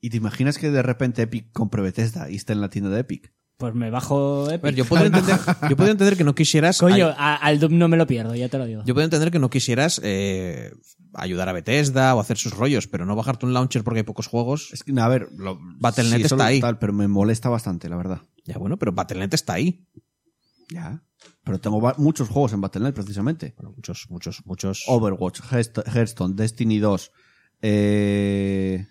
Speaker 1: ¿Y te imaginas que de repente Epic compre Bethesda y esté en la tienda de Epic?
Speaker 3: Pues me bajo Epic.
Speaker 4: A ver, yo puedo entender, yo puedo entender que no quisieras.
Speaker 3: Coño, a- al Doom no me lo pierdo, ya te lo digo.
Speaker 4: Yo puedo entender que no quisieras eh, ayudar a Bethesda o hacer sus rollos, pero no bajarte un launcher porque hay pocos juegos.
Speaker 1: Es que, a ver, lo,
Speaker 4: Battle.net
Speaker 1: eso lo-
Speaker 4: está ahí.
Speaker 1: tal, pero me molesta bastante, la verdad.
Speaker 4: Ya bueno, pero Battle.net está ahí.
Speaker 1: Ya. Pero tengo va- muchos juegos en Battle.net, precisamente.
Speaker 4: Bueno, muchos, muchos, muchos.
Speaker 1: Overwatch, Hearthst- Hearthstone, Destiny 2, eh,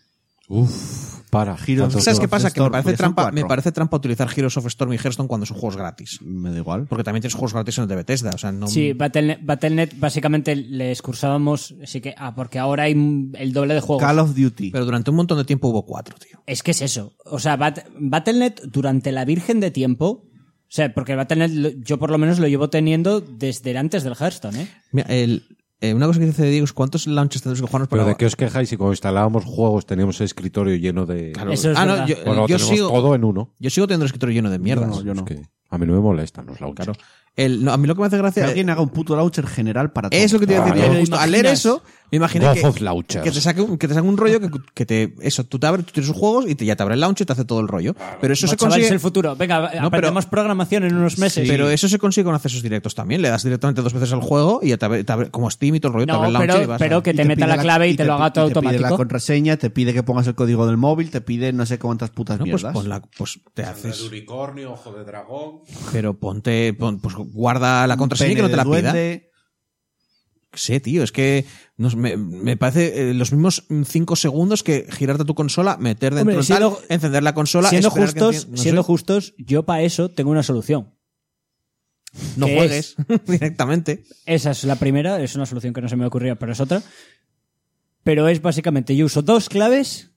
Speaker 2: Uf, para.
Speaker 1: Giros-
Speaker 2: Tantos
Speaker 4: ¿Sabes qué
Speaker 1: Heroes
Speaker 4: pasa?
Speaker 1: of
Speaker 4: Que me
Speaker 1: Storm,
Speaker 4: parece,
Speaker 1: ya son
Speaker 4: trampa,
Speaker 1: cuatro.
Speaker 4: me parece trampa utilizar Heroes of Storm y Hearthstone cuando son juegos gratis.
Speaker 1: me da igual.
Speaker 4: Porque también tienes juegos gratis en el de Bethesda. O sea, no,
Speaker 3: Sí, Battle.net, Battle.net básicamente le excursábamos, así que, ah, porque ahora hay un- el doble de juegos.
Speaker 1: Call of Duty.
Speaker 4: Pero durante un montón de tiempo hubo cuatro, tío.
Speaker 3: Es que es eso. O sea, Bat- Battle.net durante la Virgen de Tiempo. O sea, porque Battle.net lo- yo por lo menos lo llevo teniendo desde antes del Hearthstone, ¿eh?
Speaker 4: Mira, el- eh, una cosa que dice Diego es cuántos launches tendremos que jugarnos por
Speaker 2: Pero de
Speaker 4: ahora?
Speaker 2: qué os quejáis si cuando instalábamos juegos teníamos el escritorio lleno de.
Speaker 4: Claro.
Speaker 3: Eso es
Speaker 4: Ah, no,
Speaker 3: verdad.
Speaker 4: yo,
Speaker 2: Bueno,
Speaker 4: yo
Speaker 2: tenemos
Speaker 4: sigo,
Speaker 2: todo en uno.
Speaker 4: yo sigo teniendo el escritorio lleno de mierdas.
Speaker 1: no, yo no.
Speaker 2: Es que a mí no me molestan los launchers.
Speaker 4: Claro. El- no, a mí lo que me hace
Speaker 1: que
Speaker 4: gracia
Speaker 1: alguien haga un puto launcher general para todo.
Speaker 4: Eh, es lo que te iba a decir.
Speaker 2: Claro.
Speaker 4: Diego, justo al leer eso, me imaginé
Speaker 2: Goth
Speaker 4: que,
Speaker 2: of Launchers.
Speaker 4: que te saque un, que te saque un rollo que, que te eso tú te abres tú tienes sus juegos y te, ya te abre el launch y te hace todo el rollo. Pero eso se
Speaker 3: Bueno, chavales,
Speaker 4: consigue
Speaker 3: el futuro. Venga,
Speaker 4: No, pero-
Speaker 3: aprendemos programación en unos meses.
Speaker 4: Pero eso se consigue con accesos directos también. Le das directamente dos veces al juego y ya te abre, te abre- como Steam y todo el rollo, te
Speaker 3: No,
Speaker 4: abre el launcher
Speaker 3: pero-
Speaker 4: y vas
Speaker 3: pero
Speaker 4: a-
Speaker 3: que-
Speaker 1: Y
Speaker 3: te meta
Speaker 1: pide
Speaker 3: la clave y te
Speaker 1: pi-
Speaker 3: lo haga todo
Speaker 1: Te pide la
Speaker 3: automático.
Speaker 1: contraseña, te pide que pongas el código del móvil, te pide no sé cuántas putas
Speaker 4: No, pues,
Speaker 1: mierdas.
Speaker 4: pon la- pues te haces.
Speaker 2: unicornio, ojo de dragón.
Speaker 4: Pero ponte, pon- pues guarda la contraseña
Speaker 1: Pene
Speaker 4: que no te
Speaker 1: de
Speaker 4: la pida.
Speaker 1: duende.
Speaker 4: Sí, tío, es que nos- me, me parece eh, los mismos 5 segundos que girarte tu consola, meter dentro
Speaker 3: Hombre,
Speaker 4: del
Speaker 3: siendo-
Speaker 4: tal, encender la consola.
Speaker 3: siendo
Speaker 4: esperar que
Speaker 3: justos,
Speaker 4: encien- no
Speaker 3: siendo
Speaker 4: sé,
Speaker 3: justos, yo para eso tengo una solución.
Speaker 4: no
Speaker 3: que
Speaker 4: juegues directamente.
Speaker 3: Esa es la primera, es una solución que no se me ocurría, pero es otra. Pero es básicamente, yo uso dos claves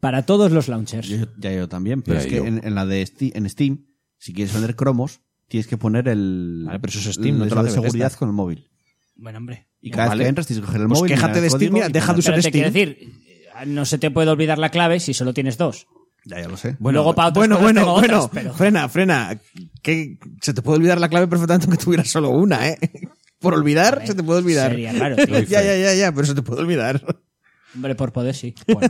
Speaker 3: para todos los launchers.
Speaker 1: Yo- ya yo también, pero
Speaker 2: Ya
Speaker 1: es que
Speaker 2: yo.
Speaker 1: en, en la de Steam, en Steam, si quieres vender cromos, tienes que poner el.
Speaker 4: Vale, pero eso es Steam, no te
Speaker 1: el-
Speaker 4: lo
Speaker 1: de
Speaker 4: hace Bethesda.
Speaker 1: seguridad con el móvil.
Speaker 3: Bueno, hombre. ¿eh?
Speaker 1: Y cada
Speaker 4: Vale.
Speaker 1: vez que entras tienes que coger el
Speaker 4: Pues
Speaker 1: móvil.
Speaker 4: quéjate
Speaker 1: mirar el
Speaker 4: de Steam,
Speaker 1: código
Speaker 4: mira,
Speaker 1: y
Speaker 4: deja de
Speaker 1: poner-
Speaker 4: usar
Speaker 3: Pero te
Speaker 4: Steam.
Speaker 3: quiero decir, no se te puede olvidar la clave si solo tienes dos.
Speaker 1: Ya, ya lo sé.
Speaker 3: Luego para otras
Speaker 4: bueno,
Speaker 3: cosas
Speaker 4: bueno,
Speaker 3: tengo
Speaker 4: bueno,
Speaker 3: otras, pero-
Speaker 4: frena, frena. Que se te puede olvidar la clave perfectamente aunque tuvieras solo una, ¿eh? Por olvidar, se te puede olvidar.
Speaker 3: Sería raro, tío.
Speaker 4: Eh, ya, ya, ya, ya, pero se te puede olvidar.
Speaker 3: Hombre, por poder sí.
Speaker 1: Bueno.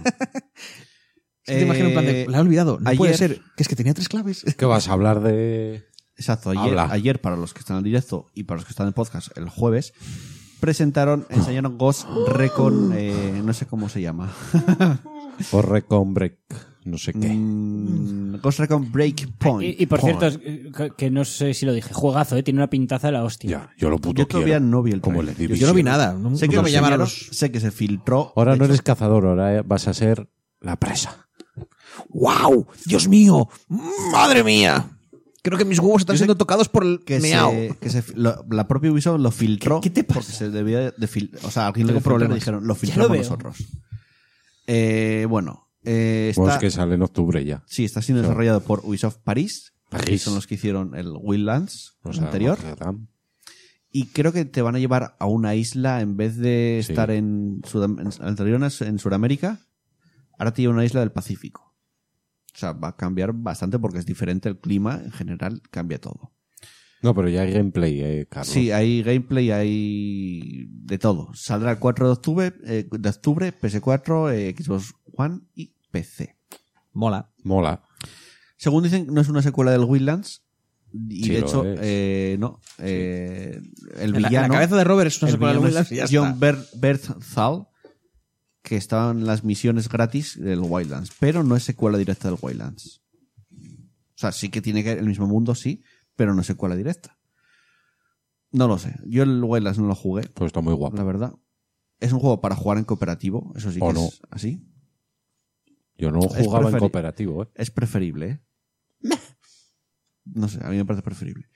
Speaker 4: te imagino en plan de,
Speaker 1: Eh,
Speaker 4: la he olvidado. No puede
Speaker 1: ayer-
Speaker 4: ser. Que es que tenía tres claves.
Speaker 2: ¿Qué vas a hablar de...?
Speaker 1: Exacto, ayer,
Speaker 2: Habla.
Speaker 1: ayer para los que están en directo y para los que están en podcast el jueves, presentaron, enseñaron Ghost Recon, eh, no sé cómo se llama.
Speaker 2: O Recombrec, no sé qué.
Speaker 1: Mm, Ghost Recon Breakpoint.
Speaker 3: Y, y por cierto, eh, que- que no sé si lo dije, juegazo, ¿eh? tiene una pintaza de la hostia.
Speaker 2: Ya, yo lo puto
Speaker 1: Yo todavía
Speaker 2: quiero.
Speaker 1: no vi el
Speaker 2: Como
Speaker 1: trailer.
Speaker 2: le
Speaker 4: Yo, yo no vi nada. No,
Speaker 1: sé, que
Speaker 4: nunca
Speaker 1: lo
Speaker 4: me llamaron
Speaker 1: enseñaron,
Speaker 4: los.
Speaker 1: sé que se filtró.
Speaker 2: Ahora
Speaker 1: De
Speaker 2: no
Speaker 1: hecho,
Speaker 2: eres cazador, ahora vas a ser la presa.
Speaker 4: ¡Wow! ¡Dios mío! ¡Madre mía! Creo que mis huevos están
Speaker 1: Yo sé
Speaker 4: siendo tocados por el
Speaker 1: que
Speaker 4: meao.
Speaker 1: se, que se- lo- la propia Ubisoft lo filtró
Speaker 4: ¿Qué- qué te pasa?
Speaker 1: porque se debía de fil- o sea alguien le
Speaker 4: Tengo
Speaker 1: compró y
Speaker 4: problemas.
Speaker 1: dijeron lo
Speaker 3: lo
Speaker 1: filtramos
Speaker 3: veo.
Speaker 1: nosotros eh, bueno eh, está,
Speaker 2: Bueno, es Pues que sale en octubre ya.
Speaker 1: sí está siendo desarrollado por Ubisoft París que
Speaker 2: París.
Speaker 1: son los que hicieron el Wildlands
Speaker 2: O
Speaker 1: el
Speaker 2: sea,
Speaker 1: anterior
Speaker 2: Rotterdam.
Speaker 1: y creo que te van a llevar a una isla en vez de
Speaker 2: Sí.
Speaker 1: estar en, Sudam- en anterior en, en Sudamérica ahora te lleva a una isla del Pacífico o sea, va a cambiar bastante porque es diferente el clima en general, cambia todo.
Speaker 2: No, pero ya hay gameplay, eh, Carlos.
Speaker 1: Sí, hay gameplay, hay de todo. Saldrá el 4 de octubre, eh, de octubre PS4, eh, Xbox One y PC.
Speaker 4: Mola.
Speaker 2: Mola.
Speaker 1: Según dicen, no es una secuela del Wildlands. Y
Speaker 2: Sí,
Speaker 1: de
Speaker 2: lo
Speaker 1: hecho,
Speaker 2: es.
Speaker 1: eh, no. eh, el
Speaker 4: En la,
Speaker 1: villano.
Speaker 4: en la cabeza de Robert es una
Speaker 1: el
Speaker 4: secuela de
Speaker 1: villano
Speaker 4: Wildlands
Speaker 1: es
Speaker 4: y ya
Speaker 1: John
Speaker 4: está.
Speaker 1: Ber- Berthal, que estaba en las misiones gratis del Wildlands, pero no es secuela directa del Wildlands. O sea, sí que tiene que el mismo mundo, sí, pero no es secuela directa. No lo sé. Yo el Wildlands no lo jugué,
Speaker 2: Pues está muy guapo.
Speaker 1: la verdad. Es un juego para jugar en cooperativo, eso sí que
Speaker 2: O no.
Speaker 1: es así.
Speaker 2: Yo no
Speaker 1: Es
Speaker 2: jugaba en
Speaker 1: preferi-
Speaker 2: cooperativo, ¿eh?
Speaker 1: Es preferible, ¿eh? No sé, a mí me parece preferible.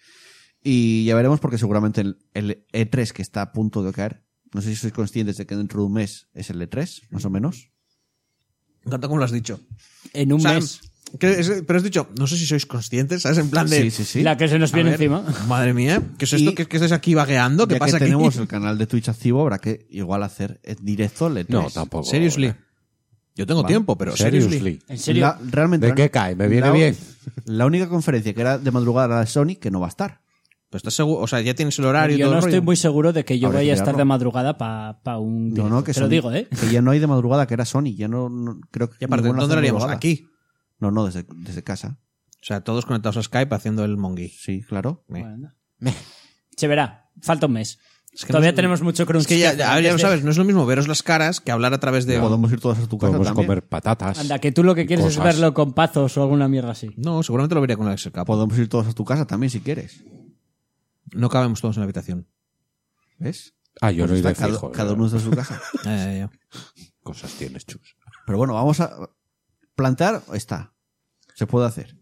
Speaker 1: Y ya veremos porque seguramente el, el E3 que está a punto de caer, no sé si sois conscientes de que dentro de un mes es el E3, más o menos.
Speaker 4: Tanto como lo has dicho.
Speaker 3: En un
Speaker 4: O sea,
Speaker 3: mes.
Speaker 4: que es- pero has dicho, no sé si sois conscientes, ¿sabes? En plan de.
Speaker 1: Sí, sí, sí.
Speaker 3: La que se nos
Speaker 4: a
Speaker 3: viene
Speaker 4: ver,
Speaker 3: encima.
Speaker 4: Madre mía, ¿qué es esto?
Speaker 1: Y-
Speaker 4: ¿Qué, qué estáis aquí vagueando? ¿Qué
Speaker 1: ya
Speaker 4: pasa
Speaker 1: que
Speaker 4: aquí?
Speaker 1: tenemos el canal de Twitch activo, habrá que igual hacer en directo el E E3.
Speaker 2: No, tampoco.
Speaker 4: Seriously. Yo tengo
Speaker 1: Vale.
Speaker 4: tiempo, pero seriously.
Speaker 2: Seriously.
Speaker 3: ¿En serio?
Speaker 1: La- realmente,
Speaker 2: ¿De qué cae? Me viene
Speaker 1: la-
Speaker 2: bien.
Speaker 1: La única conferencia que era de madrugada era la de Sony, que no va a estar.
Speaker 4: Pues estás seguro, o sea, ya tienes el horario y
Speaker 3: yo
Speaker 4: todo
Speaker 3: no
Speaker 4: el rollo.
Speaker 3: estoy muy seguro de que yo
Speaker 1: Habrá que
Speaker 3: vaya a estar
Speaker 1: mirarlo.
Speaker 3: de madrugada para un.
Speaker 1: No, no, que
Speaker 3: Te lo
Speaker 1: Sony-
Speaker 3: digo, ¿eh?
Speaker 1: Que ya no hay de madrugada, que era Sony. Ya no, no- creo que.
Speaker 4: Y aparte,
Speaker 1: ninguna
Speaker 4: ¿dónde
Speaker 1: hace
Speaker 4: lo haríamos?
Speaker 1: madrugada.
Speaker 4: Aquí.
Speaker 1: No, no, desde, desde casa.
Speaker 4: O sea, todos conectados a Skype haciendo el mongi.
Speaker 1: Sí, claro.
Speaker 4: Me-
Speaker 3: Bueno. Se verá, falta un mes.
Speaker 4: que
Speaker 3: Todavía
Speaker 4: no-
Speaker 3: tenemos mucho crunch.
Speaker 4: Es que ya,
Speaker 3: hacer
Speaker 4: ya- ya lo
Speaker 3: antes de-
Speaker 4: sabes, no es lo mismo veros las caras que hablar a través de.
Speaker 1: Podemos ir todas a tu casa
Speaker 2: Podemos
Speaker 1: también.
Speaker 2: comer patatas.
Speaker 3: Anda, que tú lo que
Speaker 2: y
Speaker 3: quieres
Speaker 2: cosas.
Speaker 3: es verlo con pazos o alguna mierda así.
Speaker 4: No, seguramente lo vería con el Excel Cap.
Speaker 1: Podemos ir todos a tu casa también si quieres.
Speaker 4: No cabemos todos en la habitación.
Speaker 1: ¿Ves?
Speaker 2: Ah, yo no
Speaker 1: Pues
Speaker 2: iré
Speaker 1: está, cada,
Speaker 2: fijo.
Speaker 1: cada
Speaker 2: ya.
Speaker 1: uno está en su casa.
Speaker 4: Ya, ya, ya.
Speaker 2: Cosas tienes, chus.
Speaker 1: Pero bueno, vamos a plantar. Está. Se puede hacer.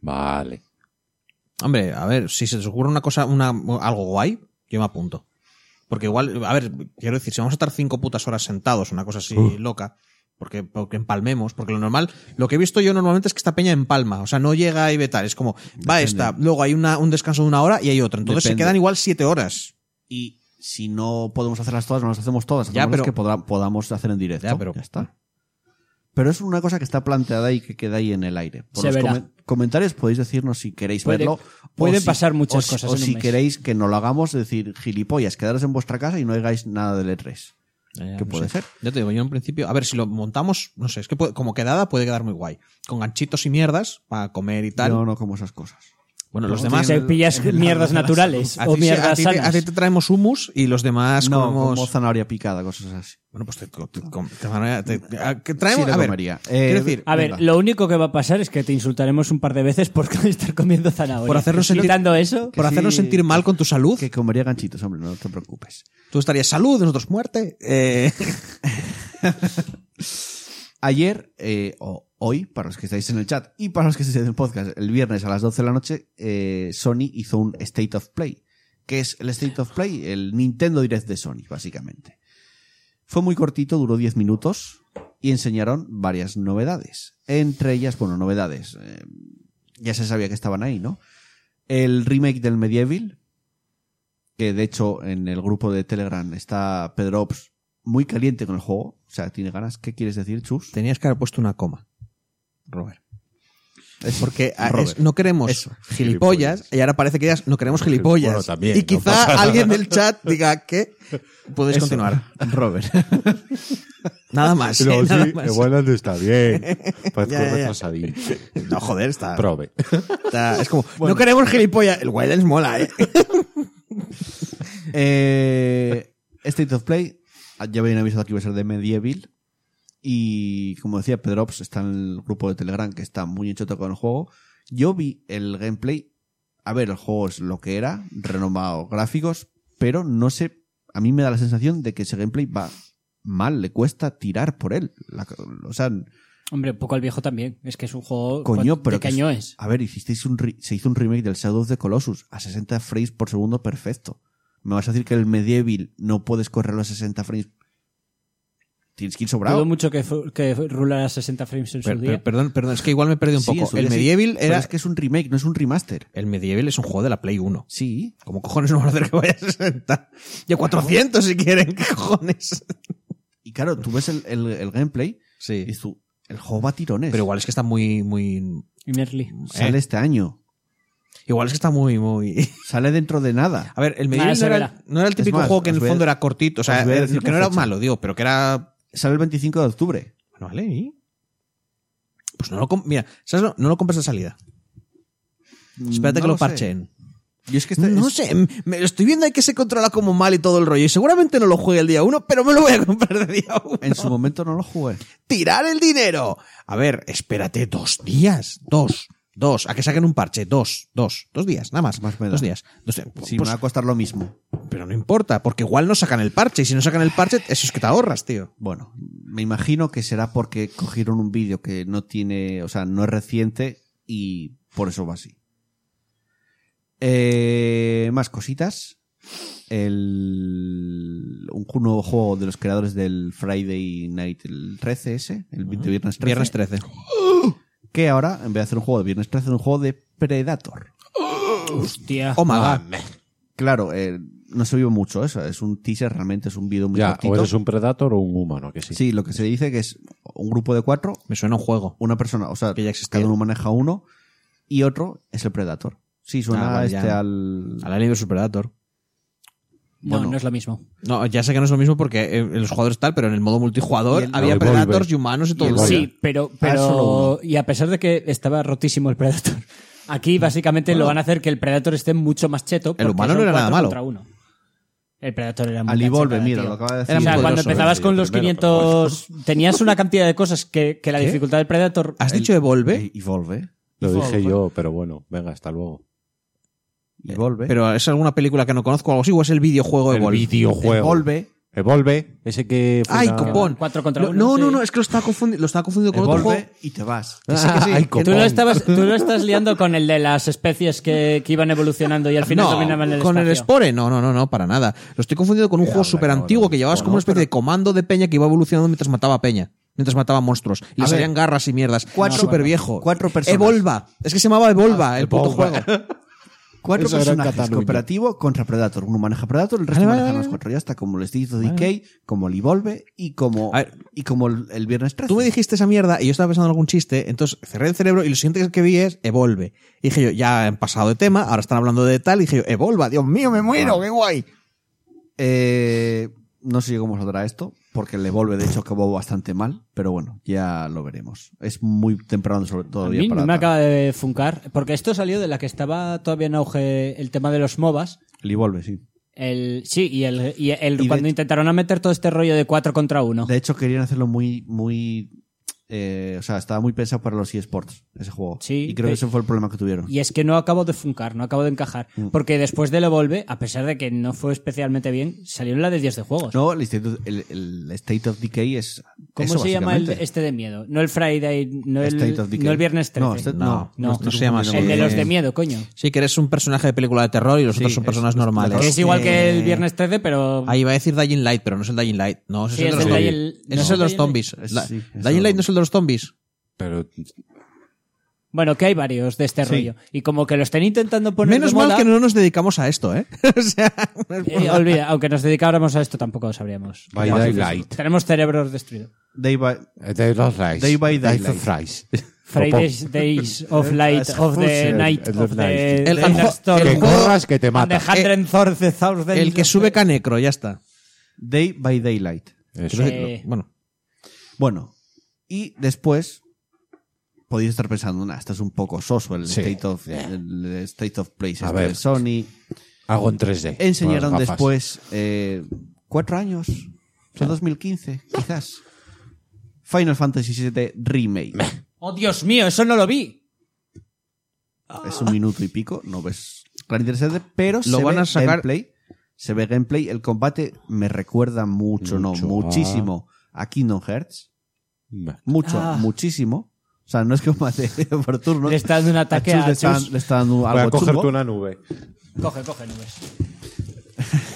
Speaker 2: Vale.
Speaker 4: Hombre, a ver, si se te ocurre una cosa, una, algo guay, yo me apunto. Porque igual, a ver, quiero decir, si vamos a estar cinco putas horas sentados, una cosa así
Speaker 2: Uh.
Speaker 4: loca, porque, porque empalmemos, porque lo normal, lo que he visto yo normalmente es que esta peña empalma, o sea, no llega y ve tal, es como, va esta, luego hay una, un descanso de una hora y hay otra, entonces
Speaker 1: Depende.
Speaker 4: se quedan igual siete horas.
Speaker 1: Y si no podemos hacerlas todas, no las hacemos todas. Hacemos
Speaker 4: Ya,
Speaker 1: las
Speaker 4: pero-
Speaker 1: que podra- podamos hacer en directo.
Speaker 4: Ya, pero-
Speaker 1: está. Pero es una cosa que está planteada y que queda ahí en el aire. Por
Speaker 3: Se
Speaker 1: los
Speaker 3: verá.
Speaker 1: comen- comentarios podéis decirnos si queréis
Speaker 3: Puede-
Speaker 1: verlo. o
Speaker 3: pueden
Speaker 1: si-
Speaker 3: pasar muchas
Speaker 1: o si-
Speaker 3: cosas
Speaker 1: O
Speaker 3: en un
Speaker 1: si
Speaker 3: mes.
Speaker 1: queréis que no lo hagamos, es decir, gilipollas, quedaros en vuestra casa y no hagáis nada del E3.
Speaker 4: Ya,
Speaker 1: ¿Qué
Speaker 4: no
Speaker 1: puede
Speaker 4: sé.
Speaker 1: ser?
Speaker 4: Ya te digo, yo en principio, a ver, si lo montamos, no sé, es que puede- como quedada puede quedar muy guay. Con ganchitos y mierdas para comer y tal.
Speaker 1: Yo no como esas cosas.
Speaker 4: bueno, los
Speaker 1: no
Speaker 4: demás...
Speaker 3: Te pillas mierdas naturales
Speaker 4: A ti
Speaker 3: o
Speaker 4: sí- a
Speaker 3: mierdas
Speaker 4: ti te- a
Speaker 3: sanas.
Speaker 4: ti te traemos humus y los demás
Speaker 1: no,
Speaker 4: comemos-
Speaker 1: como zanahoria picada, cosas así.
Speaker 4: Bueno, pues te, te- com- te van a- te- a- que traemos.
Speaker 1: Sí lo
Speaker 4: a ver,
Speaker 1: comería. Eh,
Speaker 4: quiero decir,
Speaker 3: A ver,
Speaker 1: Venga.
Speaker 3: lo único que va a pasar es que te insultaremos un par de veces por estar comiendo zanahoria.
Speaker 4: Por hacernos sentir-
Speaker 3: Quitando eso,
Speaker 4: por
Speaker 1: que
Speaker 4: hacernos
Speaker 1: sí,
Speaker 4: sentir mal con tu salud,
Speaker 1: Que comería ganchitos, hombre, no te preocupes.
Speaker 4: tú estarías salud, nosotros muerte. Eh,
Speaker 1: Ayer, eh, o hoy, para los que estáis en el chat y para los que estáis en el podcast, el viernes a las 12 de la noche, eh, Sony hizo un State of Play, que es el State of Play, el Nintendo Direct de Sony, básicamente. Fue muy cortito, duró 10 minutos y enseñaron varias novedades. Entre ellas, bueno, novedades. eh, ya se sabía que estaban ahí, ¿no? El remake del Medieval, que de hecho en el grupo de Telegram está Pedro Ops muy caliente con el juego. O sea, tiene ganas. ¿Qué quieres decir, Chus?
Speaker 4: tenías que haber puesto una coma, Robert.
Speaker 1: Eso,
Speaker 4: Porque a- es-
Speaker 1: Robert.
Speaker 4: no queremos
Speaker 1: Eso.
Speaker 4: gilipollas, y ahora parece que ellas no queremos gilipollas.
Speaker 2: Bueno, también,
Speaker 4: y
Speaker 2: no
Speaker 4: quizá
Speaker 2: pasa nada.
Speaker 4: alguien del chat diga que puedes
Speaker 1: Eso.
Speaker 4: continuar.
Speaker 1: Robert.
Speaker 4: Nada más.
Speaker 2: No,
Speaker 4: eh,
Speaker 2: Ah, sí,
Speaker 4: nada más.
Speaker 2: Ewanand está bien. Parece
Speaker 4: Ya, ya, ya.
Speaker 2: retrasadín.
Speaker 4: No, joder, está.
Speaker 2: Prove.
Speaker 4: está- es como, no queremos gilipollas. El Wildlands mola, eh.
Speaker 1: Eh, State of Play, ah, ya habían avisado que iba a ser de Medieval. Y como decía Pedrops, está en el grupo de Telegram que está muy enchoto con el juego. Yo vi el gameplay. A ver, el juego es lo que era, renomado gráficos, pero no sé. A mí me da la sensación de que ese gameplay va mal, le cuesta tirar por él. La- o sea,
Speaker 3: Hombre, un poco al viejo también. Es que es un juego
Speaker 1: coño,
Speaker 3: de
Speaker 1: pero. que-
Speaker 3: caño es.
Speaker 1: A ver, hicisteis un re- se hizo un remake del Shadow of the Colossus a 60 frames por segundo perfecto. ¿Me vas a decir que el Medieval no puedes correrlo a 60 frames? Tienes que ir sobrado.
Speaker 3: Dudo mucho que, fu- que rulara a 60 frames en su
Speaker 4: Per-
Speaker 3: día.
Speaker 4: per- perdón, perdón, es que igual me he perdido un
Speaker 1: Sí, en
Speaker 4: poco.
Speaker 1: su
Speaker 4: el
Speaker 1: día sí.
Speaker 4: Medieval
Speaker 1: Pero
Speaker 4: era.
Speaker 1: es que es un remake, no es un remaster.
Speaker 4: El Medieval es un juego de la Play 1.
Speaker 1: Sí.
Speaker 4: ¿Cómo cojones no van a hacer que vaya a 60? Yo 400 si quieren, ¿qué cojones.
Speaker 1: Y claro, tú ves el, el- el gameplay y
Speaker 4: Sí.
Speaker 1: dices tú, el juego va a tirones.
Speaker 4: Pero eh. igual es que está muy, muy.
Speaker 3: Y Merly.
Speaker 1: Sale este año.
Speaker 4: Igual es que está muy, muy.
Speaker 1: Sale dentro de nada.
Speaker 4: A ver, el Medieval
Speaker 3: se
Speaker 4: no, era,
Speaker 3: verá.
Speaker 4: no era el típico
Speaker 1: Es más,
Speaker 4: juego que en
Speaker 1: os
Speaker 4: el
Speaker 1: voy a-
Speaker 4: fondo era cortito, o sea,
Speaker 1: os voy a
Speaker 4: eh,
Speaker 1: decir
Speaker 4: que no
Speaker 1: la
Speaker 4: era
Speaker 1: fecha.
Speaker 4: malo, digo, pero que era.
Speaker 1: Sale el 25 de octubre.
Speaker 4: Bueno, vale, ¿y? Pues no lo. com- Mira, ¿sabes? lo? No lo compras de salida. Espérate
Speaker 1: Mm, No
Speaker 4: que lo,
Speaker 1: sé.
Speaker 4: parchen.
Speaker 1: Yo es que este-
Speaker 4: no
Speaker 1: es-
Speaker 4: sé, m- me lo estoy viendo ahí que se controla como mal y todo el rollo. Y seguramente no lo juegue el día uno, pero me lo voy a comprar de día uno.
Speaker 1: en su momento no lo jugué.
Speaker 4: tirar el dinero. A ver, espérate dos días. Dos. Dos. A que saquen un parche. Dos. Dos. Dos días. Nada más.
Speaker 1: Más me da.
Speaker 4: dos días. Dos días.
Speaker 1: Sí,
Speaker 4: Pues,
Speaker 1: me va a costar lo mismo.
Speaker 4: Pero no importa, porque igual no sacan el parche. Y si no sacan el parche, eso es que te ahorras, tío.
Speaker 1: Bueno, me imagino que será porque cogieron un vídeo que no tiene, o sea, no es reciente y por eso va así. Eh, más cositas. El, un ju- nuevo juego de los creadores del Friday Night, el 13S, el vi- de viernes 13.
Speaker 4: Viernes 13.
Speaker 1: Que ahora, en vez de hacer un juego de viernes 13, es un juego de Predator.
Speaker 3: Hostia. Ah,
Speaker 4: Oh my god.
Speaker 1: Claro, eh, no se vio mucho eso. Es un teaser, realmente es un vídeo muy
Speaker 2: Ya,
Speaker 1: cortito.
Speaker 2: o eres un predator o un humano, que sí.
Speaker 1: Sí, lo que se dice que es un grupo de cuatro
Speaker 4: Me suena a un juego.
Speaker 1: una persona, o sea,
Speaker 4: Que ya existía.
Speaker 1: cada uno maneja uno y otro es el Predator. Sí, suena
Speaker 4: Ah, vale,
Speaker 1: este
Speaker 4: ya.
Speaker 1: al.
Speaker 4: Al anime Superator.
Speaker 3: No,
Speaker 1: bueno.
Speaker 3: no es lo mismo.
Speaker 4: No, ya sé que no es lo mismo porque eh, los jugadores tal, pero en el modo multijugador
Speaker 1: Y el-
Speaker 4: había
Speaker 2: El
Speaker 4: Predators
Speaker 2: Volver.
Speaker 4: y humanos y todo.
Speaker 1: el
Speaker 4: el rollo.
Speaker 1: Volver.
Speaker 3: Sí, pero,
Speaker 1: solo
Speaker 3: pero y a pesar de que estaba rotísimo el Predator, aquí básicamente lo van a hacer que el Predator esté mucho más cheto. porque
Speaker 4: Mm. humano no
Speaker 3: son
Speaker 4: era nada
Speaker 3: cuatro
Speaker 4: malo.
Speaker 3: contra uno. El Predator era muy
Speaker 1: Al Evolve,
Speaker 3: cachetada,
Speaker 1: mira,
Speaker 3: tío.
Speaker 1: lo acaba de decir.
Speaker 4: Era
Speaker 3: O
Speaker 4: muy
Speaker 3: sea, cuando
Speaker 4: poderoso,
Speaker 3: empezabas
Speaker 2: eh,
Speaker 3: con los
Speaker 2: primero,
Speaker 3: 500, tenías una cantidad de cosas que, que la dificultad del Predator.
Speaker 4: ¿Has dicho Evolve?
Speaker 1: Eh, Evolve.
Speaker 2: Lo dije
Speaker 1: Evolve.
Speaker 2: yo, pero bueno, venga, hasta luego.
Speaker 1: Evolve.
Speaker 4: Pero es alguna película que no conozco o algo así, o es el videojuego
Speaker 2: El
Speaker 4: Evolve.
Speaker 2: videojuego.
Speaker 1: Evolve.
Speaker 2: Evolve, ese que. fue
Speaker 4: Ay,
Speaker 2: una-
Speaker 4: copón.
Speaker 3: Cuatro contra
Speaker 4: Lo-
Speaker 3: uno,
Speaker 4: No,
Speaker 3: sí.
Speaker 4: no, no, es que lo estaba confundiendo, lo estaba confundiendo con otro juego.
Speaker 1: Evolve y te vas.
Speaker 4: Que sí, que sí.
Speaker 2: Ay,
Speaker 4: Que-
Speaker 3: Tú
Speaker 2: copón.
Speaker 3: lo, estabas, tú lo estás liando con el de las especies que, que iban evolucionando y al final dominaban el
Speaker 4: con el
Speaker 3: espacio.
Speaker 4: Spore, no, no, no, no, para nada. Lo estoy confundiendo con un juego
Speaker 2: habla,
Speaker 4: súper
Speaker 2: cabrón,
Speaker 4: antiguo que llevabas como una especie de comando de peña que iba evolucionando mientras mataba a peña. Mientras mataba monstruos. Y le
Speaker 1: A
Speaker 4: salían
Speaker 1: ver.
Speaker 4: garras y mierdas.
Speaker 1: Cuatro-
Speaker 4: súper viejo.
Speaker 1: cuatro personas. Ah,
Speaker 4: Evolva. Es que se llamaba Evolva, el puto
Speaker 2: Evolva.
Speaker 4: juego.
Speaker 1: Cuatro
Speaker 2: Eso era en
Speaker 1: personajes
Speaker 2: Cataluña.
Speaker 1: cooperativo contra Predator. Uno maneja Predator, el resto
Speaker 4: Vale, vale,
Speaker 1: manejan
Speaker 4: vale.
Speaker 1: los cuatro. Ya está, como el State of Decay, como el Evolve y como,
Speaker 4: A ver.
Speaker 1: y como el, el Viernes 13.
Speaker 4: Tú me dijiste esa mierda y yo estaba pensando en algún chiste, entonces cerré el cerebro y lo siguiente que vi es Evolve. Y dije yo, ya han pasado de tema, ahora están hablando de tal, y dije yo, Evolva, Dios mío, me muero, qué guay.
Speaker 1: Eh, no sé cómo saldrá esto, porque el Evolve, de hecho, acabó bastante mal. Pero bueno, ya lo veremos. Es muy temprano, sobre todo.
Speaker 3: A mí no me acaba de funcar, porque esto salió de la que estaba todavía en auge el tema de los MOBAs.
Speaker 1: El Evolve, sí.
Speaker 3: El, sí, y el, y el-
Speaker 1: Y de
Speaker 3: cuando
Speaker 1: hecho-
Speaker 3: intentaron a meter todo este rollo de 4 contra 1.
Speaker 1: De hecho, querían hacerlo muy, muy. eh, o sea, estaba muy pensado para los eSports, ese juego.
Speaker 3: Sí,
Speaker 1: y creo
Speaker 3: pe-
Speaker 1: que ese fue el problema que tuvieron.
Speaker 3: Y es que no acabo de funcar, no acabo de encajar. Porque después del Evolve, a pesar de que no fue especialmente bien, salieron la de 10 de juegos.
Speaker 1: No, el, Instituto- el- el State of Decay es.
Speaker 3: ¿Cómo
Speaker 1: eso,
Speaker 3: se llama el,
Speaker 1: básicamente.
Speaker 3: este de miedo? No el Friday, no el,
Speaker 1: State of Decay.
Speaker 3: no el viernes 13.
Speaker 1: No, este- no,
Speaker 4: No,
Speaker 3: no,
Speaker 4: no se llama así.
Speaker 3: el de los de
Speaker 4: Eh,
Speaker 3: miedo, coño.
Speaker 4: Sí, que eres un personaje de película de terror y los
Speaker 1: Sí,
Speaker 4: otros son
Speaker 1: es-
Speaker 4: personas
Speaker 1: es-
Speaker 4: normales.
Speaker 3: Que es
Speaker 1: hostia.
Speaker 3: igual que el viernes 13, pero...
Speaker 4: Ahí va a decir Dying Light, pero no es el Dying Light. No, ese
Speaker 3: Sí,
Speaker 4: es el
Speaker 3: es
Speaker 4: de los
Speaker 3: el
Speaker 4: zombies.
Speaker 3: Dying-
Speaker 4: Ese
Speaker 3: no,
Speaker 4: es el de los
Speaker 3: Dying-
Speaker 4: zombies.
Speaker 1: es-
Speaker 4: La-
Speaker 1: sí, es
Speaker 4: Dying Light
Speaker 1: algo.
Speaker 4: no es el de los zombies.
Speaker 2: Pero
Speaker 3: Bueno, que hay varios de este
Speaker 1: Sí.
Speaker 3: rollo. Y como que lo están intentando poner
Speaker 4: Menos
Speaker 3: de
Speaker 4: mal
Speaker 3: moda,
Speaker 4: que no nos dedicamos a esto, ¿eh? o sea, no es por
Speaker 3: eh,
Speaker 4: nada.
Speaker 3: olvida, aunque nos dedicáramos a esto tampoco lo sabríamos.
Speaker 2: By Daylight.
Speaker 3: Tenemos cerebros destruidos.
Speaker 1: Day by-
Speaker 2: Eh, Day of Rice.
Speaker 1: Day by
Speaker 2: Day
Speaker 1: Daylight.
Speaker 2: of Rice.
Speaker 3: Fridays, days of light, of the night, of the
Speaker 4: El- el
Speaker 3: dinner
Speaker 4: jo-
Speaker 3: store.
Speaker 4: el
Speaker 2: Que
Speaker 4: juego-
Speaker 2: corras que te
Speaker 3: And
Speaker 2: mata.
Speaker 3: the
Speaker 1: Eh,
Speaker 3: hundred thousand thousand-
Speaker 4: el que sube Canecro, ya está.
Speaker 1: Day by Daylight.
Speaker 2: Eso.
Speaker 4: Quiero decirlo. Bueno,
Speaker 1: Bueno, y después podéis estar pensando, "Nah, esto es un poco soso, el,
Speaker 2: Sí.
Speaker 1: state, of, el state of Play este
Speaker 2: ver.
Speaker 1: de Sony.
Speaker 2: Hago en 3D.
Speaker 1: Enseñaron
Speaker 2: con las gafas.
Speaker 1: después eh, cuatro años, en 2015, quizás. Final Fantasy VII Remake.
Speaker 3: ¡Oh, Dios mío! ¡Eso no lo vi!
Speaker 1: es un minuto y pico, no ves tan interesante, pero
Speaker 4: Lo
Speaker 1: se
Speaker 4: van
Speaker 1: ve
Speaker 4: a sacar-
Speaker 1: gameplay, se ve gameplay, el combate me recuerda mucho,
Speaker 2: Mucho,
Speaker 1: no, muchísimo a Kingdom Hearts,
Speaker 2: Bah.
Speaker 1: mucho,
Speaker 3: Ah.
Speaker 1: muchísimo. O sea, no es que combate por turno.
Speaker 3: Le está dando un ataque a
Speaker 1: le, está,
Speaker 3: Chus.
Speaker 1: le está dando
Speaker 2: Voy a
Speaker 1: algo
Speaker 2: cogerte
Speaker 1: chungo.
Speaker 2: una nube.
Speaker 3: Coge, coge nubes.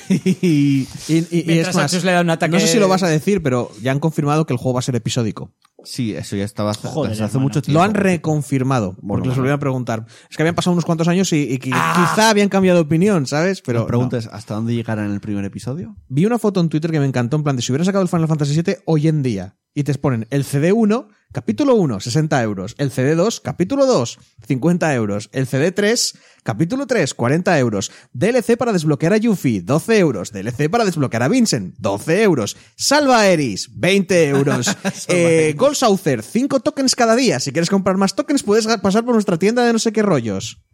Speaker 1: y
Speaker 4: Y, y- y
Speaker 3: Mientras
Speaker 4: es
Speaker 3: a
Speaker 4: más,
Speaker 3: Chus le da un ataque-
Speaker 4: no sé si lo vas a decir, pero ya han confirmado que el juego va a ser episódico.
Speaker 1: sí, eso ya estaba hace,
Speaker 3: Joder,
Speaker 1: desde hace
Speaker 3: hermano.
Speaker 1: mucho tiempo.
Speaker 4: Lo han reconfirmado, porque
Speaker 1: Bueno,
Speaker 4: les
Speaker 1: vale. Ah.
Speaker 4: volvieron a preguntar. Es que habían pasado unos cuantos años y, y que quizá habían cambiado de opinión, ¿sabes? Pero
Speaker 1: La pregunta es, ¿hasta dónde llegarán en el primer episodio?
Speaker 4: no. vi una foto en Twitter que me encantó, en plan de si hubieran sacado el Final Fantasy VII hoy en día y te ponen el CD1, capítulo 1, 60 euros, el CD2, capítulo 2, 50 euros, el CD3, capítulo 3, 40 euros, DLC para desbloquear a Yuffie, 12 euros, DLC para desbloquear a Vincent, 12 euros, Salva a Eris, 20 euros, eh, Gold Saucer, 5 tokens cada día, si quieres comprar más tokens puedes pasar por nuestra tienda de no sé qué rollos.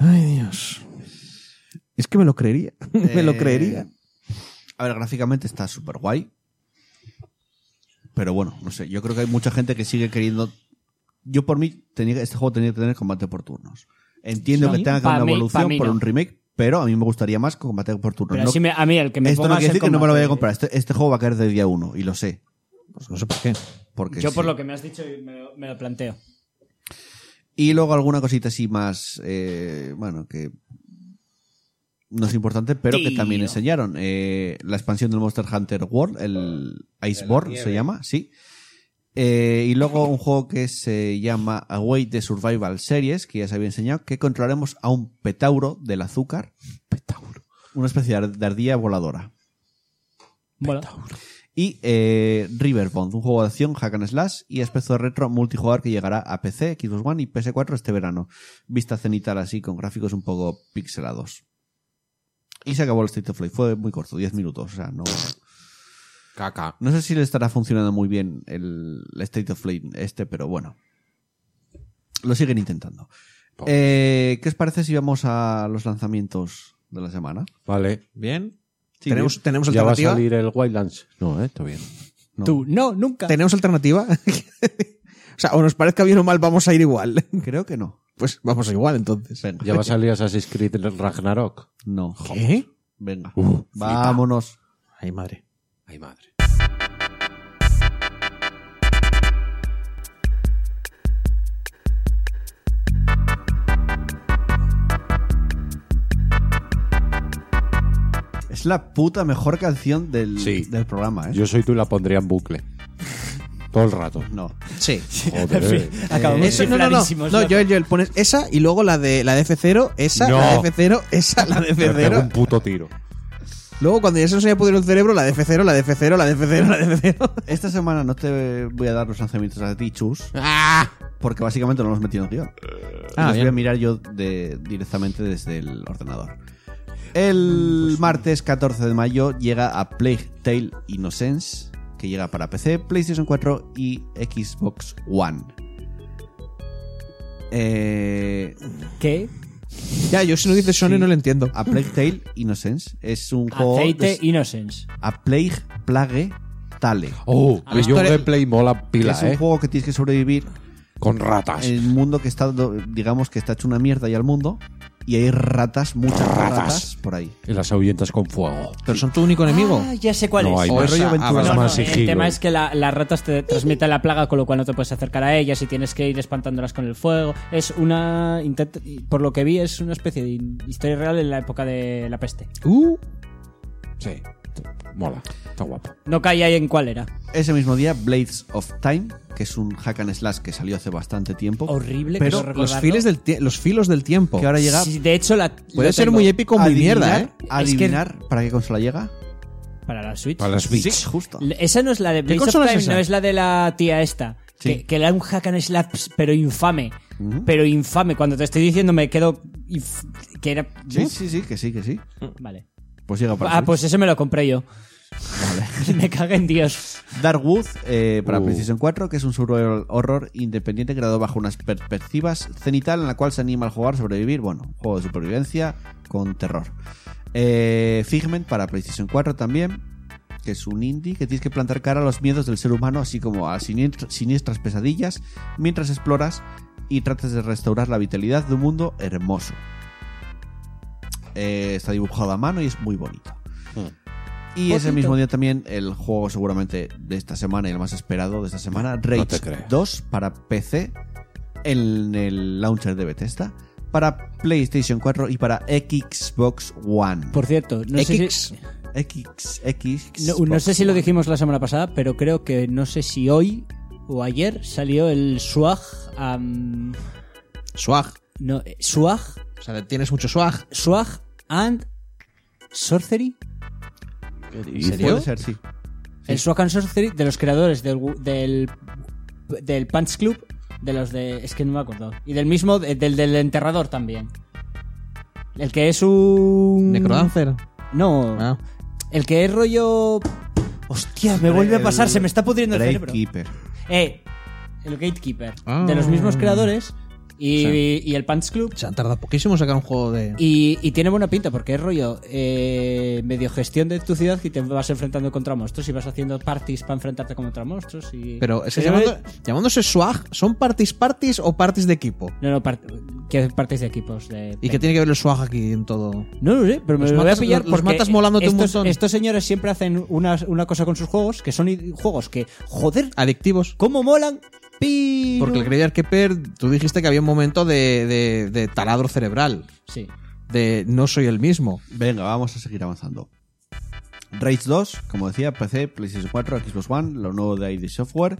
Speaker 4: Ay Dios. Es que me lo creería. me lo
Speaker 1: Eh,
Speaker 4: creería.
Speaker 1: A ver, gráficamente está súper guay. Pero bueno, no sé. Yo creo que hay mucha gente que sigue queriendo. Yo por mí, tenía, este juego tenía que tener combate por turnos. Entiendo
Speaker 3: Sí.
Speaker 1: que tenga que
Speaker 3: Pa'
Speaker 1: haber una
Speaker 3: mí- pa'
Speaker 1: evolución
Speaker 3: mí
Speaker 1: por
Speaker 3: no.
Speaker 1: un remake, pero a mí me gustaría más con combate por turnos.
Speaker 3: Pero
Speaker 1: No-
Speaker 3: así me- a mí el que me
Speaker 1: esto no
Speaker 3: pongas
Speaker 1: quiere
Speaker 3: el
Speaker 1: decir que no me lo voy a
Speaker 3: combate-
Speaker 1: comprar. Este, este juego va a caer de día uno, y lo sé.
Speaker 4: Pues no sé por qué.
Speaker 1: Porque
Speaker 3: Yo
Speaker 1: sí.
Speaker 3: por lo que me has dicho me lo, me lo planteo.
Speaker 1: Y luego alguna cosita así más, eh, bueno, que no es importante, pero que
Speaker 3: Tío.
Speaker 1: también enseñaron. Eh, la expansión del Monster Hunter World, el Iceborne se llama, sí. Eh, y luego un juego que se llama Away the Survival Series, que ya se había enseñado, que controlaremos a un petauro del azúcar. Petauro. Una especie de ar- de ardilla voladora.
Speaker 3: Bueno,
Speaker 1: Y eh, Riverbond, un juego de acción, hack and slash y aspecto de retro multijugador que llegará a PC, Xbox One y PS4 este verano. Vista cenital así, con gráficos un poco pixelados. Y se acabó el State of Play. Fue muy corto, 10 minutos. O sea, no,
Speaker 2: Caca.
Speaker 1: no sé si le estará funcionando muy bien el State of Play este, pero bueno. Lo siguen intentando. Eh, ¿Qué os parece si vamos a los lanzamientos de la semana?
Speaker 2: Vale.
Speaker 4: Bien. tenemos, tenemos
Speaker 2: Ya va a
Speaker 4: alternativa.
Speaker 2: salir el Wildlands. No, eh, está bien.
Speaker 3: tú, no, nunca.
Speaker 4: Tenemos alternativa. o sea, o nos parezca bien o mal, vamos a ir igual.
Speaker 1: Creo que no.
Speaker 4: pues vamos a igual entonces.
Speaker 1: Venga.
Speaker 2: Ya va a salir Assassin's Creed Ragnarok.
Speaker 1: No.
Speaker 4: ¿Qué?
Speaker 1: Venga.
Speaker 2: Uh,
Speaker 1: Vámonos.
Speaker 4: Ay, madre.
Speaker 2: Ay, madre.
Speaker 1: Es la puta mejor canción del,
Speaker 2: Sí.
Speaker 1: del programa, ¿eh?
Speaker 2: Yo soy tú y la pondría en bucle. Todo el rato.
Speaker 1: No.
Speaker 4: Sí. Eh,
Speaker 2: Joder. eh.
Speaker 3: Acabamos
Speaker 4: Eso, no, no, no.
Speaker 3: chifladísimos,
Speaker 4: No,
Speaker 3: la-
Speaker 4: Joel, Joel, pones esa y luego la de la de F0, esa,
Speaker 2: No.
Speaker 4: la de F0, esa, la de
Speaker 2: Me pego un
Speaker 4: F0.
Speaker 2: puto tiro.
Speaker 4: Luego cuando ya se nos haya podido el cerebro, la de F0, la de F0, la de F0, la de F0.
Speaker 1: Esta semana no te voy a dar los lanzamientos a ti, Chus,
Speaker 2: ¡Ah!
Speaker 1: porque básicamente no los metido en guión.
Speaker 4: Ah,
Speaker 2: Eh,
Speaker 1: los voy
Speaker 4: bien.
Speaker 1: a mirar yo de- directamente desde el ordenador.
Speaker 2: Mm, pues
Speaker 1: El martes 14 de mayo llega a Plague Tale Innocence, que llega para PC, PlayStation 4 y Xbox One. Eh,
Speaker 3: ¿Qué?
Speaker 4: Ya, yo si no dices Sony
Speaker 1: Sí.
Speaker 4: no lo entiendo. Ah,
Speaker 1: a Plague Tale Innocence es un juego.
Speaker 3: Aceite
Speaker 1: es-
Speaker 3: Innocence.
Speaker 1: a Plague Plague Tale.
Speaker 2: Oh, que yo un
Speaker 4: historia-
Speaker 2: gameplay mola pila,
Speaker 1: es un
Speaker 2: eh.
Speaker 1: juego que tienes que sobrevivir
Speaker 2: Con ratas.
Speaker 1: en un mundo que está, do- digamos, que está hecho una mierda ya al mundo. Y hay ratas, muchas ratas, por ahí.
Speaker 2: Y las ahuyentas con fuego.
Speaker 4: Pero son tu único enemigo.
Speaker 3: Ah, ya sé cuál
Speaker 2: No,
Speaker 3: es.
Speaker 2: hay
Speaker 4: O
Speaker 2: más.
Speaker 4: rollo
Speaker 2: Ah,
Speaker 4: aventura.
Speaker 2: vale.
Speaker 4: No,
Speaker 3: No,
Speaker 2: más
Speaker 3: no, el
Speaker 2: sigilo.
Speaker 3: tema es que la- las ratas te transmiten la plaga, con lo cual no te puedes acercar a ellas y tienes que ir espantándolas con el fuego. Es una. intenta- por lo que vi, es una especie de historia real en la época de la peste.
Speaker 4: Uh,
Speaker 2: Sí. Mola. Está guapo.
Speaker 3: No caí ahí en cuál era.
Speaker 1: Ese mismo día, Blades of Time, que es un hack and slash que salió hace bastante tiempo.
Speaker 3: Horrible,
Speaker 4: pero
Speaker 3: quiero
Speaker 4: los,
Speaker 3: recordarlo.
Speaker 4: files del tie- los filos del tiempo.
Speaker 1: Que ahora llega.
Speaker 3: Sí, de hecho, la.
Speaker 4: Puede
Speaker 3: lo
Speaker 4: ser
Speaker 3: tengo.
Speaker 4: muy épico o muy mierda, ¿eh?
Speaker 1: Adivinar para qué consola llega.
Speaker 3: Para la Switch.
Speaker 2: Para las Beats.
Speaker 1: Sí, justo.
Speaker 3: Le- Esa no es la de Blaze of
Speaker 4: consola
Speaker 3: Time,
Speaker 4: es esa?
Speaker 3: no es la de la tía esta.
Speaker 1: Sí.
Speaker 3: Que, que era un hack and slash, pero infame. Pero infame. Cuando te estoy diciendo me quedo. inf- Que era.
Speaker 1: Sí,
Speaker 3: Uf,
Speaker 1: sí, sí, que sí, que sí.
Speaker 3: Vale.
Speaker 1: Pues llega para.
Speaker 3: Ah, pues ese me lo compré yo. Me cagué en Dios.
Speaker 1: Darkwood eh, para
Speaker 2: Uh.
Speaker 1: PlayStation 4, que es un survival horror independiente creado bajo unas perspectivas cenital en la cual se anima al jugar sobrevivir, bueno, un juego de supervivencia con terror. Eh, Figment para PlayStation 4 también, que es un indie que tienes que plantar cara a los miedos del ser humano, así como a siniestr- siniestras pesadillas, mientras exploras y tratas de restaurar la vitalidad de un mundo hermoso. Eh, está dibujado a mano y es muy bonito. Y ese
Speaker 3: Bonito.
Speaker 1: mismo día también el juego seguramente de esta semana y el más esperado de esta semana, Rage
Speaker 2: te creo.
Speaker 1: 2 para PC en el launcher de Bethesda, para PlayStation 4 y para Xbox One.
Speaker 3: Por cierto, no sé
Speaker 4: X.
Speaker 3: si...
Speaker 1: X, X,
Speaker 3: No, no sé si lo dijimos la semana pasada, pero creo que no sé si hoy o ayer salió el swag. am,
Speaker 4: Swag.
Speaker 3: no, eh, swag,
Speaker 4: O sea, tienes mucho swag.
Speaker 3: swag and sorcery.
Speaker 1: ¿En
Speaker 4: serio?
Speaker 1: Puede ser, sí.
Speaker 3: El swag and sorcery de los creadores del, gu- del, del Punch Club, de los de. Es que no me acuerdo. Y del mismo, de- del del enterrador también. El que es un.
Speaker 4: Necrodancer.
Speaker 3: No.
Speaker 4: Ah.
Speaker 3: El que es rollo. Hostia, me vuelve a pasar,
Speaker 1: El
Speaker 3: se me está pudriendo el cerebro.
Speaker 1: Gatekeeper.
Speaker 3: Eh, el Gatekeeper.
Speaker 4: Ah.
Speaker 3: De los mismos creadores y, y el Punch Club.
Speaker 4: Se han tardado poquísimo en sacar un juego de.
Speaker 3: Y, y tiene buena pinta porque es rollo eh, medio gestión de tu ciudad y te vas enfrentando contra monstruos y vas haciendo parties para enfrentarte contra monstruos. Y...
Speaker 4: Pero es que
Speaker 3: Pero,
Speaker 4: llamando-
Speaker 3: eh,
Speaker 4: llamándose swag, ¿son parties parties o parties de equipo?
Speaker 3: No, no, part- que parties de equipos. De...
Speaker 4: ¿Y qué tiene que ver el swag aquí en todo?
Speaker 3: No lo sé, pero me
Speaker 4: Los
Speaker 3: lo
Speaker 4: matas-
Speaker 3: voy a pillar
Speaker 4: los- los
Speaker 3: porque
Speaker 4: matas molándote un
Speaker 3: estos,
Speaker 4: montón.
Speaker 3: Estos señores siempre hacen una, una cosa con sus juegos, que son i- juegos que, joder,
Speaker 4: Adictivos.
Speaker 3: cómo molan, pero...
Speaker 4: Porque el Graveyard Keeper, tú dijiste que había un momento de, de- de taladro cerebral,
Speaker 3: Sí.
Speaker 4: de no soy el mismo.
Speaker 1: Venga, vamos a seguir avanzando. Rage 2, como decía, PC, PlayStation 4, Xbox One, lo nuevo de ID Software.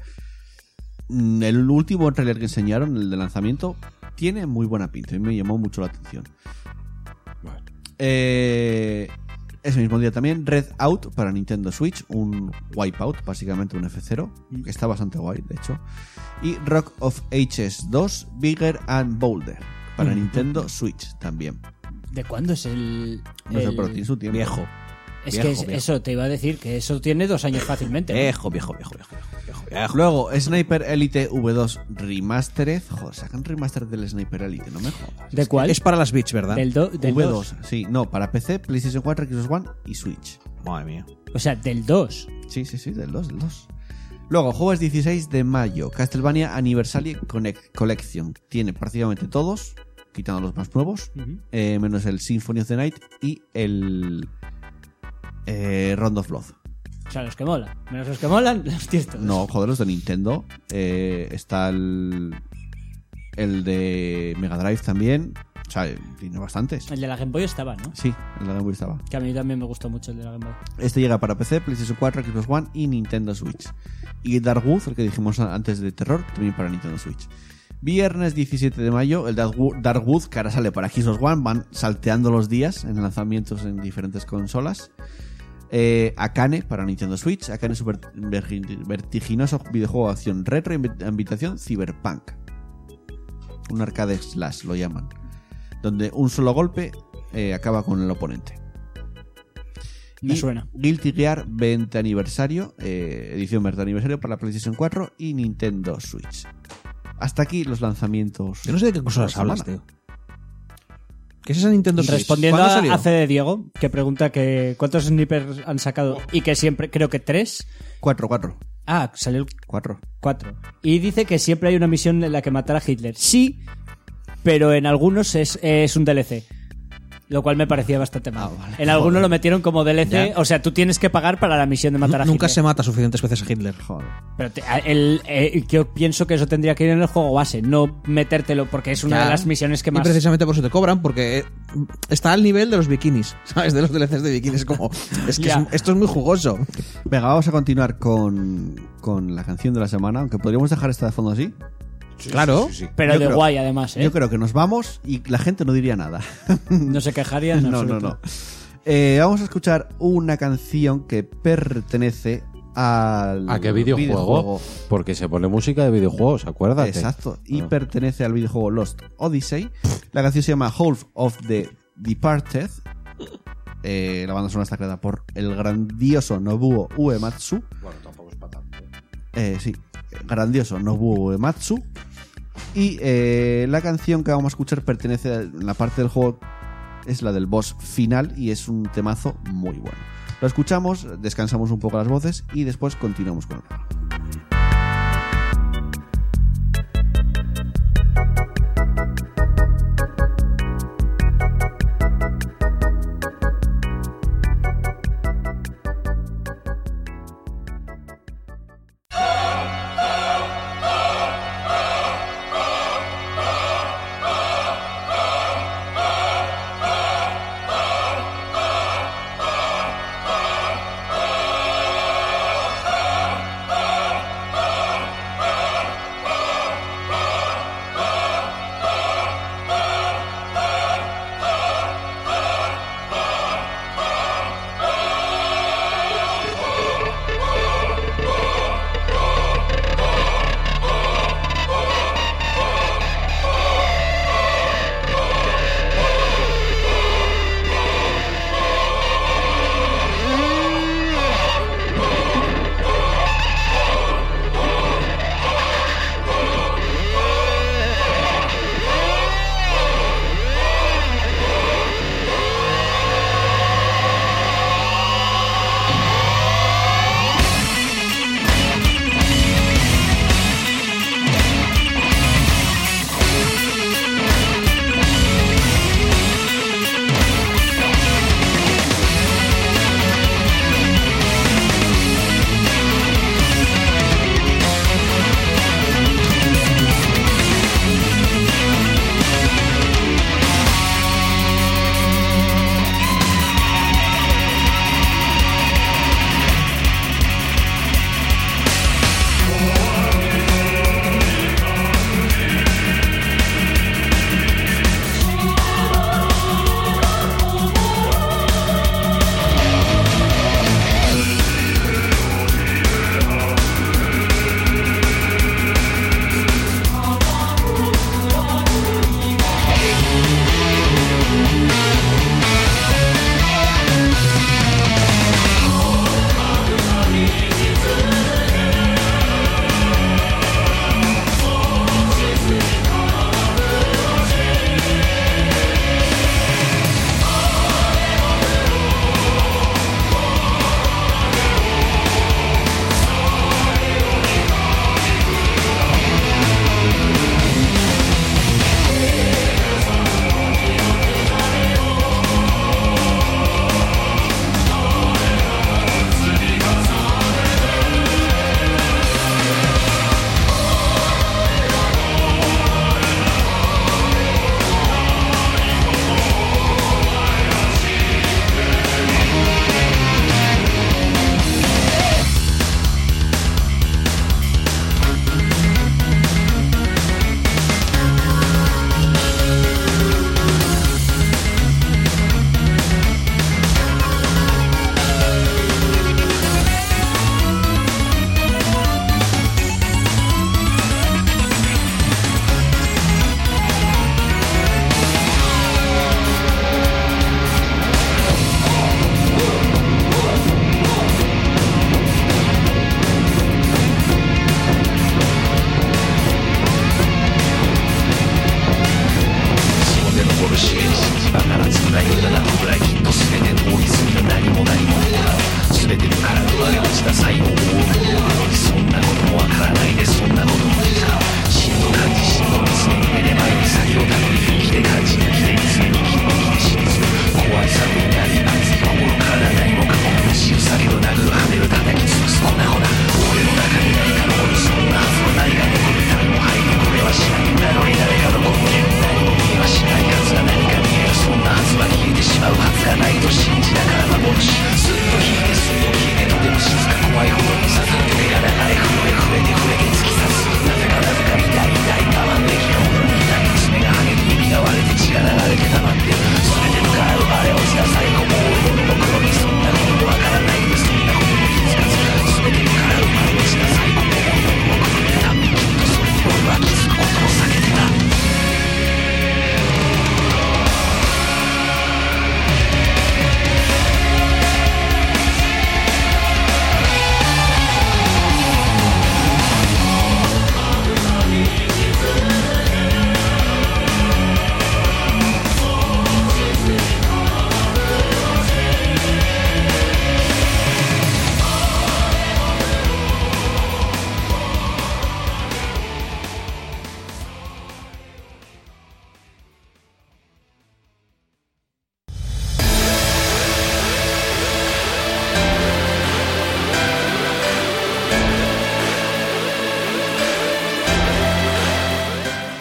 Speaker 1: Mm, El último trailer que enseñaron, el de lanzamiento, tiene muy buena pinta y me llamó mucho la atención. Eh, ese mismo día también, Red Out para Nintendo Switch, un Wipeout, básicamente un F0, que está bastante guay, de hecho. Y Rock of Ages 2, Bigger and Bolder para Nintendo Switch también.
Speaker 3: ¿De cuándo es el...?
Speaker 1: No sé,
Speaker 3: el-
Speaker 1: pero tiene su tiempo.
Speaker 4: Viejo. Eh,
Speaker 3: Es
Speaker 1: Viejo,
Speaker 3: que es-
Speaker 1: viejo.
Speaker 3: eso te iba a decir que eso tiene dos años fácilmente. ¿no?
Speaker 4: Viejo, viejo, viejo, viejo, viejo, viejo.
Speaker 1: Luego, Sniper Elite V2 Remastered. Joder, sacan remaster del Sniper Elite, no me jodas.
Speaker 3: ¿De cuál?
Speaker 4: Es para las Beach, ¿verdad?
Speaker 3: del do- del
Speaker 1: V2,
Speaker 3: 2.
Speaker 1: sí, no, para PC, PlayStation 4, Xbox One y Switch.
Speaker 4: Madre mía.
Speaker 3: O sea, del 2.
Speaker 1: Sí, sí, sí, del 2, del 2. Luego, jueves 16 de mayo, Castlevania Anniversary Connect Collection. Tiene prácticamente todos, quitando los más nuevos, eh, menos el Symphony of the Night y el eh, Round of Blood.
Speaker 3: O sea, los que molan. Menos los que molan, los tienes todos.
Speaker 1: No, joder, los de Nintendo. Eh, está el. El de Mega Drive también. O sea, tiene bastantes.
Speaker 3: El de la Game Boy estaba, ¿no?
Speaker 1: Sí, el de Game Boy estaba.
Speaker 3: Que a mí también me gustó mucho el de la Game Boy.
Speaker 1: Este llega para PC, PlayStation 4, Xbox One y Nintendo Switch. Y Darkwood, el que dijimos a- antes de terror, también para Nintendo Switch. Viernes 17 de mayo, el Darkwo- Darkwood, que ahora sale para Xbox One, van salteando los días en lanzamientos en diferentes consolas. Eh, Akane para Nintendo Switch. Akane es un ver- vergi- vertiginoso videojuego de acción retro y ambi- ambientación cyberpunk. Un arcade slash lo llaman. Donde un solo golpe eh, acaba con el oponente.
Speaker 3: Me
Speaker 1: Y
Speaker 3: suena.
Speaker 1: Guilty Gear 20 aniversario, eh, edición 20 aniversario para PlayStation 4 y Nintendo Switch. Hasta aquí los lanzamientos.
Speaker 4: Yo no sé de qué consolas
Speaker 1: Esta
Speaker 4: hablas,
Speaker 1: semana.
Speaker 4: tío. ¿Qué es esa Nintendo Switch?
Speaker 3: Respondiendo
Speaker 4: ¿Cuándo
Speaker 3: a,
Speaker 4: salió?
Speaker 3: a CD Diego, que pregunta que cuántos snipers han sacado y que siempre, creo que tres.
Speaker 1: 4, 4,
Speaker 3: Ah, salió el
Speaker 1: 4.
Speaker 3: 4. Y dice que siempre hay una misión en la que matar a Hitler. Sí, pero en algunos es, es un DLC. Lo cual me parecía bastante mal. En algunos lo metieron como DLC.
Speaker 4: Ah, Ya.
Speaker 3: O sea, tú tienes que pagar para la misión de matar a Hitler.
Speaker 4: Nunca se mata suficientes veces a Hitler.
Speaker 1: Joder.
Speaker 3: Pero te- a- el- eh, yo pienso que eso tendría que ir en el juego base, no metértelo porque es una
Speaker 4: Ya.
Speaker 3: de las misiones que
Speaker 4: Y
Speaker 3: más...
Speaker 4: precisamente por eso te cobran, porque eh, está al nivel de los bikinis, ¿sabes? De los DLCs de bikinis. Como, es que
Speaker 3: Ya.
Speaker 4: es- esto es muy jugoso.
Speaker 1: Venga, vamos a continuar con, con la canción de la semana, aunque podríamos dejar esta de fondo así.
Speaker 4: claro.
Speaker 3: Pero
Speaker 1: Yo
Speaker 3: de
Speaker 1: creo-
Speaker 3: guay, además, ¿eh?
Speaker 1: Yo creo que nos vamos y la gente no diría nada.
Speaker 3: No se quejaría. en
Speaker 1: no, no,
Speaker 3: absoluto.
Speaker 1: no. Eh, vamos a escuchar una canción que pertenece al
Speaker 2: ¿A qué videojuego?
Speaker 1: videojuego.
Speaker 2: Porque se pone música de videojuegos, acuérdate.
Speaker 1: Exacto. Y
Speaker 2: Ah.
Speaker 1: pertenece al videojuego Lost Odyssey. La canción se llama Half of the Departed. Eh, la banda sonora está creada por el grandioso Nobuo Uematsu.
Speaker 2: Bueno, tampoco es para tanto.
Speaker 1: Eh, sí, grandioso Nobuo Uematsu. Y eh, la canción que vamos a escuchar pertenece a la parte del juego, es la del boss final y es un temazo muy bueno. Lo escuchamos, descansamos un poco las voces y después continuamos con el programa.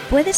Speaker 6: Puedes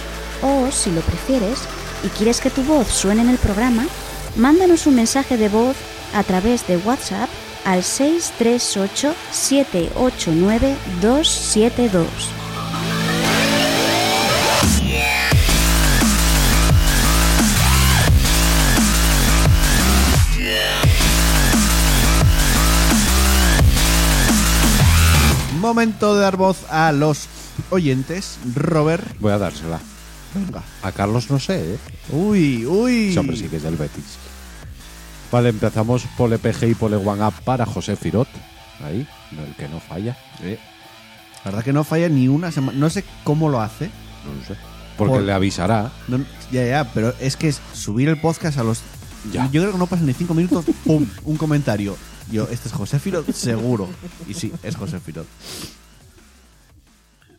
Speaker 6: o, si lo prefieres y quieres que tu voz suene en el programa, mándanos un mensaje de voz a través de WhatsApp al 638 789 272.
Speaker 1: Momento de dar voz a los oyentes. Robert,
Speaker 2: Voy a dársela.
Speaker 1: venga.
Speaker 2: A Carlos no sé, ¿eh?
Speaker 1: Uy, uy.
Speaker 2: Sí, hombre, sí que es del Betis. Vale, empezamos Pole PG y Pole One Up para José Firot. Ahí, no, el que no falla.
Speaker 1: Eh, La verdad que no falla ni una semana. No sé cómo lo hace.
Speaker 2: No lo sé. Porque
Speaker 1: Por-
Speaker 2: le avisará.
Speaker 1: No- ya, ya, pero es que es subir el podcast a los.
Speaker 2: Ya.
Speaker 1: Yo creo que no pasan ni cinco minutos. ¡Pum! Un comentario. Yo, este es José Firot, seguro. Y sí, es José Firot.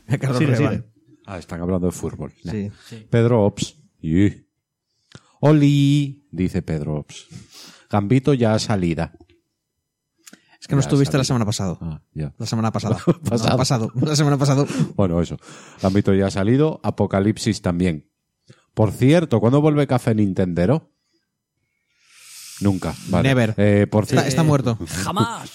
Speaker 4: Carlos
Speaker 1: Sí, le
Speaker 4: Recibe.
Speaker 1: vale.
Speaker 2: Ah, están hablando de fútbol. Nah.
Speaker 4: Sí.
Speaker 2: Pedro Ops. Y- Oli, dice Pedro Ops. Gambito ya salida.
Speaker 4: Es que no
Speaker 2: Ya
Speaker 4: estuviste
Speaker 2: sabía.
Speaker 4: la semana pasada.
Speaker 2: Ah, ya.
Speaker 4: La semana pasada.
Speaker 2: Pasado.
Speaker 4: No, pasado. La semana pasada.
Speaker 2: Bueno, eso. Gambito ya ha salido. Apocalipsis también. Por cierto, ¿cuándo vuelve Café Nintendero? Nunca. Vale.
Speaker 4: Never.
Speaker 2: Eh, por
Speaker 4: Está,
Speaker 2: cierto,
Speaker 4: está muerto.
Speaker 3: ¡Jamás!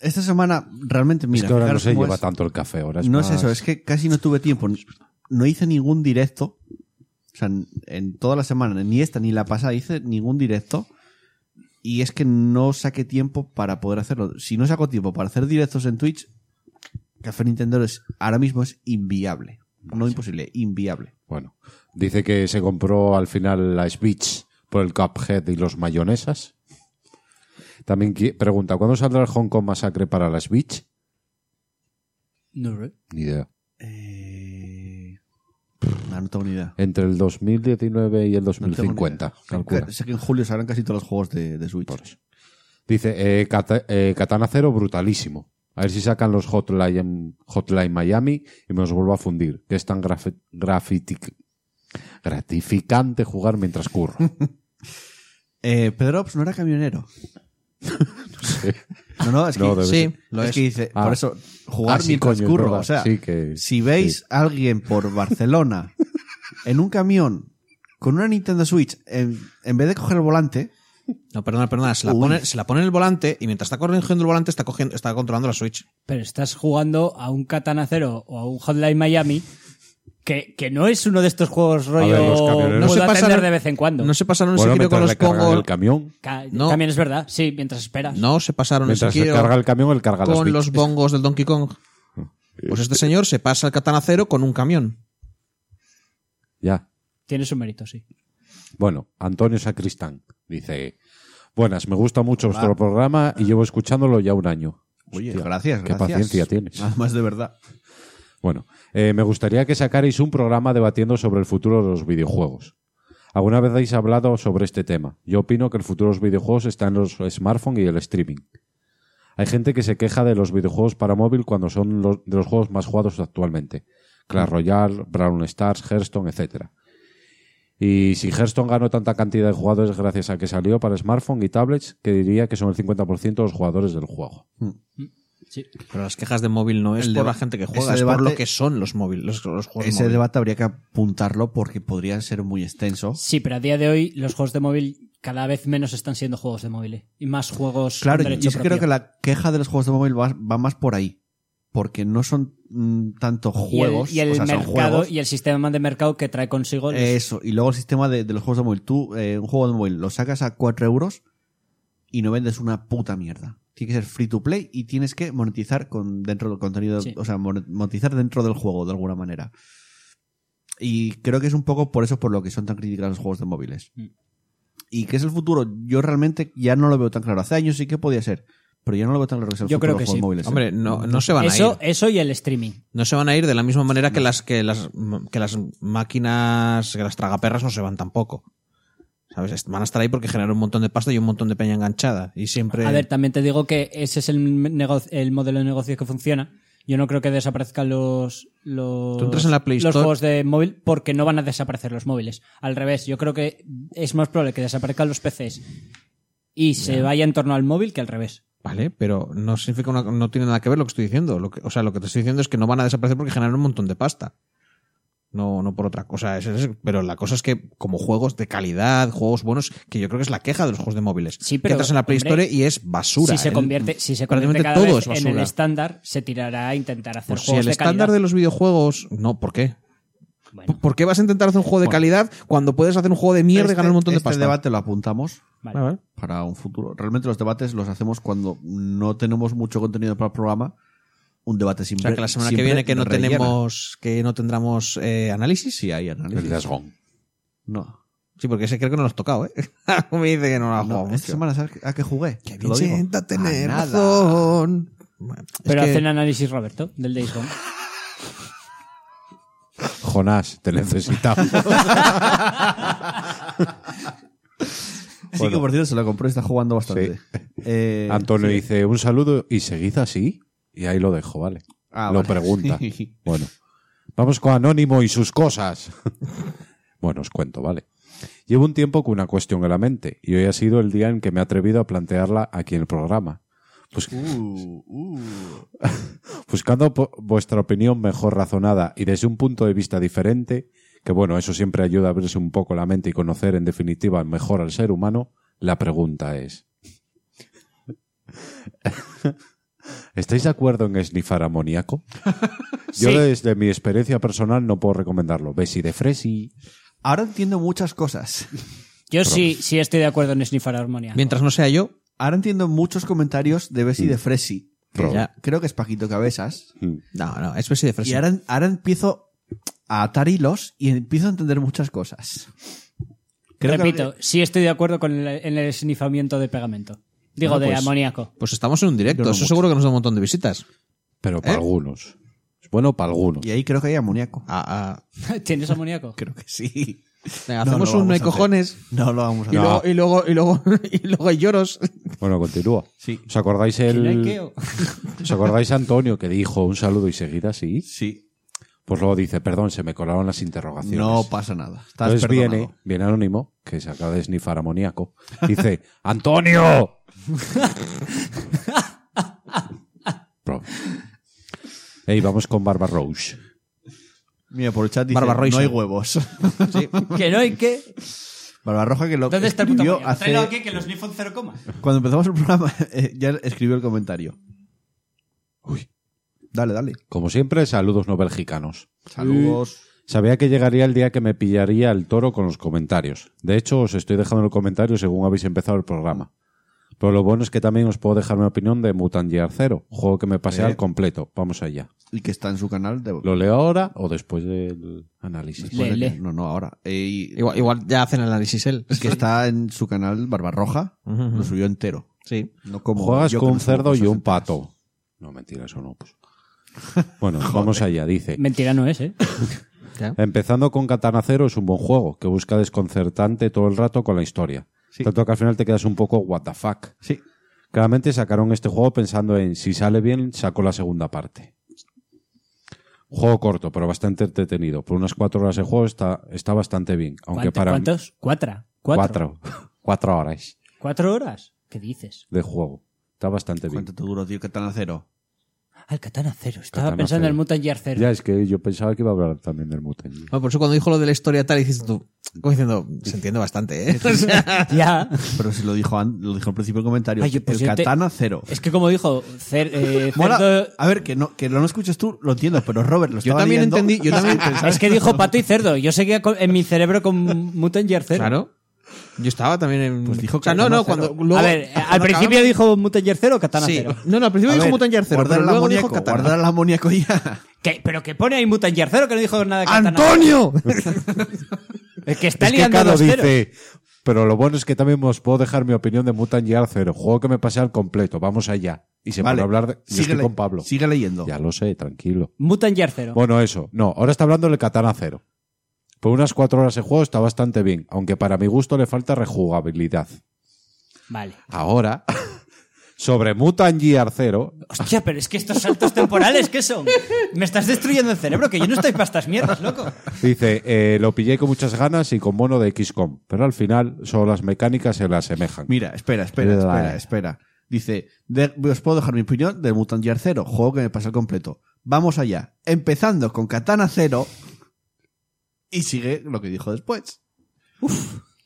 Speaker 1: Esta semana, realmente, mira.
Speaker 2: es que ahora no
Speaker 1: fijaros
Speaker 2: se
Speaker 1: cómo
Speaker 2: lleva
Speaker 1: es.
Speaker 2: tanto el café. Ahora es
Speaker 1: No
Speaker 2: más-
Speaker 1: es eso, es que casi no tuve tiempo. No hice ningún directo. O sea, en, en toda la semana, ni esta ni la pasada, hice ningún directo. Y es que no saqué tiempo para poder hacerlo. Si no saco tiempo para hacer directos en Twitch, Café Nintendo es, ahora mismo es inviable. No imposible, inviable.
Speaker 2: Bueno, dice que se compró al final la Switch por el Cuphead y los mayonesas. También qui- pregunta, ¿cuándo saldrá el Hong Kong Masacre para la Switch?
Speaker 3: No, ¿eh?
Speaker 2: Ni idea.
Speaker 1: Eh, no, no tengo ni idea.
Speaker 2: Entre el 2019 y el
Speaker 1: No tengo ni
Speaker 2: 2050.
Speaker 1: idea.
Speaker 2: calcula.
Speaker 1: Sé que en julio saldrán casi todos los juegos de, de Switch.
Speaker 2: Por eso. Dice, eh, Cata- eh, Katana Cero brutalísimo. A ver si sacan los Hotline, hotline Miami y me los vuelvo a fundir. Que es tan grafi- grafitic- gratificante jugar mientras curro.
Speaker 1: Eh, Pedro Ops no era camionero. no, no, es que
Speaker 2: No, debe
Speaker 4: Sí, lo
Speaker 1: es,
Speaker 4: es.
Speaker 1: que dice,
Speaker 2: Ah.
Speaker 1: por eso, jugar
Speaker 2: Ah, sí,
Speaker 1: mientras
Speaker 2: coño, es
Speaker 1: curro.
Speaker 2: verdad.
Speaker 1: O sea,
Speaker 2: Sí, que-
Speaker 1: si veis
Speaker 2: sí.
Speaker 1: a alguien por Barcelona en un camión con una Nintendo Switch, en, en vez de coger el volante,
Speaker 4: No, perdona, perdona. Se la,
Speaker 1: Uy.
Speaker 4: pone, se la pone en el volante y mientras está corrigiendo el volante está, cogiendo, está controlando la Switch.
Speaker 3: Pero estás jugando a un Katana Zero o a un Hotline Miami que, que no es uno de estos juegos rollo
Speaker 2: ver, los camioneros-
Speaker 3: no
Speaker 2: No
Speaker 3: puedo
Speaker 4: se pasaron-
Speaker 3: atender de vez en cuando.
Speaker 4: No se pasaron
Speaker 2: Bueno,
Speaker 4: ese giro con
Speaker 2: mientras
Speaker 4: los
Speaker 2: le cargan
Speaker 4: pongos.
Speaker 2: el camión.
Speaker 3: Ca-
Speaker 4: no.
Speaker 3: También es verdad, sí, mientras esperas.
Speaker 4: No, se pasaron
Speaker 2: Mientras
Speaker 4: ese
Speaker 2: se
Speaker 4: giro
Speaker 2: carga el camión, él carga la
Speaker 4: con
Speaker 2: Switch.
Speaker 4: los bongos del Donkey Kong. Pues este señor se pasa el katana cero con un camión.
Speaker 2: Ya.
Speaker 3: Tiene su mérito, sí.
Speaker 2: Bueno, Antonio Sacristán dice: Buenas, me gusta mucho vuestro programa y llevo escuchándolo ya un año.
Speaker 1: oye,
Speaker 2: Hostia,
Speaker 1: gracias,
Speaker 2: Qué
Speaker 1: gracias.
Speaker 2: paciencia tienes.
Speaker 1: Además, de verdad.
Speaker 2: Bueno, eh, me gustaría que sacarais un programa debatiendo sobre el futuro de los videojuegos. ¿Alguna vez habéis hablado sobre este tema? Yo opino que el futuro de los videojuegos está en los smartphones y el streaming. Hay gente que se queja de los videojuegos para móvil cuando son los, de los juegos más jugados actualmente. Clash Royale, Brown Stars, Hearthstone, etc. Y si Hearthstone ganó tanta cantidad de jugadores gracias a que salió para smartphone y tablets, que diría que son el 50% de los jugadores del juego.
Speaker 3: Sí.
Speaker 4: Pero las quejas de móvil no es
Speaker 1: El
Speaker 4: por
Speaker 1: deba-
Speaker 4: la gente que
Speaker 1: ese
Speaker 4: juega, es
Speaker 1: debate-
Speaker 4: por lo que son los móviles, los, los juegos
Speaker 1: Ese
Speaker 4: móvil.
Speaker 1: debate habría que apuntarlo porque podría ser muy extenso.
Speaker 3: Sí, pero a día de hoy los juegos de móvil cada vez menos están siendo juegos de móvil ¿eh? y más juegos
Speaker 1: Claro,
Speaker 3: con
Speaker 1: yo
Speaker 3: derecho
Speaker 1: es que creo
Speaker 3: propio.
Speaker 1: que la queja de los juegos de móvil va, va más por ahí. Porque no son mm, tanto
Speaker 3: Y el-
Speaker 1: juegos.
Speaker 3: y el,
Speaker 1: o sea, son
Speaker 3: mercado
Speaker 1: juegos.
Speaker 3: y el sistema de mercado que trae consigo los-
Speaker 1: Eso, y luego el sistema de, de los juegos de móvil. Tú, eh, un juego de móvil, lo sacas a 4 euros y no vendes una puta mierda. Tiene que ser free to play y tienes que monetizar con dentro del contenido,
Speaker 3: Sí.
Speaker 1: o sea, mon- monetizar dentro del juego de alguna manera. Y creo que es un poco por eso por lo que son tan criticados los juegos de móviles.
Speaker 3: Mm.
Speaker 1: ¿Y qué es el futuro? Yo realmente ya no lo veo tan claro. Hace años sí que podía ser, Pero yo no lo veo tan claro que sea el
Speaker 3: Yo
Speaker 1: futuro
Speaker 3: creo que
Speaker 1: de los
Speaker 3: sí.
Speaker 1: móviles. ¿eh?
Speaker 4: Hombre, no, no se van a
Speaker 3: Eso,
Speaker 4: ir.
Speaker 3: eso y el streaming.
Speaker 4: No se van a ir de la misma manera que las, que las, que las máquinas, que las tragaperras no se van tampoco. ¿Sabes? Est- Van a estar ahí porque generan un montón de pasta y un montón de peña enganchada. Y siempre.
Speaker 3: A ver, también te digo que ese es el, nego- el modelo de negocio que funciona. Yo no creo que desaparezcan los, los,
Speaker 4: Tú entras en la Play
Speaker 3: los
Speaker 4: Store.
Speaker 3: juegos de móvil porque no van a desaparecer los móviles. Al revés, yo creo que es más probable que desaparezcan los PCs y se vaya en torno al móvil que al revés.
Speaker 4: Vale, pero no significa una- no tiene nada que ver lo que estoy diciendo. Lo que- o sea, lo que te estoy diciendo es que no van a desaparecer porque generan un montón de pasta. No, no por otra cosa. Es- es- pero la cosa es que, como juegos de calidad, juegos buenos, que yo creo que es la queja de los juegos de móviles.
Speaker 3: Sí,
Speaker 4: que
Speaker 3: pero,
Speaker 4: entras en la Play
Speaker 3: hombre,
Speaker 4: Store y es basura.
Speaker 3: si se
Speaker 4: El-
Speaker 3: convierte, si se convierte
Speaker 4: prácticamente
Speaker 3: cada
Speaker 4: todo
Speaker 3: vez
Speaker 4: es
Speaker 3: en el
Speaker 4: basura.
Speaker 3: estándar, se tirará a intentar hacer
Speaker 4: Pues si
Speaker 3: juegos
Speaker 4: el
Speaker 3: de
Speaker 4: estándar
Speaker 3: calidad.
Speaker 4: de los videojuegos. No, ¿por qué?
Speaker 3: Bueno,
Speaker 4: ¿Por qué vas a intentar hacer un juego de calidad cuando puedes hacer un juego de mierda y
Speaker 1: Este-
Speaker 4: ganar un montón de
Speaker 1: este
Speaker 4: pasta?
Speaker 1: debate lo apuntamos
Speaker 3: vale.
Speaker 4: A ver.
Speaker 1: para un futuro. Realmente los debates los hacemos cuando no tenemos mucho contenido para el programa. Un debate
Speaker 4: O
Speaker 1: simple.
Speaker 4: sea, que la semana que
Speaker 1: siempre
Speaker 4: viene que no
Speaker 1: rellena.
Speaker 4: tenemos, que no tendremos eh, análisis.
Speaker 1: Sí, hay análisis.
Speaker 2: El desgón.
Speaker 1: No.
Speaker 4: Sí, porque ese creo que no lo has tocado, ¿eh? Me dice que no lo has
Speaker 1: No,
Speaker 4: jugado
Speaker 1: Ah, esta
Speaker 4: mucho.
Speaker 1: semana, ¿sabes a qué jugué?
Speaker 4: Que
Speaker 1: Te lo digo.
Speaker 4: Vicenta tener
Speaker 1: A nada.
Speaker 4: razón. Bueno, es
Speaker 3: Pero
Speaker 4: que-
Speaker 3: hacen análisis, Roberto, del Days Gone.
Speaker 2: Jonás, te necesitamos.
Speaker 1: Sí, que por cierto se lo compró y está jugando bastante. Eh,
Speaker 2: Antonio
Speaker 1: sí.
Speaker 2: dice un saludo y seguid así. Y ahí lo dejo, ¿vale?
Speaker 1: Ah,
Speaker 2: lo
Speaker 1: vale.
Speaker 2: pregunta. Bueno, vamos con Anónimo y sus cosas. bueno, os cuento, ¿vale? Llevo un tiempo con una cuestión en la mente y hoy ha sido el día en que me he atrevido a plantearla aquí en el programa. Pues,
Speaker 1: Uh, uh.
Speaker 2: buscando po- vuestra opinión mejor razonada y desde un punto de vista diferente, que bueno, eso siempre ayuda a abrirse un poco la mente y conocer en definitiva mejor al ser humano, la pregunta es... ¿Estáis de acuerdo en esnifar amoníaco? Yo
Speaker 3: Sí.
Speaker 2: desde mi experiencia personal no puedo recomendarlo. Besi de Fresi.
Speaker 1: Ahora entiendo muchas cosas.
Speaker 3: Yo sí, sí estoy de acuerdo en Sniffar Armonia.
Speaker 4: Mientras no sea yo,
Speaker 1: Ahora entiendo muchos comentarios de
Speaker 2: Mm.
Speaker 1: Bessie de Fresi. que
Speaker 2: Pro.
Speaker 1: ya- Creo que es Paquito Cabezas.
Speaker 3: Hmm.
Speaker 4: no, no, es Bessie de
Speaker 1: Y
Speaker 4: Fresa.
Speaker 1: ahora, ahora empiezo a atar hilos y empiezo a entender muchas cosas. Creo que
Speaker 3: Repito,
Speaker 1: habré-
Speaker 3: sí estoy de acuerdo con el, en el esnifamiento de pegamento. Digo,
Speaker 4: Bueno,
Speaker 3: de
Speaker 4: pues-
Speaker 3: amoníaco.
Speaker 4: Pues estamos en un directo,
Speaker 1: Yo no
Speaker 4: eso
Speaker 1: mucho.
Speaker 4: seguro que nos da un montón de visitas.
Speaker 2: Pero para
Speaker 4: ¿Eh?
Speaker 2: algunos. Es bueno para algunos.
Speaker 1: Y ahí creo que hay amoníaco.
Speaker 4: Ah, ah.
Speaker 3: ¿Tienes amoníaco?
Speaker 1: Creo que sí.
Speaker 4: Venga,
Speaker 1: No,
Speaker 4: hacemos
Speaker 1: no lo
Speaker 4: un no hay
Speaker 1: vamos a hacer.
Speaker 4: cojones
Speaker 1: No lo vamos a
Speaker 4: y,
Speaker 1: hacer.
Speaker 4: luego, y luego y luego y luego hay lloros.
Speaker 2: Bueno, continúa.
Speaker 1: Sí.
Speaker 2: ¿Os acordáis el...
Speaker 3: ¿No hay queo?
Speaker 2: ¿Os acordáis Antonio que dijo un saludo y seguida sí?
Speaker 1: Sí.
Speaker 2: Pues luego dice, perdón, se me colaron las interrogaciones.
Speaker 1: No pasa nada. Estás
Speaker 4: Pues
Speaker 2: Entonces
Speaker 1: perdonado.
Speaker 2: viene,
Speaker 4: ¿eh?
Speaker 2: viene Anónimo, que se acaba de snifar amoníaco, dice, ¡Antonio! Pro. Ey, vamos con Barba Rose.
Speaker 1: Mira, por el chat dice,
Speaker 4: Barbarroja.
Speaker 1: no hay huevos.
Speaker 3: ¿Que no hay qué?
Speaker 1: Barbarroja que lo
Speaker 3: ¿Dónde está el puto
Speaker 1: escribió
Speaker 3: amoníaco?
Speaker 1: hace-
Speaker 3: Tráelo aquí, que los Snifon cero coma.
Speaker 1: Cuando empezamos el programa, eh, ya escribió el comentario.
Speaker 2: Uy.
Speaker 1: Dale, dale.
Speaker 2: Como siempre, saludos no belgicanos.
Speaker 1: Saludos.
Speaker 2: Sabía que llegaría el día que me pillaría el toro con los comentarios. De hecho, os estoy dejando el comentario según habéis empezado el programa. Pero lo bueno es que también os puedo dejar mi opinión de Mutant Year Zero, juego que me pasé
Speaker 1: Eh.
Speaker 2: al completo. Vamos allá.
Speaker 1: Y que está en su canal de...
Speaker 2: ¿Lo leo ahora o después del análisis?
Speaker 1: Después de
Speaker 3: Lele.
Speaker 1: que- No, no, ahora. Eh, y-
Speaker 4: Igual, igual ya hacen el análisis él.
Speaker 1: que está en su canal Barbarroja,
Speaker 4: Ujú, ujú.
Speaker 1: lo subió entero.
Speaker 4: Sí.
Speaker 1: No como
Speaker 2: Juegas
Speaker 1: yo,
Speaker 2: con
Speaker 1: que
Speaker 2: un
Speaker 1: no subo
Speaker 2: cerdo y
Speaker 1: cosas
Speaker 2: un
Speaker 1: enteras.
Speaker 2: pato. No, mentira, eso no. Pues. Bueno, vamos allá, dice.
Speaker 3: Mentira no es, ¿eh?
Speaker 4: Ya.
Speaker 2: Empezando con Katana Zero es un buen juego que busca desconcertante todo el rato con la historia.
Speaker 1: Sí.
Speaker 2: Tanto que al final te quedas un poco what the fuck.
Speaker 1: Sí.
Speaker 2: Claramente sacaron este juego pensando en si sale bien, saco la segunda parte. Juego corto, pero bastante entretenido. Por unas cuatro horas de juego está, está bastante bien. Aunque
Speaker 3: ¿Cuánto-
Speaker 2: para
Speaker 3: ¿Cuántos? ¿Cuatra? ¿Cuatro?
Speaker 2: cuatro. Cuatro horas
Speaker 3: ¿Cuatro horas? ¿Qué dices?
Speaker 2: de juego. Está bastante bien.
Speaker 1: ¿Cuánto te duró, tío? ¿Qué tan acero?
Speaker 3: Al Katana cero. Estaba
Speaker 2: Katana
Speaker 3: pensando en
Speaker 2: cero.
Speaker 3: el Mutant Year cero.
Speaker 2: Ya, es que yo pensaba que iba a hablar también del Mutant Year.
Speaker 4: Bueno, por eso cuando dijo lo de la historia tal, hiciste tú, como diciendo, se entiende bastante, ¿eh? O sea,
Speaker 3: Ya.
Speaker 1: Pero si lo dijo, an- lo dijo al principio el comentario.
Speaker 3: Ay, yo, pues
Speaker 1: el
Speaker 3: yo te-
Speaker 1: katana cero.
Speaker 3: Es que como dijo cer, eh,
Speaker 1: Mola.
Speaker 3: cerdo-
Speaker 1: A ver, que no, que no lo escuches tú, lo entiendo, pero Robert lo
Speaker 4: yo
Speaker 1: estaba
Speaker 4: también
Speaker 1: leyendo.
Speaker 4: entendí, yo también
Speaker 3: Es que dijo pato y cerdo. Yo seguía con- en mi cerebro con Mutant Year cero.
Speaker 4: Claro. Yo estaba también en.
Speaker 1: Pues dijo
Speaker 4: o sea, no,
Speaker 1: Katana
Speaker 4: no,
Speaker 1: cero.
Speaker 4: cuando. luego-
Speaker 3: a ver, eh, al
Speaker 4: cuando
Speaker 3: principio
Speaker 4: acabamos-
Speaker 3: dijo Mutant Year cero o Katana
Speaker 4: Sí.
Speaker 3: cero.
Speaker 4: No, no, al principio
Speaker 1: A
Speaker 4: dijo
Speaker 1: ver,
Speaker 4: Mutant Year Zero,
Speaker 1: Guardar
Speaker 4: pero
Speaker 1: el
Speaker 4: luego dijo
Speaker 1: amoníaco,
Speaker 4: Katana.
Speaker 1: guardar el amoníaco ya.
Speaker 3: Que- Pero que pone ahí Mutant Year cero que no dijo nada de Katana.
Speaker 4: ¡Antonio!
Speaker 3: Es que está
Speaker 2: es que
Speaker 3: liando
Speaker 2: Cado
Speaker 3: los ceros.
Speaker 2: dice, Pero lo bueno es que también os puedo dejar mi opinión de Mutant Year Zero. Juego que me pasé al completo. Vamos allá. Y se
Speaker 1: Vale,
Speaker 2: puede hablar de... Yo
Speaker 1: sigue
Speaker 2: estoy
Speaker 1: le-
Speaker 2: con Pablo.
Speaker 1: Sigue leyendo.
Speaker 2: Ya lo sé, tranquilo.
Speaker 3: Mutant Year Zero.
Speaker 2: Bueno, eso. No, ahora está hablando del Katana Zero. Por unas cuatro horas de juego está bastante bien, aunque para mi gusto le falta rejugabilidad.
Speaker 3: Vale.
Speaker 2: Ahora, sobre Mutant Year Zero,
Speaker 3: Hostia, pero es que estos saltos temporales, ¿qué son? Me estás destruyendo el cerebro, que yo no estoy para estas mierdas, loco.
Speaker 2: dice, eh, lo pillé con muchas ganas y con mono de XCOM, pero al final solo las mecánicas se le asemejan.
Speaker 1: Mira, espera, espera,
Speaker 2: Vale.
Speaker 1: espera, espera. Dice, de- os puedo dejar mi opinión del Mutant Year Zero, juego que me pasa al completo. Vamos allá. Empezando con Katana Zero. Y sigue lo que dijo después.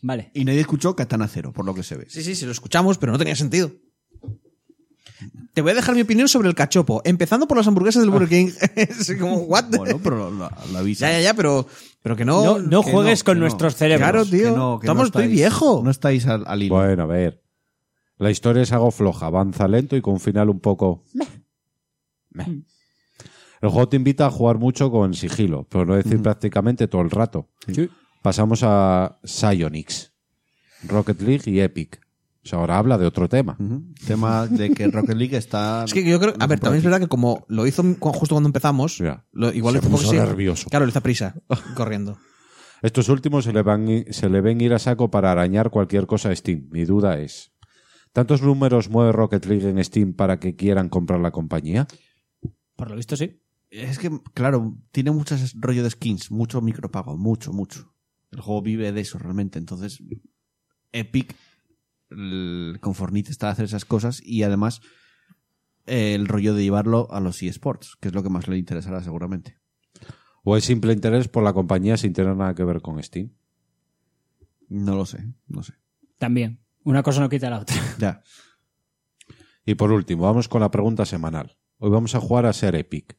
Speaker 3: Vale.
Speaker 1: Y nadie escuchó Katana Zero, por lo que se ve.
Speaker 4: Sí, sí, sí, lo escuchamos, pero no tenía sentido. Te voy a dejar mi opinión sobre el cachopo. Empezando por las hamburguesas del Burger King. es como, what? the-
Speaker 1: Bueno, pero lo, lo- lo avisa.
Speaker 4: ya, ya, ya, pero, pero que no.
Speaker 3: No, no
Speaker 4: que
Speaker 3: juegues
Speaker 1: que
Speaker 3: con
Speaker 1: no.
Speaker 3: nuestros cerebros.
Speaker 4: Claro, tío.
Speaker 1: Que no, que
Speaker 4: Estamos-
Speaker 1: no
Speaker 4: estoy
Speaker 1: estáis-
Speaker 4: viejo.
Speaker 1: No estáis al, al hilo.
Speaker 2: Bueno, a ver. La historia es algo floja, avanza lento y con un final un poco. Meh. El juego te invita a jugar mucho con sigilo, pero no decir prácticamente todo el rato. Pasamos a Psyonix, Rocket League y Epic. O sea, ahora habla de otro tema.
Speaker 1: Ujú. Tema de que Rocket League está.
Speaker 4: Es que yo creo. A ver, también es verdad que como lo hizo cu- justo cuando empezamos,
Speaker 2: Ya.
Speaker 4: lo- igual
Speaker 2: Se
Speaker 4: le hizo un poco
Speaker 2: puso
Speaker 4: así.
Speaker 2: nervioso.
Speaker 4: Claro, le hizo a prisa, corriendo.
Speaker 2: Estos últimos se le, van, i- se le ven ir a saco para arañar cualquier cosa a Steam. Mi duda es: ¿tantos números mueve Rocket League en Steam para que quieran comprar la compañía?
Speaker 3: Por lo visto, sí.
Speaker 1: Es que, claro, tiene mucho ese rollo de skins, mucho micropago, mucho, mucho. El juego vive de eso realmente. Entonces, Epic, el- con Fortnite, está a hacer esas cosas y además eh, el rollo de llevarlo a los eSports, que es lo que más le interesará seguramente.
Speaker 2: ¿O es simple interés por la compañía sin tener nada que ver con Steam?
Speaker 1: No lo sé, no sé.
Speaker 3: También. Una cosa no quita la otra.
Speaker 1: Ya.
Speaker 2: Y por último, vamos con la pregunta semanal. Hoy vamos a jugar a ser Epic.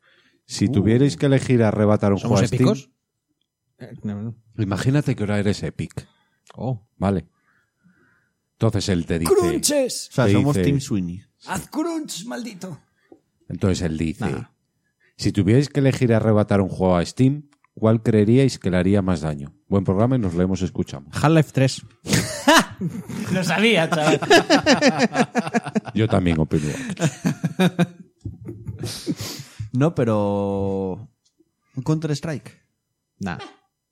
Speaker 2: Si tuvierais que elegir arrebatar un
Speaker 4: Uh. ¿Somos
Speaker 2: juego a Steam,
Speaker 4: épicos? Eh, no, no.
Speaker 2: imagínate que ahora eres Epic,
Speaker 4: Oh.
Speaker 2: ¿vale? Entonces él te dice,
Speaker 3: ¡Crunches!
Speaker 1: O sea,
Speaker 2: Te
Speaker 1: somos
Speaker 2: dice-
Speaker 1: Team Sweeney.
Speaker 3: ¡Haz crunch, maldito!
Speaker 2: entonces él dice,
Speaker 4: Nah.
Speaker 2: si tuvierais que elegir arrebatar un juego a Steam, ¿cuál creeríais que le haría más daño? Buen programa y nos leemos, escuchamos.
Speaker 4: Half-Life 3.
Speaker 3: Lo sabía, chaval.
Speaker 2: Yo también opino.
Speaker 1: No, pero. Un Counter-Strike.
Speaker 4: Nah.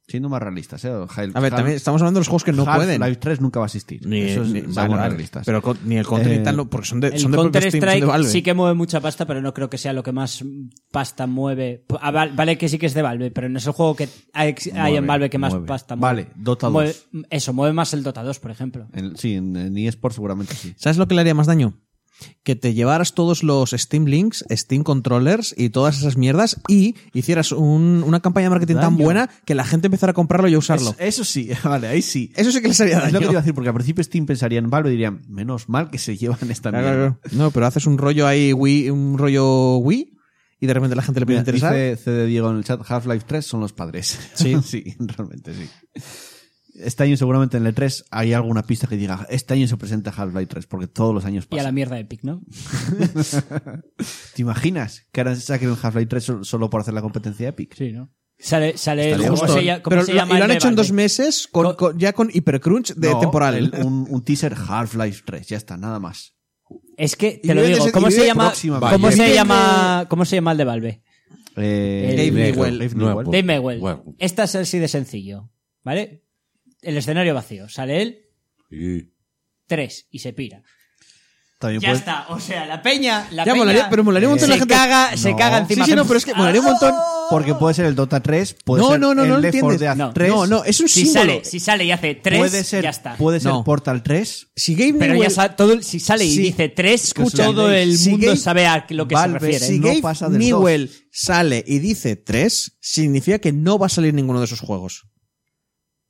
Speaker 1: Siendo más realistas, ¿eh? Hal-
Speaker 4: A ver,
Speaker 1: Hal-
Speaker 4: también estamos hablando de los juegos que no
Speaker 1: Half-Life
Speaker 4: pueden.
Speaker 1: 3 nunca va a existir.
Speaker 4: Ni,
Speaker 1: Eso es,
Speaker 4: ni-
Speaker 1: seamos
Speaker 4: vale, vale.
Speaker 1: realistas.
Speaker 4: Pero con- ni el Counter
Speaker 1: Eh,
Speaker 4: y tal, no, porque son de,
Speaker 3: El
Speaker 4: son de propio
Speaker 3: Counter
Speaker 4: Steam, son de
Speaker 3: Strike
Speaker 4: Valve.
Speaker 3: sí que mueve mucha pasta, pero no creo que sea lo que más pasta mueve. Ah, val- Vale que sí que es de Valve, pero no es el juego que hay hay en
Speaker 1: Mueve,
Speaker 3: Valve que más
Speaker 1: mueve.
Speaker 3: pasta mueve.
Speaker 1: Vale, Dota
Speaker 3: Mueve-
Speaker 1: 2.
Speaker 3: eso, mueve más el Dota 2, por ejemplo.
Speaker 1: En- sí, en, en eSports seguramente sí.
Speaker 4: ¿Sabes lo que le haría más daño? Que te llevaras todos los Steam Links, Steam Controllers y todas esas mierdas y hicieras un- una campaña de marketing tan
Speaker 1: Daño.
Speaker 4: buena que la gente empezara a comprarlo y a usarlo.
Speaker 1: Es- eso sí, vale, ahí sí.
Speaker 4: Eso sí que les haría
Speaker 1: Es lo
Speaker 4: daño.
Speaker 1: que te iba a decir, porque al principio Steam pensaría en Valve y dirían, menos mal que se llevan esta
Speaker 4: Claro,
Speaker 1: mierda.
Speaker 4: claro, claro. No, pero haces un rollo ahí, Wii, un rollo Wii y de repente la gente le puede
Speaker 1: Mira,
Speaker 4: interesar.
Speaker 1: dice CD Diego en el chat, Half-Life 3 son los padres. Sí. sí, realmente sí. Este año seguramente en el 3 hay alguna pista que diga, este año se presenta Half-Life 3, porque todos los años
Speaker 3: Y a
Speaker 1: pasa.
Speaker 3: la mierda de Epic, ¿no?
Speaker 1: ¿Te imaginas que ahora saquen el Half-Life 3 sol- solo por hacer la competencia Epic?
Speaker 3: Sí, ¿no? Sale, sale
Speaker 1: Estaría
Speaker 3: ¿cómo
Speaker 1: guay.
Speaker 3: se lla- cómo
Speaker 4: pero
Speaker 3: se
Speaker 4: lo-
Speaker 3: llama
Speaker 4: y lo
Speaker 3: el
Speaker 4: han
Speaker 3: de
Speaker 4: hecho en
Speaker 3: Valve?
Speaker 4: dos mecon-
Speaker 3: Co-
Speaker 4: con- ya con hipercrunch de
Speaker 1: No,
Speaker 4: temporal.
Speaker 1: el- un, un teaser Half-Life 3, ya está, nada más.
Speaker 3: Es que
Speaker 4: Y
Speaker 3: te lo
Speaker 4: vive
Speaker 3: digo,
Speaker 4: ese-
Speaker 3: ¿cómo
Speaker 4: y
Speaker 3: se
Speaker 4: vive
Speaker 3: llama?
Speaker 1: próximamente.
Speaker 3: ¿Cómo se
Speaker 4: Depende-
Speaker 3: llama? ¿Cómo se llama el de Valve?
Speaker 1: Eh,
Speaker 3: Dave
Speaker 4: Newell.
Speaker 1: Dave
Speaker 2: No,
Speaker 1: Newell.
Speaker 2: pues-
Speaker 3: Dave Mewell.
Speaker 2: Bueno.
Speaker 3: Esta es así de sencillo, ¿vale? El escenario vacío. Sale él,
Speaker 2: Y-
Speaker 3: tres, y se pira.
Speaker 1: También
Speaker 3: Ya
Speaker 1: puede-
Speaker 3: está. O sea, la peña, la
Speaker 4: Ya,
Speaker 3: peña
Speaker 4: molaría- pero molaría un montón
Speaker 3: se
Speaker 4: la gente-
Speaker 3: Caga, Se
Speaker 1: No.
Speaker 3: caga encima. ¡Ah!
Speaker 4: Sí, sí, no, pero es que molaría un montón.
Speaker 1: Porque puede ser el Dota 3, puede
Speaker 4: No,
Speaker 1: ser
Speaker 4: no, no,
Speaker 1: el
Speaker 4: no
Speaker 1: Left 4
Speaker 4: entiendes.
Speaker 1: Dead
Speaker 3: No.
Speaker 1: 3.
Speaker 4: No, no, es un
Speaker 3: si
Speaker 4: símbolo.
Speaker 3: sale, si sale y hace tres,
Speaker 1: puede ser,
Speaker 3: ya está.
Speaker 1: Puede ser
Speaker 4: No.
Speaker 1: Portal 3.
Speaker 4: Si Gabe
Speaker 3: pero ya
Speaker 4: Newell-
Speaker 3: sa- todo, el- si sale y
Speaker 4: Sí.
Speaker 3: dice tres,
Speaker 4: Que os
Speaker 3: todo
Speaker 4: entendáis.
Speaker 3: el
Speaker 4: Si
Speaker 3: mundo
Speaker 4: Gabe-
Speaker 3: sabe a lo que
Speaker 1: Valve,
Speaker 3: se refiere.
Speaker 4: si
Speaker 1: no
Speaker 4: Gabe
Speaker 1: pasa del
Speaker 4: Newell sale y dice 3, significa que no va a salir ninguno de esos juegos.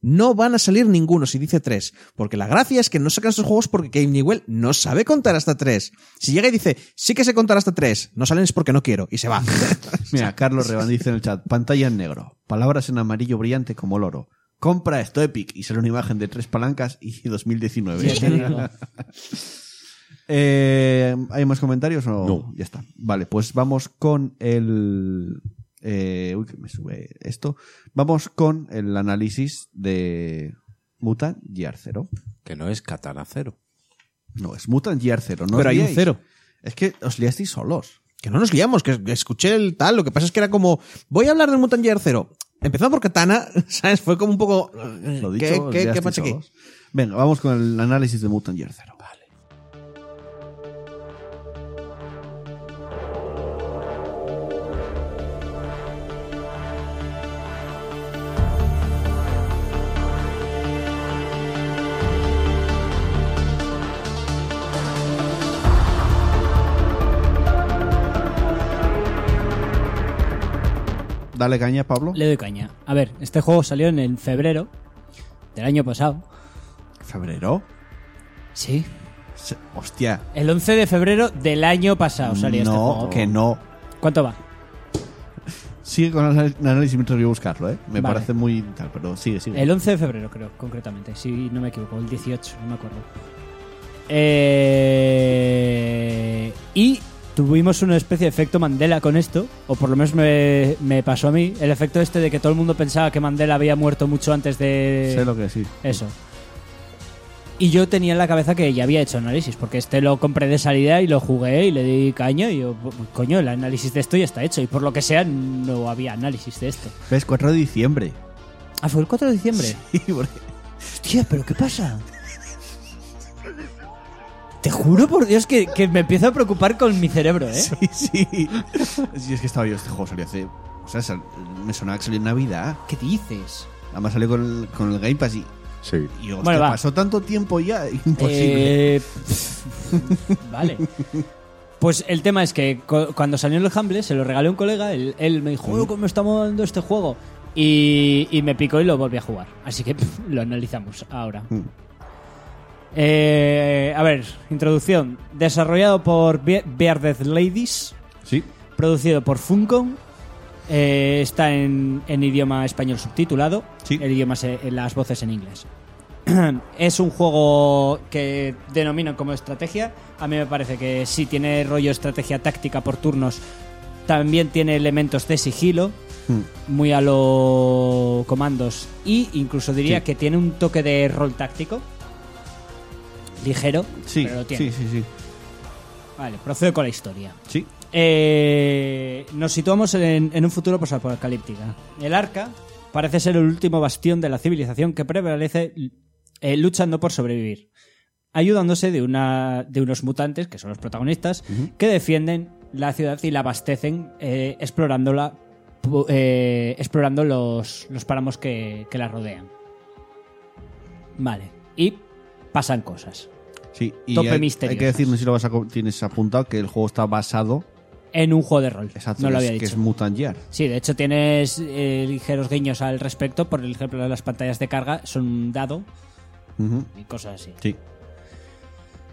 Speaker 4: No van a salir ninguno si dice 3. Porque la gracia es que no sacan esos juegos porque Gabe Newell no sabe contar hasta 3. Si llega y dice, sí que sé contar hasta 3, no salen es porque no quiero, y se va.
Speaker 1: Mira, Carlos Reban dice en el chat, pantalla en negro, palabras en amarillo brillante como el oro. Compra esto Epic y sale una imagen de tres palancas y 2019.
Speaker 3: Ya te digo.
Speaker 1: Eh, ¿Hay más comentarios o
Speaker 2: No.
Speaker 1: ya está? Vale, pues vamos con el. eh, uy, que me sube esto. Vamos con el análisis de Mutant Year Zero.
Speaker 2: Que no es Katana Cero.
Speaker 1: No, es Mutant Year Zero. No
Speaker 4: Pero
Speaker 1: os
Speaker 4: hay un
Speaker 1: liéis.
Speaker 4: cero.
Speaker 1: Es que os liasteis solos.
Speaker 4: Que no nos liamos, que que escuché el tal. Lo que pasa es que era como, voy a hablar del Mutant Year Zero. Empezando por Katana, ¿sabes? Fue como un poco.
Speaker 1: Lo
Speaker 4: ¿qué-
Speaker 1: dicho, os
Speaker 4: ¿Qué, qué,
Speaker 1: liasteis
Speaker 4: pasa aquí?
Speaker 1: solos. Venga, vamos con el análisis de Mutant Year Zero. Vale. Dale caña, Pablo.
Speaker 3: Le doy caña. A ver, este juego salió en el febrero del año pasado.
Speaker 1: Febrero.
Speaker 3: Sí.
Speaker 1: Se- Hostia.
Speaker 3: El 11 de febrero del año pasado salió este
Speaker 1: no,
Speaker 3: juego.
Speaker 1: que no.
Speaker 3: ¿Cuánto va?
Speaker 1: Sigue con el anal- el análisis mientras voy a buscarlo, ¿eh? Me
Speaker 3: Vale.
Speaker 1: parece muy tal, pero sigue, sigue.
Speaker 3: El 11 de febrero, creo, concretamente. Si no me equivoco, el 18, no me acuerdo. Eh, Y tuvimos una especie de efecto Mandela con esto, o por lo menos me, me pasó a mí. El efecto este de que todo el mundo pensaba que Mandela había muerto mucho antes de.
Speaker 1: sé lo que sí.
Speaker 3: Eso. Y yo tenía en la cabeza que ya había hecho análisis, porque este lo compré de salida y lo jugué y le di caña y yo, coño, el análisis de esto ya está hecho. Y por lo que sea, no había análisis de esto.
Speaker 1: ¿Ves? 4 de diciembre.
Speaker 3: Ah, fue el 4 de diciembre.
Speaker 1: Sí, porque-
Speaker 3: Hostia, pero ¿qué pasa? Te juro por Dios que, que me empiezo a preocupar con mi cerebro, ¿eh?
Speaker 1: Sí, sí. Sí, es que estaba yo, este juego salió hace... O sea, sal- me sonaba que salió en Navidad.
Speaker 3: ¿Qué dices?
Speaker 1: Además salió con el, con el Game Pass y...
Speaker 2: Sí.
Speaker 1: y hostia,
Speaker 3: Bueno, va.
Speaker 1: pasó tanto tiempo ya, imposible.
Speaker 3: Eh, pff, vale. Pues el tema es que cu- cuando salió el Humble se lo regalé a un colega, él, él me dijo, "Oh, ¿cómo está dando este juego? Y, y me picó y lo volví a jugar. Así que pff, lo analizamos ahora.
Speaker 1: Mm.
Speaker 3: Eh, a ver, introducción. Desarrollado por Be- Bearded Ladies,
Speaker 1: Sí.
Speaker 3: producido por Funcom. eh, está en, en idioma español subtitulado.
Speaker 1: Sí.
Speaker 3: El idioma se- en las voces en inglés. es un juego que denominan como estrategia. A mí me parece que sí tiene rollo estrategia táctica por turnos. También tiene elementos de sigilo,
Speaker 1: Hmm.
Speaker 3: muy a lo comandos. Y incluso diría que tiene un toque de rol táctico. Ligero,
Speaker 1: Sí,
Speaker 3: pero lo tiene.
Speaker 1: sí, sí, sí.
Speaker 3: Vale, procedo con la historia.
Speaker 1: Sí.
Speaker 3: Eh, nos situamos en, en un futuro posapocalíptica. El arca parece ser el último bastión de la civilización que prevalece eh, luchando por sobrevivir, ayudándose de, una, de unos mutantes, que son los protagonistas, que defienden la ciudad y la abastecen eh, explorándola, pu- eh, explorando los, los páramos que, que la rodean. Vale, y pasan cosas.
Speaker 1: Sí. Y
Speaker 3: Tope
Speaker 1: hay,
Speaker 3: misteriosas.
Speaker 1: hay que decir, no sé si lo vas a, co- tienes apuntado, que el juego está basado...
Speaker 3: En un juego de rol.
Speaker 1: Exacto,
Speaker 3: no lo
Speaker 1: es-
Speaker 3: había
Speaker 1: que
Speaker 3: dicho.
Speaker 1: es Mutant Year.
Speaker 3: Sí, de hecho tienes eh, ligeros guiños al respecto, por ejemplo las pantallas de carga son un dado
Speaker 1: Ujú.
Speaker 3: y cosas así.
Speaker 1: Sí.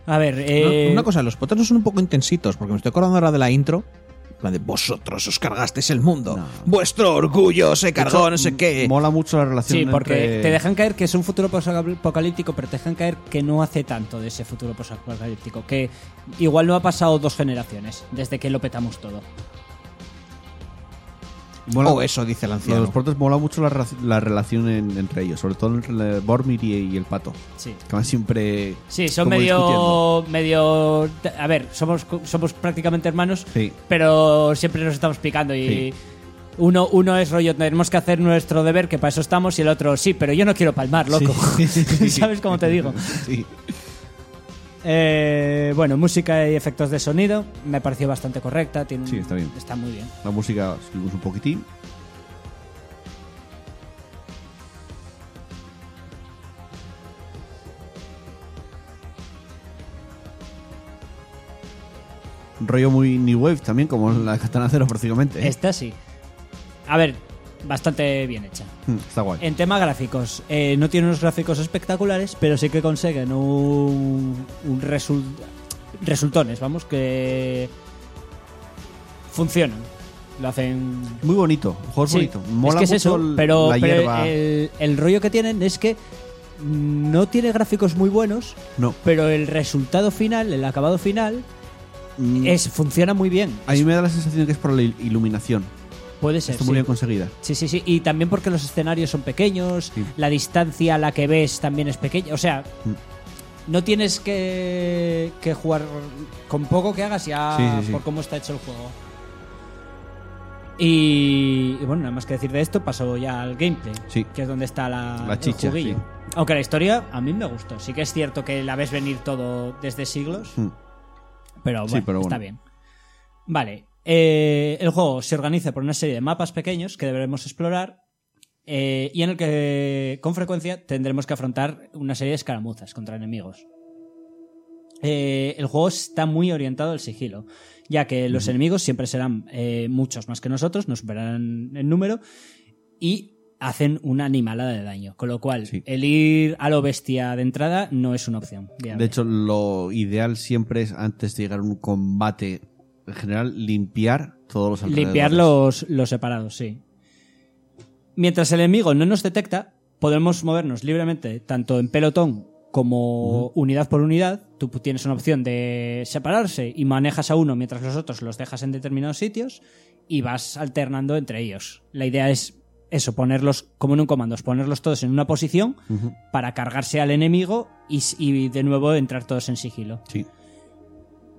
Speaker 3: A ver,
Speaker 4: No,
Speaker 3: eh,
Speaker 4: Una cosa, los potazos son un poco intensitos, porque me estoy acordando ahora de la intro. en plan de, vosotros os cargasteis el mundo.
Speaker 1: No.
Speaker 4: Vuestro orgullo se
Speaker 1: De
Speaker 4: cargó,
Speaker 1: hecho,
Speaker 4: no sé qué.
Speaker 1: Mola mucho la relación
Speaker 3: sí, porque
Speaker 1: entre-
Speaker 3: te dejan caer que es un futuro posapocalíptico, pero te dejan caer que no hace tanto de ese futuro posapocalíptico, que igual no ha pasado dos generaciones desde que lo petamos todo.
Speaker 1: Mola-
Speaker 4: o eso, dice el
Speaker 1: Lo de
Speaker 4: anciano.
Speaker 1: los portes mola mucho la, ra- la relación en- entre ellos, sobre todo entre Bormir y, y el pato.
Speaker 3: Sí.
Speaker 1: Que van siempre.
Speaker 3: Sí, son
Speaker 1: como discutiendo.
Speaker 3: medio, medio... A ver, somos, somos prácticamente hermanos,
Speaker 1: Sí.
Speaker 3: pero siempre nos estamos picando y...
Speaker 1: Sí.
Speaker 3: Uno, uno es rollo, tenemos que hacer nuestro deber, que para eso estamos, y el otro, sí, pero yo no quiero palmar, loco. ¿Sabes cómo te digo?
Speaker 1: Sí.
Speaker 3: Eh, bueno, música y efectos de sonido me pareció bastante correcta. Tiene,
Speaker 1: Sí, está bien.
Speaker 3: Está muy bien.
Speaker 1: La música subimos un poquitín. Rollo muy New Wave también, como la Katana Cero prácticamente. ¿eh?
Speaker 3: Esta sí. A ver, bastante bien hecha.
Speaker 1: Mm, Está guay.
Speaker 3: En tema gráficos, eh, no tiene unos gráficos espectaculares, pero sí que consiguen un, un resul- resultones, vamos, que funcionan. Lo hacen
Speaker 1: Muy bonito, el juego es
Speaker 3: Sí,
Speaker 1: bonito. Mola
Speaker 3: es que es
Speaker 1: mucho
Speaker 3: eso,
Speaker 1: el-
Speaker 3: pero,
Speaker 1: la
Speaker 3: pero eh,
Speaker 1: hierba.
Speaker 3: el, el rollo que tienen es que no tiene gráficos muy buenos,
Speaker 1: No.
Speaker 3: pero el resultado final, el acabado final,
Speaker 1: Mm,
Speaker 3: es funciona muy bien.
Speaker 1: A mí me da la sensación de que es por la il- iluminación.
Speaker 3: Puede ser.
Speaker 1: Está
Speaker 3: sí.
Speaker 1: muy bien conseguida.
Speaker 3: Sí, sí, sí. Y también porque los escenarios son pequeños, la distancia a la que ves también es pequeña. O sea,
Speaker 1: Mm.
Speaker 3: no tienes que, que jugar con poco que hagas ya
Speaker 1: Sí, sí, sí.
Speaker 3: por cómo está hecho el juego. Y, y bueno, nada más que decir de esto, paso ya al gameplay,
Speaker 1: Sí.
Speaker 3: que es donde está la,
Speaker 1: La
Speaker 3: el
Speaker 1: chicha,
Speaker 3: juguillo.
Speaker 1: sí.
Speaker 3: Aunque la historia a mí me gustó. Sí que es cierto que la ves venir todo desde siglos.
Speaker 1: Mm.
Speaker 3: Pero
Speaker 1: Sí,
Speaker 3: bueno,
Speaker 1: pero
Speaker 3: está
Speaker 1: bueno.
Speaker 3: bien. Vale. eh, el juego se organiza por una serie de mapas pequeños que deberemos explorar eh, y en el que con frecuencia tendremos que afrontar una serie de escaramuzas contra enemigos. Eh, el juego está muy orientado al sigilo, ya que los enemigos siempre serán eh, muchos más que nosotros, nos superarán en número y hacen una animalada de daño. Con lo cual,
Speaker 1: Sí.
Speaker 3: el ir a lo bestia de entrada no es una opción.
Speaker 1: De
Speaker 3: viable.
Speaker 1: hecho, lo ideal siempre es antes de llegar a un combate en general limpiar todos los alrededores.
Speaker 3: Limpiar los, los separados, sí. Mientras el enemigo no nos detecta, podemos movernos libremente, tanto en pelotón como unidad por unidad. Tú tienes una opción de separarse y manejas a uno mientras los otros los dejas en determinados sitios y vas alternando entre ellos. La idea es eso, ponerlos como en un comando, es ponerlos todos en una posición
Speaker 1: Ujú,
Speaker 3: para cargarse al enemigo y s- y de nuevo entrar todos en sigilo.
Speaker 1: Sí.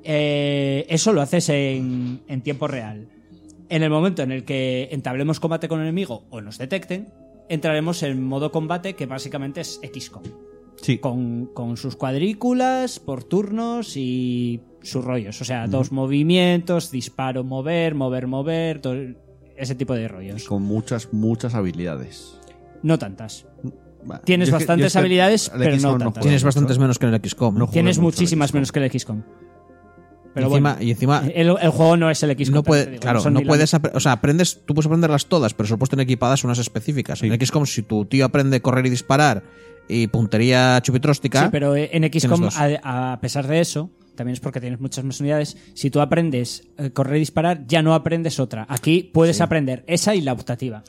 Speaker 3: Eh, eso lo haces en, en tiempo real. En el momento en el que entablemos combate con el enemigo o nos detecten, entraremos en modo combate que básicamente es XCOM.
Speaker 1: Sí.
Speaker 3: Con, con sus cuadrículas, por turnos y sus rollos. O sea, dos movimientos, disparo, mover, mover, mover, todo ese tipo de rollos.
Speaker 1: Con muchas, muchas habilidades.
Speaker 3: No tantas.
Speaker 1: Bueno,
Speaker 3: Tienes
Speaker 1: yo es que-
Speaker 3: bastantes
Speaker 1: yo es que
Speaker 3: habilidades,
Speaker 1: al
Speaker 3: pero no
Speaker 1: Xbox
Speaker 3: tantas.
Speaker 1: juego
Speaker 4: Tienes
Speaker 1: mucho,
Speaker 4: bastantes
Speaker 1: ¿eh?
Speaker 4: menos que en el XCOM.
Speaker 1: No juego
Speaker 3: Tienes
Speaker 1: mucho al
Speaker 3: muchísimas
Speaker 1: XCOM.
Speaker 3: menos que el XCOM.
Speaker 4: y,
Speaker 3: Pero
Speaker 4: encima,
Speaker 3: bueno,
Speaker 4: y encima
Speaker 3: Eh, el, el juego no es el XCOM.
Speaker 4: Ah, no
Speaker 3: puedes
Speaker 4: puede, claro, no puedes, apre- o sea, aprendes, tú puedes aprenderlas todas, pero solo puedes tener equipadas unas específicas. En XCOM, si tu tío aprende a correr y disparar y puntería chupitróstica,
Speaker 3: Sí, pero eh, en XCOM,
Speaker 4: dos.
Speaker 3: a, a pesar de eso, también es porque tienes muchas más unidades. Si tú aprendes eh, correr y disparar, ya no aprendes otra. Aquí puedes aprender esa y la optativa.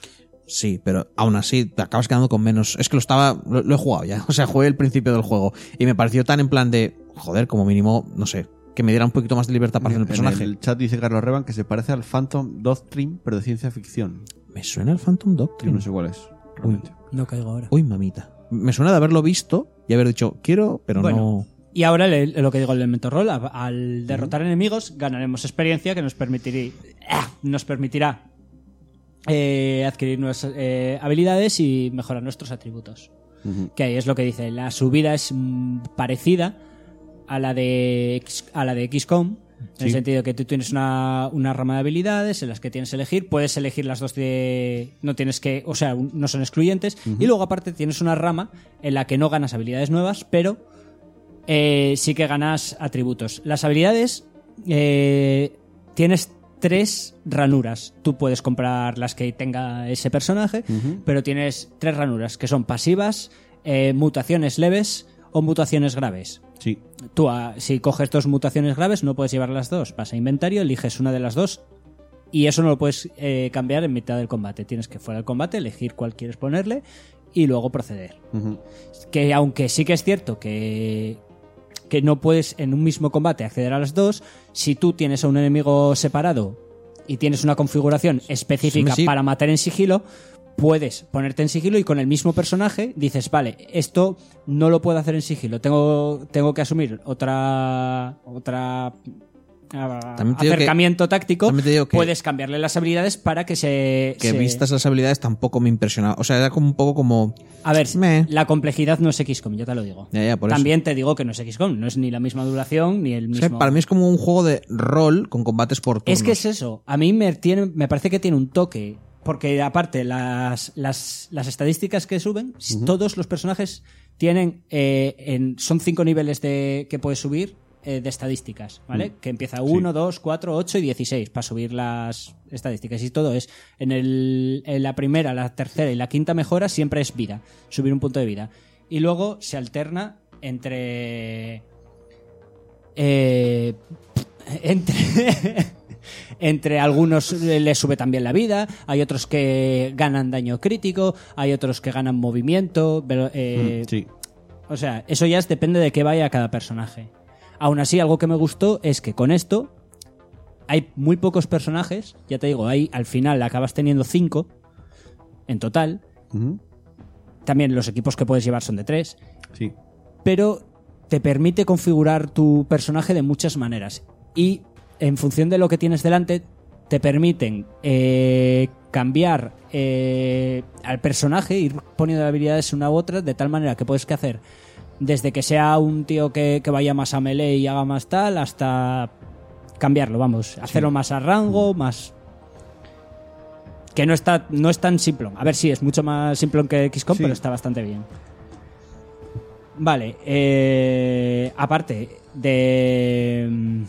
Speaker 4: Sí, pero aún así te acabas quedando con menos. Es que lo estaba. Lo, lo he jugado ya. O sea, jugué el principio del juego. Y me pareció tan en plan de. Joder, como mínimo, no sé. Que me diera un poquito más de libertad para hacer el personaje.
Speaker 1: En el chat dice Carlos Revan que se parece al Phantom Doctrine, pero de ciencia ficción.
Speaker 4: Me suena el
Speaker 1: Yo no
Speaker 4: Phantom
Speaker 3: Mm.
Speaker 4: Doctrine.
Speaker 1: sé cuál es. realmente.
Speaker 3: No caigo ahora.
Speaker 4: Uy, mamita. Me suena de haberlo visto y haber dicho, quiero, pero
Speaker 3: Bueno.
Speaker 4: no.
Speaker 3: Y ahora le- lo que digo, el elemento rol, a- al derrotar enemigos ganaremos experiencia que nos permitirá, ah, nos permitirá eh, adquirir nuevas eh, habilidades y mejorar nuestros atributos.
Speaker 1: Ujú.
Speaker 3: Que ahí es lo que dice, la subida es mm, parecida a la de X- a la de XCOM, en el sentido que tú tienes una, una rama de habilidades en las que tienes que elegir, puedes elegir las dos de no tienes que, o sea, un- no son excluyentes y luego aparte tienes una rama en la que no ganas habilidades nuevas, pero eh, sí que ganas atributos. Las habilidades eh, tienes tres ranuras. Tú puedes comprar las que tenga ese personaje, pero tienes tres ranuras que son pasivas, eh, mutaciones leves o mutaciones graves.
Speaker 1: Sí.
Speaker 3: Tú, ah, si coges dos mutaciones graves, no puedes llevar las dos. Vas a inventario, eliges una de las dos y eso no lo puedes eh, cambiar en mitad del combate. Tienes que fuera del combate elegir cuál quieres ponerle y luego proceder
Speaker 1: Ujú.
Speaker 3: que aunque sí que es cierto que, que no puedes en un mismo combate acceder a las dos, si tú tienes a un enemigo separado y tienes una configuración específica
Speaker 4: Sí, sí.
Speaker 3: para matar en sigilo, puedes ponerte en sigilo y con el mismo personaje dices, vale, esto no lo puedo hacer en sigilo, tengo, tengo que asumir otra... otra ah,
Speaker 4: También te digo que-
Speaker 3: acercamiento táctico
Speaker 4: también te digo que-
Speaker 3: puedes cambiarle las habilidades para que se
Speaker 4: Que
Speaker 3: se-
Speaker 4: vistas las habilidades tampoco me impresionaba. O sea, era como un poco como.
Speaker 3: a ver,
Speaker 4: Meh.
Speaker 3: la complejidad no es XCOM, yo te lo digo.
Speaker 4: Ya, ya, por eso.
Speaker 3: También te digo que no es XCOM, no es ni la misma duración ni el
Speaker 4: O
Speaker 3: mismo.
Speaker 4: sea, para mí es como un juego de rol con combates por turnos.
Speaker 3: Es que es eso. A mí me, tiene, me parece que tiene un toque. Porque aparte, las, las, las estadísticas que suben, todos los personajes tienen. eh, en- son cinco niveles de, que puedes subir eh, de estadísticas, ¿vale?
Speaker 4: Mm.
Speaker 3: Que empieza 1, 2, 4, 8 y 16 para subir las estadísticas. Y todo es. En, el, en la primera, la tercera y la quinta mejora siempre es vida. Subir un punto de vida. Y luego se alterna entre. Eh, entre, entre algunos les sube también la vida, hay otros que ganan daño crítico, hay otros que ganan movimiento. velo- eh,
Speaker 1: Mm, Sí.
Speaker 3: O sea, eso ya es- depende de qué vaya cada personaje. Aún así, algo que me gustó es que con esto hay muy pocos personajes, ya te digo, hay, al final acabas teniendo cinco en total. También los equipos que puedes llevar son de tres,
Speaker 1: Sí.
Speaker 3: pero te permite configurar tu personaje de muchas maneras. Y en función de lo que tienes delante, te permiten eh, cambiar eh, al personaje, ir poniendo habilidades una u otra, de tal manera que puedes que hacer desde que sea un tío que, que vaya más a melee y haga más tal, hasta cambiarlo, vamos, hacerlo más a rango, más... Que no está no es tan simplón. A ver, sí, es mucho más simplón que XCOM,
Speaker 1: Sí.
Speaker 3: pero está bastante bien. Vale, eh, aparte de,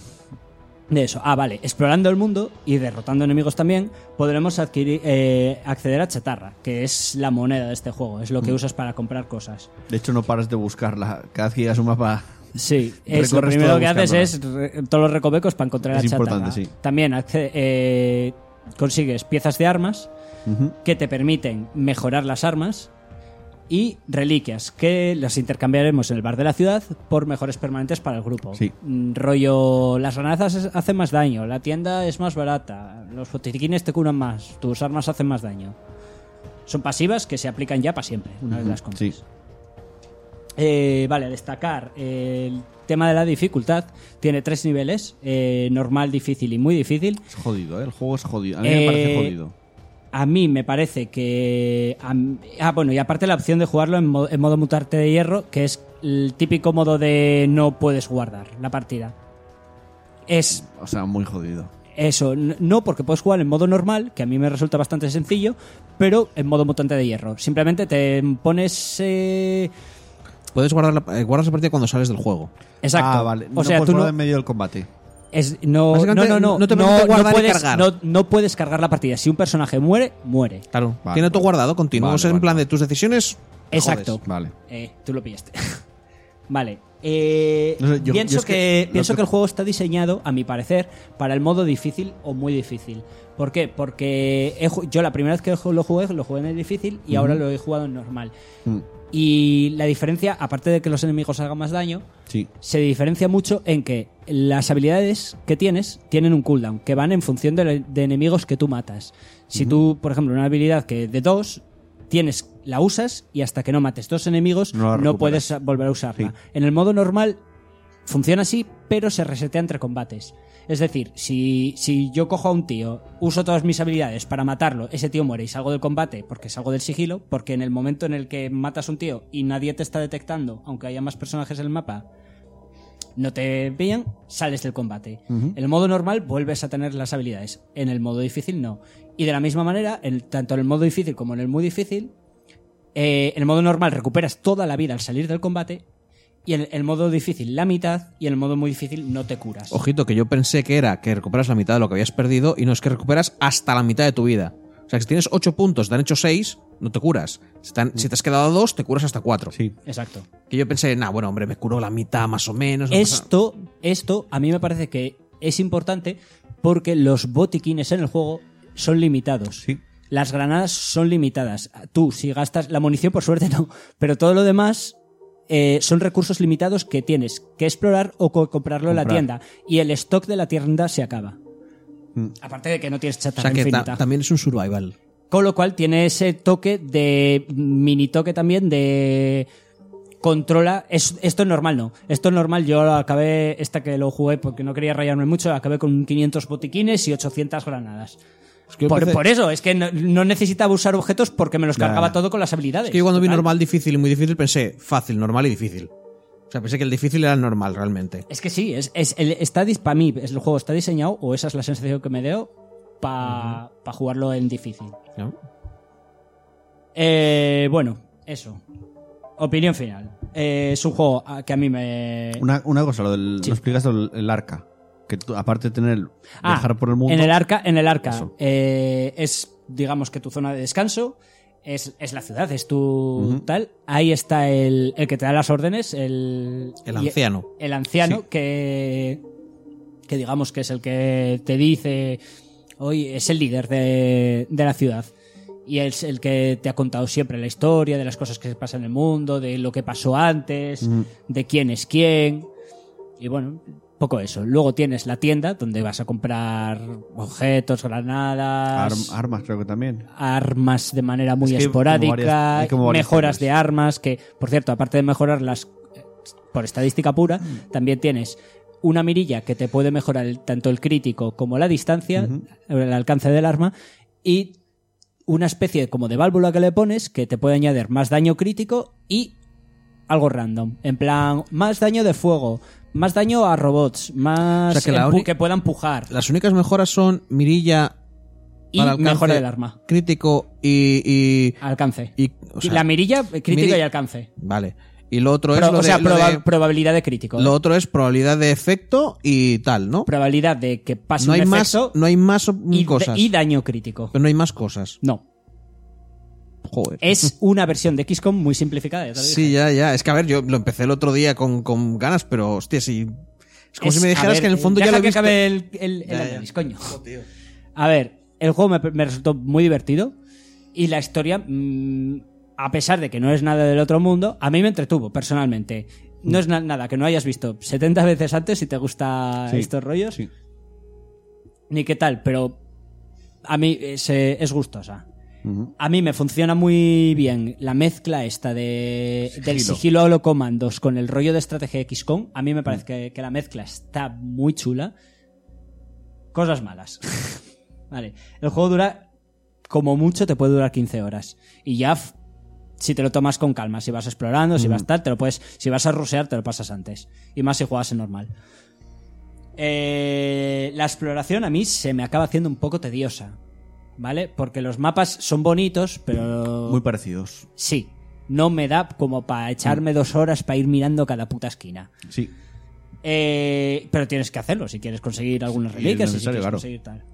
Speaker 3: de eso, ah, vale, explorando el mundo y derrotando enemigos también, podremos adquirir, eh, acceder a chatarra, que es la moneda de este juego, es lo
Speaker 1: Mm.
Speaker 3: que usas para comprar cosas.
Speaker 1: De hecho, no paras de buscarla. Cada vez que llegas a un mapa.
Speaker 3: Sí, es lo
Speaker 1: Recorres
Speaker 3: primero
Speaker 1: todo
Speaker 3: que haces es
Speaker 1: buscándola.
Speaker 3: re- todos los recovecos para encontrar
Speaker 1: Es
Speaker 3: la chatarra.
Speaker 1: importante, sí.
Speaker 3: También acce- eh, consigues piezas de armas que te permiten mejorar las armas y reliquias que las intercambiaremos en el bar de la ciudad por mejores permanentes para el grupo.
Speaker 1: Sí.
Speaker 3: Mm, Rollo, las granadas es- hacen más daño, la tienda es más barata, los botiquines te curan más, tus armas hacen más daño. Son pasivas que se aplican ya para siempre, una vez las compras.
Speaker 1: Sí.
Speaker 3: Eh, vale, a destacar eh, el tema de la dificultad. Tiene tres niveles: eh, normal, difícil y muy difícil.
Speaker 1: Es jodido, ¿eh? El juego es jodido. A mí me parece
Speaker 3: Eh,
Speaker 1: jodido.
Speaker 3: A mí me parece que. a m- ah, bueno, y aparte la opción de jugarlo en, mo- en modo mutarte de hierro, que es el típico modo de no puedes guardar la partida. Es
Speaker 1: O sea, muy jodido.
Speaker 3: Eso, n- no porque puedes jugar en modo normal, que a mí me resulta bastante sencillo, pero en modo mutante de hierro. Simplemente te pones... eh,
Speaker 4: Puedes guardar la, eh, guardas la partida cuando sales del juego.
Speaker 3: Exacto.
Speaker 1: Ah, vale.
Speaker 3: O sea,
Speaker 1: no puedes
Speaker 3: tú
Speaker 1: guardar
Speaker 3: no,
Speaker 1: en medio del combate.
Speaker 3: es- no, no,
Speaker 4: Básicamente,
Speaker 3: no, no,
Speaker 4: no te permite guardar y
Speaker 3: puedes,
Speaker 4: cargar.
Speaker 3: No, no puedes cargar la partida. Si un personaje muere, muere.
Speaker 4: Claro.
Speaker 1: Vale,
Speaker 4: Tiene todo
Speaker 1: vale.
Speaker 4: guardado continuo.
Speaker 1: Vale,
Speaker 4: O sea, en
Speaker 1: vale,
Speaker 4: plan de tus decisiones.
Speaker 3: Exacto.
Speaker 4: jodes.
Speaker 1: Vale.
Speaker 3: Eh, tú lo pillaste. vale. eh,
Speaker 1: No sé, yo-
Speaker 3: pienso
Speaker 1: yo es
Speaker 3: que,
Speaker 1: que lo
Speaker 3: pienso
Speaker 1: que-
Speaker 3: que el juego está diseñado, a mi parecer, para el modo difícil o muy difícil. ¿Por qué? Porque he ju- yo la primera vez que lo jugué, lo jugué en el difícil y ahora lo he jugado en normal.
Speaker 1: Mm.
Speaker 3: Y la diferencia, aparte de que los enemigos hagan más daño,
Speaker 1: Sí.
Speaker 3: se diferencia mucho en que las habilidades que tienes tienen un cooldown, que van en función de, de enemigos que tú matas. Si tú, por ejemplo, una habilidad que de dos, tienes, la usas y hasta que no mates dos enemigos
Speaker 1: No la
Speaker 3: no,
Speaker 1: recuperas.
Speaker 3: puedes volver a usarla.
Speaker 1: Sí.
Speaker 3: En el modo normal funciona así, pero se resetea entre combates. Es decir, si, si yo cojo a un tío, uso todas mis habilidades para matarlo, ese tío muere y salgo del combate porque salgo del sigilo, porque en el momento en el que matas a un tío y nadie te está detectando, aunque haya más personajes en el mapa, no te pillan, sales del combate. En el modo normal vuelves a tener las habilidades, en el modo difícil no. Y de la misma manera, en- tanto en el modo difícil como en el muy difícil, eh, en el modo normal recuperas toda la vida al salir del combate y en el, modo difícil la mitad y en el modo muy difícil no te curas.
Speaker 4: Ojito, que yo pensé que era que recuperas la mitad de lo que habías perdido y no es que recuperas hasta la mitad de tu vida. O sea, que si tienes 8 puntos, te han hecho 6, no te curas. Si te, han- si te has quedado 2, te curas hasta 4.
Speaker 1: Sí.
Speaker 3: Exacto.
Speaker 4: Que yo pensé, nah, bueno, hombre, me curo la mitad más o menos. no pasa nada".
Speaker 3: Esto, esto a mí me parece que es importante porque los botiquines en el juego son limitados.
Speaker 1: Sí.
Speaker 3: Las granadas son limitadas. Tú, si gastas la munición, por suerte no, pero todo lo demás eh, son recursos limitados que tienes que explorar o co- comprarlo en la
Speaker 1: Comprar.
Speaker 3: tienda. Y el stock de la tienda se acaba. Aparte de que no tienes
Speaker 4: Mm. o
Speaker 3: chatarra
Speaker 4: sea, que ta-
Speaker 3: infinita.
Speaker 4: también es un survival.
Speaker 3: Con lo cual tiene ese toque de. mini toque también de. Controla. es- esto es normal, no. Esto es normal. Yo lo acabé. Esta que lo jugué porque no quería rayarme mucho. Acabé con 500 botiquines y 800 granadas.
Speaker 4: que yo
Speaker 3: por,
Speaker 4: empecé-
Speaker 3: por eso, es que no, no necesitaba usar objetos porque me los cargaba todo con las habilidades.
Speaker 4: Es que yo cuando vi
Speaker 3: Total.
Speaker 4: normal, difícil y muy difícil pensé fácil, normal y difícil. O sea, pensé que el difícil era el normal realmente.
Speaker 3: Es que sí, es, es- el- está para mí, es, el juego está diseñado, o esa es la sensación que me dio, para jugarlo en difícil.
Speaker 4: ¿no?
Speaker 3: Eh, bueno, eso. Opinión final. Eh, es un juego a- que a mí me.
Speaker 1: Una, una cosa, lo del,
Speaker 3: Sí.
Speaker 1: lo explicas del el arca. Que tú, aparte de tener.
Speaker 3: Ah,
Speaker 1: viajar por el mundo.
Speaker 3: En el arca, en el arca
Speaker 1: Eso.
Speaker 3: eh, es, digamos que tu zona de descanso. Es, es la ciudad, es tu tal. Ahí está el, el que te da las órdenes, el.
Speaker 4: El
Speaker 3: y-
Speaker 4: anciano.
Speaker 3: el anciano
Speaker 1: Sí.
Speaker 3: que que digamos que es el que te dice hoy es el líder de, de la ciudad y es el que te ha contado siempre la historia de las cosas que se pasan
Speaker 1: Mm.
Speaker 3: en el mundo de lo que pasó antes de quién es quién y bueno poco eso. Luego tienes la tienda donde vas a comprar objetos, granadas,
Speaker 1: Arm- armas creo que también.
Speaker 3: armas de manera muy
Speaker 1: Es que hay como
Speaker 3: esporádica,
Speaker 1: varias- hay como varias
Speaker 3: mejoras
Speaker 1: tiendas.
Speaker 3: de armas, que por cierto, aparte de mejorarlas eh, por estadística pura,
Speaker 1: Mm.
Speaker 3: también tienes una mirilla que te puede mejorar el- tanto el crítico como la distancia, eh, el alcance del arma, y una especie de- como de válvula que le pones que te puede añadir más daño crítico y algo random. En plan, más daño de fuego, más daño a robots, más
Speaker 4: O sea, que la
Speaker 3: empu-
Speaker 4: uni-
Speaker 3: que puedan pujar
Speaker 4: Las únicas mejoras son mirilla
Speaker 3: y
Speaker 4: para alcance
Speaker 3: mejora del arma.
Speaker 4: Crítico y. y-
Speaker 3: Alcance.
Speaker 4: y, o sea,
Speaker 3: la mirilla, eh, crítico
Speaker 4: miri-
Speaker 3: y alcance.
Speaker 4: Vale. Y lo otro
Speaker 3: Pro-
Speaker 4: es lo,
Speaker 3: o
Speaker 4: de,
Speaker 3: sea,
Speaker 4: lo
Speaker 3: proba-
Speaker 4: de-
Speaker 3: probabilidad de crítico.
Speaker 4: lo otro es probabilidad de efecto y tal, ¿no?
Speaker 3: probabilidad de que pase
Speaker 4: No hay
Speaker 3: un
Speaker 4: más,
Speaker 3: efecto
Speaker 4: no hay más op-
Speaker 3: y,
Speaker 4: cosas.
Speaker 3: y daño crítico.
Speaker 4: Pero no hay más cosas.
Speaker 3: No.
Speaker 4: Joder.
Speaker 3: Es una versión de XCOM muy simplificada. ya te lo dije.
Speaker 4: Sí, ya, ya. Es que a ver, yo lo empecé el otro día con, con ganas, pero hostia, si. Es como
Speaker 3: Es-
Speaker 4: si me
Speaker 3: a
Speaker 4: dijeras
Speaker 3: ver, eh,
Speaker 4: que en el fondo ya
Speaker 3: deja
Speaker 4: lo he
Speaker 3: que
Speaker 4: visto.
Speaker 3: acabe el, el- el
Speaker 4: Ya, ya.
Speaker 3: análisis, coño. A ver, el juego me, me resultó muy divertido y la historia, mm, a pesar de que no es nada del otro mundo, a mí me entretuvo personalmente.
Speaker 4: Mm.
Speaker 3: No es na- nada que no hayas visto 70 veces antes si te gusta
Speaker 1: Sí,
Speaker 3: estos rollos.
Speaker 1: sí.
Speaker 3: Ni qué tal, pero a mí es, eh, es gustosa.
Speaker 1: Ujú.
Speaker 3: A mí me funciona muy bien la mezcla esta de, del
Speaker 1: Sigilo.
Speaker 3: sigilo a lo comandos con el rollo de estrategia XCOM. A mí me parece que, que la mezcla está muy chula. Cosas malas. vale. El juego dura, como mucho, te puede durar 15 horas. Y ya, f- si te lo tomas con calma, si vas explorando, si vas tal, te lo puedes. Si vas a rusear, te lo pasas antes. Y más si juegas en normal. Eh, la exploración a mí se me acaba haciendo un poco tediosa. ¿Vale? Porque los mapas son bonitos, pero.
Speaker 1: Muy parecidos.
Speaker 3: sí. No me da como para echarme dos horas para ir mirando cada puta esquina.
Speaker 1: Sí.
Speaker 3: Eh, pero tienes que hacerlo si quieres conseguir algunas
Speaker 1: Sí,
Speaker 3: reliquias.
Speaker 1: es
Speaker 3: y si quieres
Speaker 1: necesario,
Speaker 3: conseguir tal.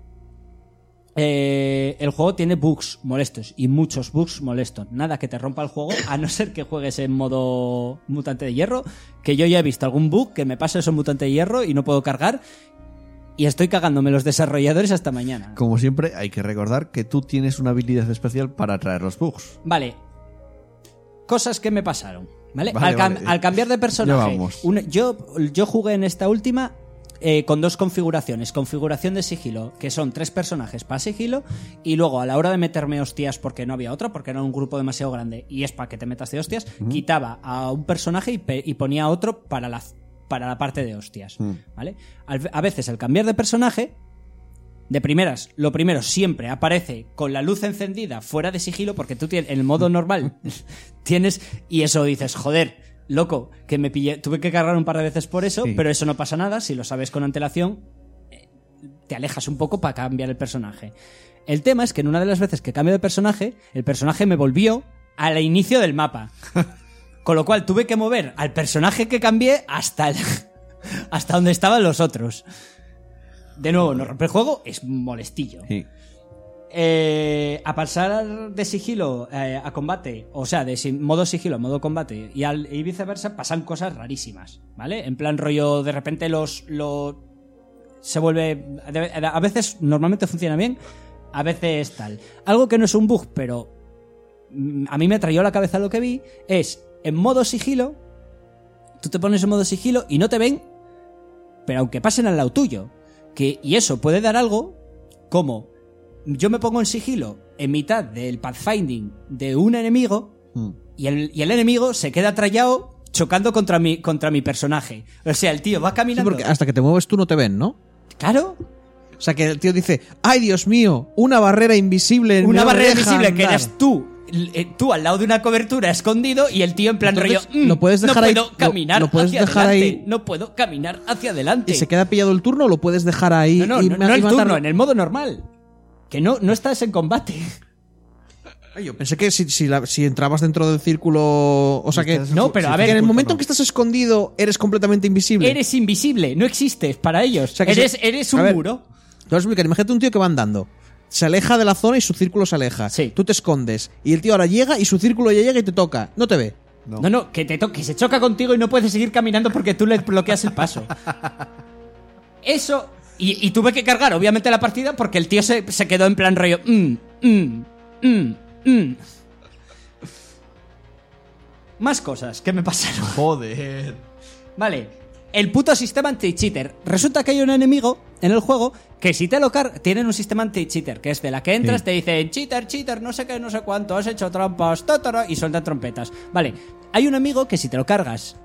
Speaker 3: Eh, el juego tiene bugs molestos y muchos bugs molestos. Nada que te rompa el juego, a no ser que juegues en modo mutante de hierro. Que yo ya he visto algún bug que me pasa eso en mutante de hierro y no puedo cargar. Y estoy cagándome los desarrolladores hasta mañana.
Speaker 1: Como siempre, hay que recordar que tú tienes una habilidad especial para atraer los bugs.
Speaker 3: Vale. Cosas que me pasaron. ¿Vale?
Speaker 1: Vale,
Speaker 3: al, cam-
Speaker 1: vale.
Speaker 3: al cambiar de personaje.
Speaker 1: Ya vamos.
Speaker 3: una- yo, yo jugué en esta última eh, con dos configuraciones. Configuración de sigilo, que son tres personajes para sigilo. Y luego, a la hora de meterme hostias, porque no había otra, porque era un grupo demasiado grande y es para que te metas de hostias, quitaba a un personaje y, pe- y ponía a otro para la, para la parte de hostias.
Speaker 1: Mm.
Speaker 3: ¿Vale? Al- a veces, al cambiar de personaje, de primeras, lo primero siempre aparece con la luz encendida fuera de sigilo porque tú tienes, en el modo normal tienes y eso dices, joder, loco, que me pillé, tuve que cargar un par de veces por eso,
Speaker 1: Sí.
Speaker 3: pero eso no pasa nada, si lo sabes con antelación, eh, te alejas un poco para cambiar el personaje. El tema es que en una de las veces que cambio de personaje, el personaje me volvió al inicio del mapa. Con lo cual tuve que mover al personaje que cambié hasta, el- hasta donde estaban los otros. De nuevo, no romper el juego es molestillo.
Speaker 1: Sí.
Speaker 3: Eh, a pasar de sigilo eh, a combate, o sea, de si- modo sigilo a modo combate y, al, y viceversa, pasan cosas rarísimas, ¿vale? En plan rollo, de repente los... lo- se vuelve... de- a veces normalmente funciona bien, a veces tal. Algo que no es un bug, pero mm, a mí me trayó a la cabeza lo que vi, es en modo sigilo, tú te pones en modo sigilo y no te ven, pero aunque pasen al lado tuyo, que, y eso puede dar algo como yo me pongo en sigilo en mitad del pathfinding de un enemigo
Speaker 4: Mm.
Speaker 3: y el, y el enemigo se queda trallado chocando contra mi, contra mi personaje. O sea, el tío va
Speaker 4: Sí,
Speaker 3: caminando...
Speaker 4: porque hasta que te mueves tú no te ven, ¿no?
Speaker 3: Claro,
Speaker 4: O sea, que el tío dice, ¡ay, Dios mío! Una barrera invisible.
Speaker 3: una
Speaker 4: no
Speaker 3: barrera
Speaker 4: deja
Speaker 3: invisible que
Speaker 4: andar".
Speaker 3: eres tú. eh, Tú al lado de una cobertura escondido y el tío en plan
Speaker 4: Entonces,
Speaker 3: rollo. "Mm,
Speaker 4: lo puedes dejar
Speaker 3: no
Speaker 4: ahí-
Speaker 3: puedo
Speaker 4: lo-
Speaker 3: caminar
Speaker 4: lo puedes
Speaker 3: hacia
Speaker 4: dejar
Speaker 3: adelante.
Speaker 4: ahí-
Speaker 3: No puedo caminar hacia adelante.
Speaker 4: ¿Y se queda pillado el turno o lo puedes dejar ahí
Speaker 3: No, no,
Speaker 4: y,
Speaker 3: no,
Speaker 4: ma-
Speaker 3: no
Speaker 4: y
Speaker 3: el
Speaker 4: matarlo?
Speaker 3: turno, en el modo normal. Que no, no estás en combate.
Speaker 4: Ay, yo pensé que si, si la- si entrabas dentro del círculo. O sea que.
Speaker 1: Estás-
Speaker 3: No, pero a
Speaker 4: que
Speaker 3: ver,
Speaker 4: en el
Speaker 3: culpa,
Speaker 4: momento en que estás escondido, eres completamente invisible.
Speaker 3: Eres invisible, no existes para ellos.
Speaker 4: sea que
Speaker 3: eres,
Speaker 4: si-
Speaker 3: eres
Speaker 4: a
Speaker 3: un
Speaker 4: ver.
Speaker 3: muro.
Speaker 4: Te voy a explicar, imagínate un tío que va andando. Se aleja de la zona y su círculo se aleja.
Speaker 3: Sí.
Speaker 4: Tú te escondes. Y el tío ahora llega y su círculo ya llega y te toca. No te ve.
Speaker 1: No.
Speaker 3: No, no, que te to- que se choca contigo y no puedes seguir caminando porque tú le bloqueas el paso. Eso. Y, y tuve que cargar, obviamente, la partida porque el tío se, se quedó en plan rollo. "Mm, mm, mm, mm". Más cosas que me pasaron.
Speaker 1: Joder.
Speaker 3: Vale. El puto sistema anti-cheater. Resulta que hay un enemigo en el juego que si te lo cargas, tienen un sistema anti-cheater, que es de la que entras,
Speaker 2: Sí.
Speaker 3: te dicen cheater, cheater, no sé qué, no sé cuánto, has hecho trampas, totoro, y sueltan trompetas. Vale, hay un amigo que si te lo cargas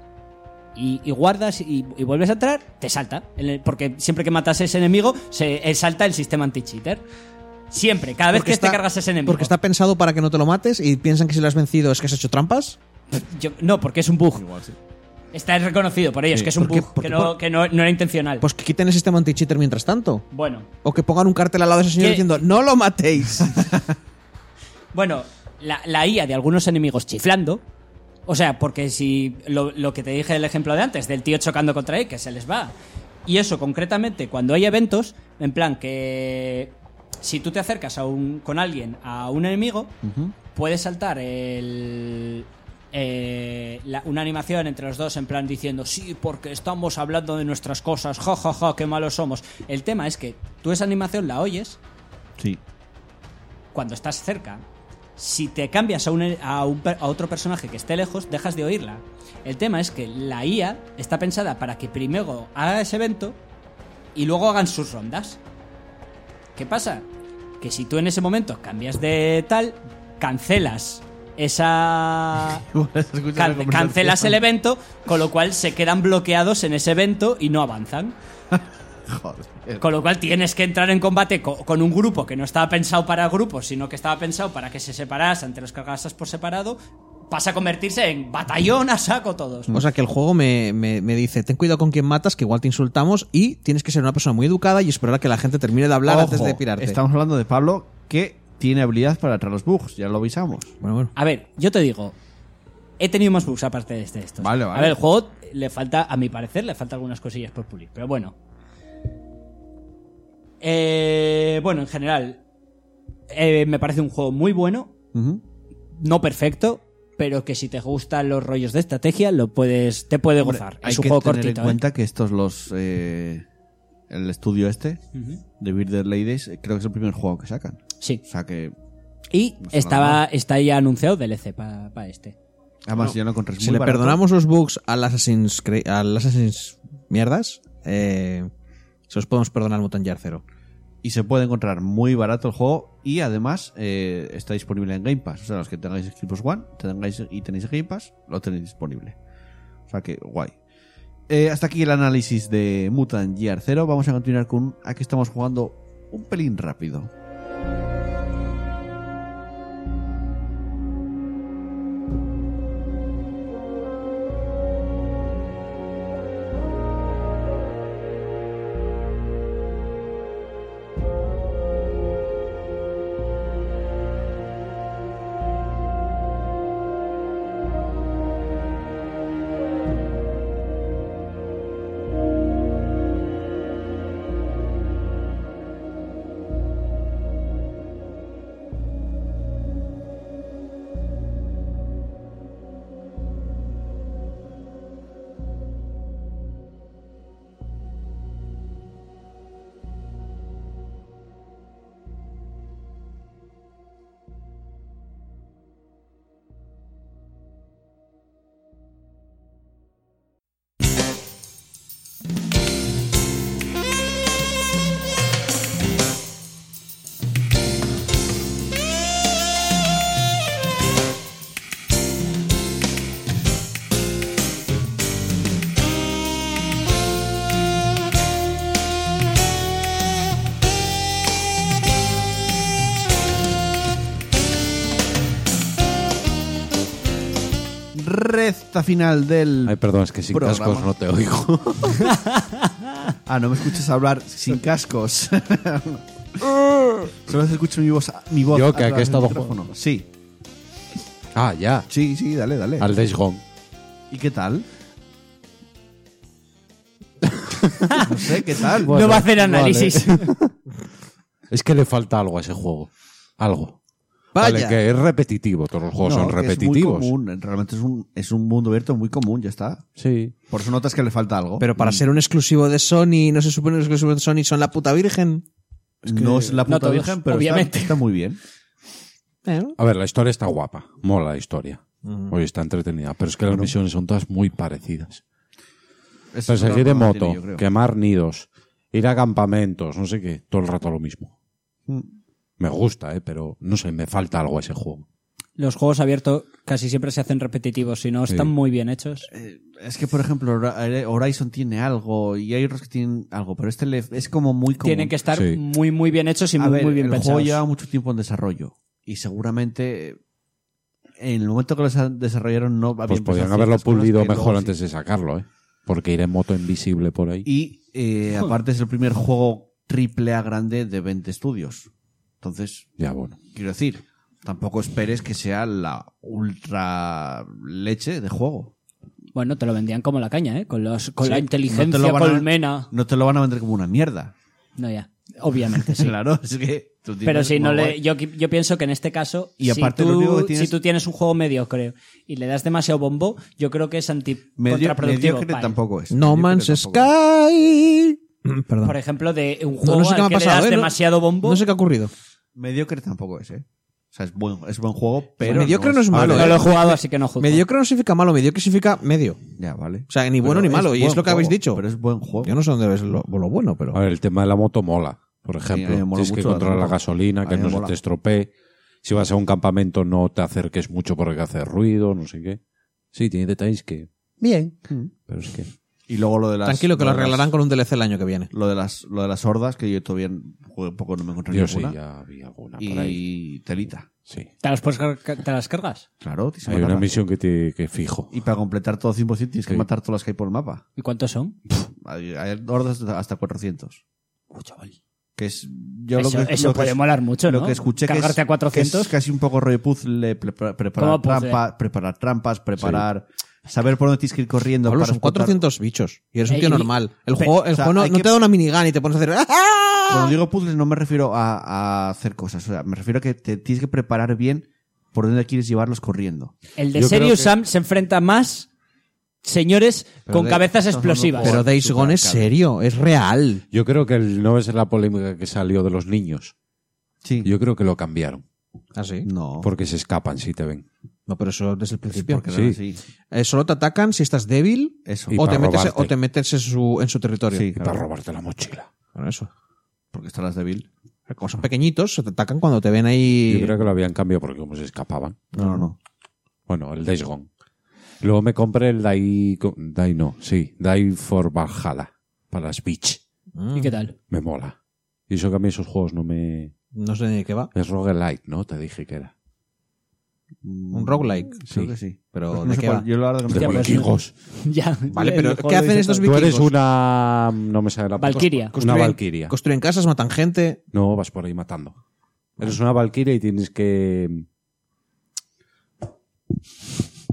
Speaker 3: y, y guardas y, y vuelves a entrar, te salta. En el- Porque siempre que matas a ese enemigo, se eh, salta el sistema anti-cheater. Siempre, cada vez
Speaker 4: Porque
Speaker 3: que
Speaker 4: está-
Speaker 3: te cargas a ese enemigo.
Speaker 4: Porque está pensado para que no te lo mates y piensan que si lo has vencido es que has hecho trampas.
Speaker 3: Yo- no, porque es un bug. Está reconocido por ellos,
Speaker 2: Sí,
Speaker 3: que es un
Speaker 4: porque-
Speaker 3: bug,
Speaker 4: porque-
Speaker 3: que, no, que no- no era intencional.
Speaker 4: Pues que quiten el sistema anti-cheater mientras tanto.
Speaker 3: bueno,
Speaker 4: O que pongan un cartel al lado de ese señor
Speaker 3: ¿Qué?
Speaker 4: diciendo, no lo matéis.
Speaker 3: bueno, la, la IA de algunos enemigos chiflando. O sea, porque si lo, lo que te dije el ejemplo de antes, del tío chocando contra él, que se les va. Y eso concretamente cuando hay eventos, en plan que si tú te acercas a un, con alguien a un enemigo, puedes saltar el, eh, la- una animación entre los dos en plan diciendo sí, porque estamos hablando de nuestras cosas, ja, ja, ja, qué malos somos. El tema es que tú esa animación la oyes
Speaker 1: Sí.
Speaker 3: cuando estás cerca, si te cambias a, un- a un per- a otro personaje que esté lejos, dejas de oírla. El tema es que la IA está pensada para que primero haga ese evento y luego hagan sus rondas. ¿Qué pasa? Que si tú en ese momento cambias de tal, cancelas esa... Can- cancelas el evento, con lo cual se quedan bloqueados en ese evento y no avanzan. Con lo cual tienes que entrar en combate co- con, un grupo que no estaba pensado para grupos, sino que estaba pensado para que se separasen, te los cargasas por separado, pasa a convertirse en batallón a saco todos.
Speaker 1: Mm.
Speaker 4: o sea que el juego me, me- me dice, ten cuidado con quien matas, que igual te insultamos y tienes que ser una persona muy educada y esperar a que la gente termine de hablar antes de pirarte.
Speaker 1: Estamos hablando de Pablo que tiene habilidad para traer los bugs, ya lo avisamos.
Speaker 4: Bueno, bueno.
Speaker 3: A ver, yo te digo, he tenido más bugs aparte de este estos.
Speaker 1: Vale, vale.
Speaker 3: A ver, el juego le falta, a mi parecer, le falta algunas cosillas por pulir, pero bueno. Eh, bueno, en general, eh, me parece un juego muy bueno,
Speaker 4: Ujú.
Speaker 3: no perfecto, pero que si te gustan los rollos de estrategia, lo puedes, te puede gozar.
Speaker 1: Hay
Speaker 3: es un
Speaker 1: que
Speaker 3: juego
Speaker 1: tener
Speaker 3: cortito.
Speaker 1: en
Speaker 3: ¿eh?
Speaker 1: cuenta que estos los eh, el estudio este
Speaker 3: Ujú.
Speaker 1: de Beard Dead Ladies eh, creo que es el primer juego que sacan.
Speaker 3: Sí.
Speaker 1: O sea que
Speaker 3: Y
Speaker 1: No está nada
Speaker 3: estaba, está ya anunciado DLC para este.
Speaker 1: además ya no encontré es
Speaker 4: Pues Si
Speaker 1: muy
Speaker 4: le
Speaker 1: barato.
Speaker 4: perdonamos los bugs al Assassin's, Creed- al Assassin's mierdas, eh, se los podemos perdonar Mutant Year Zero.
Speaker 1: y se puede encontrar muy barato el juego y además eh, está disponible en Game Pass. O sea, los que tengáis Xbox One tengáis, y tenéis Game Pass, lo tenéis disponible. O sea que guay. Eh, hasta aquí el análisis de Mutant Gear 0. Vamos a continuar con a que estamos jugando un pelín rápido. Recta final del.
Speaker 2: Ay, perdón, es que sin
Speaker 1: Programa.
Speaker 2: cascos no te oigo.
Speaker 1: Ah, no me escuchas hablar sin cascos. Solo se escucha mi voz. Mi voz
Speaker 2: Yo,
Speaker 1: a
Speaker 2: que aquí he
Speaker 1: través del
Speaker 2: estado
Speaker 1: micrófono.
Speaker 2: jugando.
Speaker 1: Sí,
Speaker 2: ah, ya. Ah.
Speaker 1: sí, sí, dale, dale.
Speaker 2: Al Days Gone.
Speaker 1: ¿Y qué tal? no sé, ¿qué tal?
Speaker 2: Bueno,
Speaker 3: no va a hacer
Speaker 2: vale.
Speaker 3: análisis.
Speaker 2: Es que le falta algo a ese juego. Algo.
Speaker 4: Vaya.
Speaker 2: Vale, que es repetitivo. Todos los juegos
Speaker 1: No,
Speaker 2: Pues son
Speaker 1: que es muy
Speaker 2: repetitivos.
Speaker 1: común, Realmente es un, es un mundo abierto muy común, ya está.
Speaker 2: Sí.
Speaker 1: Por eso notas que le falta algo.
Speaker 4: Pero para ser un exclusivo de Sony, no se supone que los exclusivos de Sony son la puta virgen.
Speaker 1: no es la
Speaker 3: no
Speaker 1: puta
Speaker 3: todos,
Speaker 1: virgen, pero está-
Speaker 3: obviamente.
Speaker 1: está muy bien.
Speaker 4: Eh,
Speaker 2: A ver, la historia está guapa. pues, Mola la historia. Oye, está entretenida. Pero es que las misiones son todas muy parecidas.
Speaker 1: Eso es
Speaker 2: Perseguir
Speaker 1: lo
Speaker 2: en
Speaker 1: que más
Speaker 2: moto,
Speaker 1: tiene, yo creo.
Speaker 2: quemar nidos, ir a campamentos, no sé qué, todo el rato lo mismo.
Speaker 1: Mm.
Speaker 2: Me gusta, eh, pero no sé, me falta algo a ese juego.
Speaker 3: Los juegos abiertos casi siempre se hacen repetitivos, si no, están muy bien hechos.
Speaker 1: Eh, es que, por ejemplo, Hora- Horizon tiene algo y hay otros que tienen algo, pero este le- es como muy común.
Speaker 3: Tienen que estar
Speaker 2: Sí.
Speaker 3: muy, muy bien hechos y
Speaker 1: A
Speaker 3: muy,
Speaker 1: ver,
Speaker 3: muy bien
Speaker 1: el
Speaker 3: pensados.
Speaker 1: juego lleva mucho tiempo en desarrollo y seguramente eh, en el momento que lo sa- desarrollaron no habían
Speaker 2: Pues
Speaker 1: pensado
Speaker 2: podrían
Speaker 1: ciertas
Speaker 2: haberlo
Speaker 1: cosas
Speaker 2: pulido
Speaker 1: que luego
Speaker 2: mejor
Speaker 1: sí.
Speaker 2: antes de sacarlo, eh. Porque ir en moto invisible por ahí.
Speaker 1: Y eh, aparte es el primer juego triple A grande de 20 estudios. Entonces,
Speaker 2: Ya, bueno.
Speaker 1: quiero decir, tampoco esperes que sea la ultra leche de juego.
Speaker 3: Bueno, te lo vendían como la caña, ¿eh? Con, los, con
Speaker 1: Sí,
Speaker 3: la
Speaker 1: no te
Speaker 3: inteligencia
Speaker 1: lo van a-
Speaker 3: colmena.
Speaker 1: No te lo van a vender como una mierda.
Speaker 3: No, ya. Obviamente, sí.
Speaker 1: Claro, es que tú tienes
Speaker 3: Pero si no
Speaker 1: como-
Speaker 3: le, yo, qui- yo pienso que en este caso,
Speaker 1: Y aparte
Speaker 3: si,
Speaker 1: lo
Speaker 3: tú,
Speaker 1: único que tienes-
Speaker 3: si tú tienes un juego medio, creo, y le das demasiado bombo, yo creo que es anti
Speaker 1: Medio-
Speaker 3: contraproductivo.
Speaker 1: mediocre
Speaker 3: para él.
Speaker 1: tampoco es.
Speaker 4: No
Speaker 1: Mediocre
Speaker 4: Man's
Speaker 1: tampoco es.
Speaker 4: Sky. Perdón.
Speaker 3: Por ejemplo, de un
Speaker 4: No,
Speaker 3: juego
Speaker 4: no sé qué
Speaker 3: al
Speaker 4: me ha
Speaker 3: que le
Speaker 4: pasado.
Speaker 3: das
Speaker 4: ¿eh? No-
Speaker 3: demasiado bombo.
Speaker 4: No sé qué ha ocurrido.
Speaker 1: Mediocre tampoco es, ¿eh? O sea, es buen, es buen juego, pero.
Speaker 4: mediocre no es
Speaker 1: A ver,
Speaker 4: malo,
Speaker 3: no
Speaker 4: ¿eh?
Speaker 3: lo he jugado, así que no juzgo.
Speaker 4: Mediocre no significa malo, mediocre significa medio.
Speaker 1: Ya, vale.
Speaker 4: O sea, ni bueno ni malo, y es
Speaker 1: buen
Speaker 4: lo que habéis
Speaker 1: juego,
Speaker 4: dicho.
Speaker 1: Pero es buen juego.
Speaker 4: Yo no sé dónde ves lo, lo bueno, pero.
Speaker 2: A ver, el tema de la moto mola, por
Speaker 1: a
Speaker 2: ejemplo.
Speaker 1: mí me mola
Speaker 2: Tienes que
Speaker 1: mucho la
Speaker 2: controlar la
Speaker 1: moto. A
Speaker 2: gasolina,
Speaker 1: mí
Speaker 2: que
Speaker 1: me
Speaker 2: no se
Speaker 1: mola.
Speaker 2: te estropee. Si vas a un campamento, no te acerques mucho porque hace ruido, no sé qué. Sí, tiene detalles que.
Speaker 4: Bien.
Speaker 2: Pero es que.
Speaker 1: Y luego lo de las.
Speaker 4: Tranquilo, que lo
Speaker 1: de las-
Speaker 4: arreglarán con un DLC el año que viene.
Speaker 1: Lo de las, lo de las hordas, que yo todavía jugué poco, no me encontré
Speaker 2: Yo sí,
Speaker 1: ninguna.
Speaker 2: ya vi
Speaker 3: Ah,
Speaker 2: alguna por ahí.
Speaker 1: y telita.
Speaker 2: Sí.
Speaker 3: ¿Te las, puedes cargar- te las cargas?
Speaker 1: Claro, tienes que
Speaker 2: Hay una
Speaker 1: matarlas.
Speaker 2: misión que, te, que fijo.
Speaker 1: Y para completar todo 100% tienes que
Speaker 2: Sí.
Speaker 1: matar todas las que hay por el mapa.
Speaker 3: ¿Y cuántos son?
Speaker 1: Hay, hay hordas hasta 400.
Speaker 3: Uy, chaval.
Speaker 1: Que es. Yo
Speaker 3: eso
Speaker 1: lo que,
Speaker 3: eso
Speaker 1: lo que-
Speaker 3: puede molar mucho,
Speaker 1: lo
Speaker 3: ¿no?
Speaker 1: que escuché que es-
Speaker 3: Cargarte a
Speaker 1: que
Speaker 3: 400.
Speaker 1: es casi un poco rollo puzzle, pre- pre- preparar,
Speaker 3: ¿Cómo puzzle?
Speaker 1: trampa- preparar trampas, preparar. Saber por dónde tienes que ir corriendo.
Speaker 4: Pablo,
Speaker 1: para
Speaker 4: son
Speaker 1: explotar.
Speaker 4: 400 bichos. Y eres un tío
Speaker 3: Ey,
Speaker 4: normal. El
Speaker 3: pe-
Speaker 4: juego, el
Speaker 1: o sea,
Speaker 4: juego no,
Speaker 1: hay
Speaker 4: no
Speaker 1: que-
Speaker 4: te da una minigun y te pones a hacer. ¡ah!
Speaker 1: Cuando digo puzzles no me refiero a, a hacer cosas, o sea, me refiero a que te tienes que preparar bien por dónde quieres llevarlos corriendo.
Speaker 3: El de
Speaker 2: Yo creo
Speaker 3: Serious
Speaker 2: que-
Speaker 3: Sam se enfrenta más señores
Speaker 1: Pero
Speaker 3: con
Speaker 1: de-
Speaker 3: cabezas
Speaker 1: estos son los
Speaker 3: explosivas.
Speaker 1: juegos.
Speaker 4: Pero Days
Speaker 1: Super
Speaker 4: Gone es
Speaker 1: arcade.
Speaker 4: serio, es real.
Speaker 2: Yo creo que el- no es la polémica que salió de los niños.
Speaker 1: Sí. Oh.
Speaker 2: Yo creo que lo cambiaron.
Speaker 4: Así.
Speaker 1: no.
Speaker 2: Porque se escapan si te ven.
Speaker 4: No, pero eso desde el principio.
Speaker 1: porque
Speaker 2: Sí.
Speaker 1: eran así.
Speaker 4: Eh, solo te atacan si estás débil
Speaker 1: Eso.
Speaker 2: Y
Speaker 4: o
Speaker 2: para
Speaker 4: te, metes,
Speaker 2: robarte.
Speaker 4: o te metes en su, en su territorio.
Speaker 1: Sí,
Speaker 2: Y para robarte la mochila.
Speaker 4: Bueno, eso.
Speaker 1: Porque estarás débil.
Speaker 4: Como son pequeñitos, se te atacan cuando te ven
Speaker 2: Yo
Speaker 4: ahí.
Speaker 2: creo que lo habían cambiado porque como se escapaban.
Speaker 1: No, no, no.
Speaker 2: Bueno, el Days Gone. Luego me compré el Die... Die no, sí. Die for Valhalla. Para las Beach.
Speaker 4: Mm,
Speaker 3: ¿Y qué tal?
Speaker 2: Me mola. Y eso que a mí esos juegos no me...
Speaker 4: Mm, No sé de qué va.
Speaker 2: Es roguelite, ¿no? Te dije que era.
Speaker 4: Un roguelike.
Speaker 1: Creo que sí. Pues
Speaker 4: Pero
Speaker 1: No
Speaker 4: ¿de
Speaker 1: sé
Speaker 4: qué
Speaker 1: cuál-
Speaker 4: va?
Speaker 1: Yo la verdad que
Speaker 2: De
Speaker 3: Ya,
Speaker 1: no sé.
Speaker 3: pues,
Speaker 2: vikingos.
Speaker 3: Ya.
Speaker 4: Vale,
Speaker 3: el
Speaker 4: pero
Speaker 3: mejor
Speaker 4: ¿qué
Speaker 3: lo
Speaker 4: hacen
Speaker 3: dice
Speaker 4: estos
Speaker 3: todo.
Speaker 2: Tú eres
Speaker 4: vikingos.
Speaker 2: una... No me sale la...
Speaker 3: Valquiria.
Speaker 2: Una valquiria.
Speaker 4: Construyen casas, matan gente.
Speaker 2: No, vas por ahí matando. Eres una valquiria y tienes que...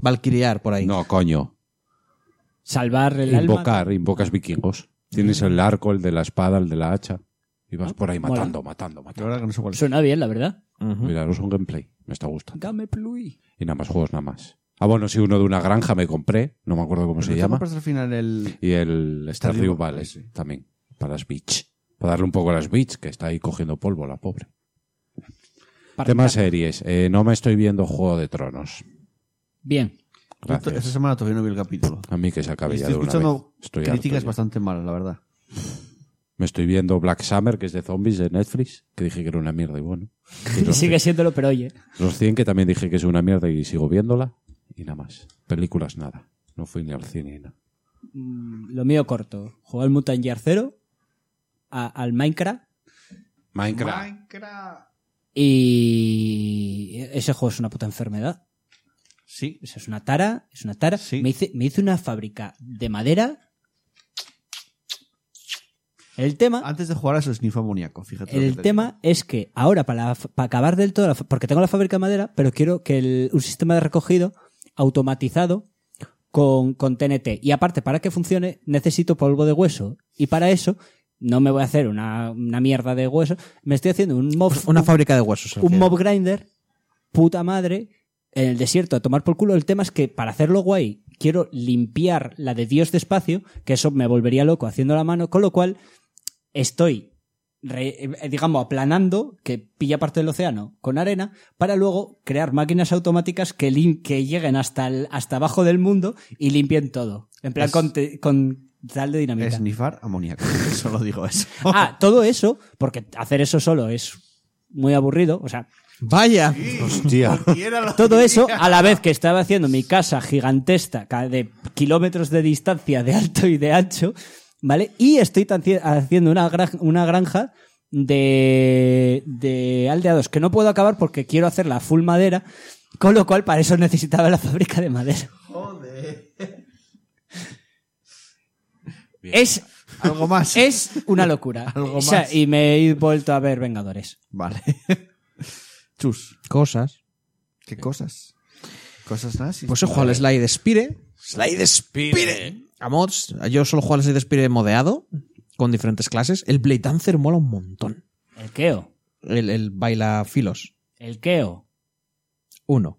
Speaker 4: Valquiriar por ahí.
Speaker 2: No, coño.
Speaker 3: Salvar el alma.
Speaker 2: Invocar, invocas vikingos. Tienes el arco, el de la espada, el de la hacha. Y vas por ahí
Speaker 3: Mola.
Speaker 2: matando, matando,
Speaker 1: La
Speaker 2: matando.
Speaker 1: verdad que no sé cuál es.
Speaker 3: Suena bien, la verdad.
Speaker 4: Ujú.
Speaker 2: Mira, no son gameplay. Me está gustando.
Speaker 3: Dame plui.
Speaker 2: Y nada más juegos, nada más. Ah, bueno, sí, uno de una granja me compré. No me acuerdo cómo se
Speaker 1: Pero
Speaker 2: llama.
Speaker 1: tú compras al final Pues el.
Speaker 2: Y el Stardew
Speaker 1: Stardew
Speaker 2: Valley
Speaker 1: Valley, sí.
Speaker 2: también. Para las Beach. Para darle un poco a las Beach, que está ahí cogiendo polvo la pobre. Tema series. Eh, no me estoy viendo Juego de Tronos.
Speaker 3: Bien.
Speaker 1: Yo to- Esta
Speaker 2: Gracias.
Speaker 1: semana todavía no vi el capítulo.
Speaker 2: A mí que se acabe ya
Speaker 1: Estoy
Speaker 2: de una vez.
Speaker 1: escuchando
Speaker 2: Estoy harto
Speaker 1: críticas
Speaker 2: ya.
Speaker 1: bastante malas, la verdad.
Speaker 2: Me estoy viendo Black Summer, que es de zombies de Netflix, que dije que era una mierda y bueno. Y
Speaker 3: Y
Speaker 2: los,
Speaker 3: sigue siéndolo, pero oye.
Speaker 2: los 100, que también dije que es una mierda y sigo viéndola. Y nada más. Películas, nada. No fui ni al cine ni nada.
Speaker 3: mm, Lo mío corto. Jugar al Mutant Year Zero, a- al Minecraft
Speaker 2: Minecraft.
Speaker 3: y ese juego es una puta enfermedad.
Speaker 1: Sí.
Speaker 3: Eso es una tara, es una tara.
Speaker 1: Sí.
Speaker 3: Me, hice, me hice una fábrica de madera. El tema...
Speaker 1: Antes de jugar a eso, sniff amoníaco, fíjate. lo que
Speaker 3: El
Speaker 1: te
Speaker 3: tema es que ahora, para, la- para acabar del todo, la fa- porque tengo la fábrica de madera, pero quiero que el- un sistema de recogido automatizado con, con TNT. Y aparte, para que funcione, necesito polvo de hueso. Y para eso, no me voy a hacer una, una mierda de hueso. Me estoy haciendo un mob,
Speaker 4: Una fábrica de huesos.
Speaker 3: un mob grinder, puta madre, en el desierto a tomar por culo. El tema es que para hacerlo guay, quiero limpiar la de Dios despacio, que eso me volvería loco haciendo la mano, con lo cual estoy, re- eh, digamos, aplanando, que pilla parte del océano con arena, para luego crear máquinas automáticas que, lim- que lleguen hasta, el- hasta abajo del mundo y limpien todo. En plan, con, te- con tal de dinamita.
Speaker 1: Esnifar amoníaco. Solo digo eso.
Speaker 3: Ah, todo eso, porque hacer eso solo es muy aburrido. O sea,
Speaker 4: Vaya.
Speaker 2: Hostia.
Speaker 3: todo eso a la vez que estaba haciendo mi casa gigantesca ca- de kilómetros de distancia de alto y de ancho, ¿vale? Y estoy tanci- haciendo una, gran- una granja de, de aldeados que no puedo acabar porque quiero hacerla full madera, con lo cual para eso necesitaba la fábrica de madera. Joder. Es,
Speaker 1: Algo más.
Speaker 3: es una locura.
Speaker 1: Algo
Speaker 3: O sea,
Speaker 1: más.
Speaker 3: y me he vuelto a ver Vengadores.
Speaker 1: Vale. Chus.
Speaker 4: Cosas.
Speaker 1: ¿Qué cosas? Cosas nazis.
Speaker 4: Pues he jugado al Slide Spire. Slide Spire. A mods. Yo solo juego al Slide Spire modeado, con diferentes clases. El Blade Dancer mola un montón.
Speaker 3: El Keo.
Speaker 4: El, el baila filos.
Speaker 3: El Keo.
Speaker 4: Uno.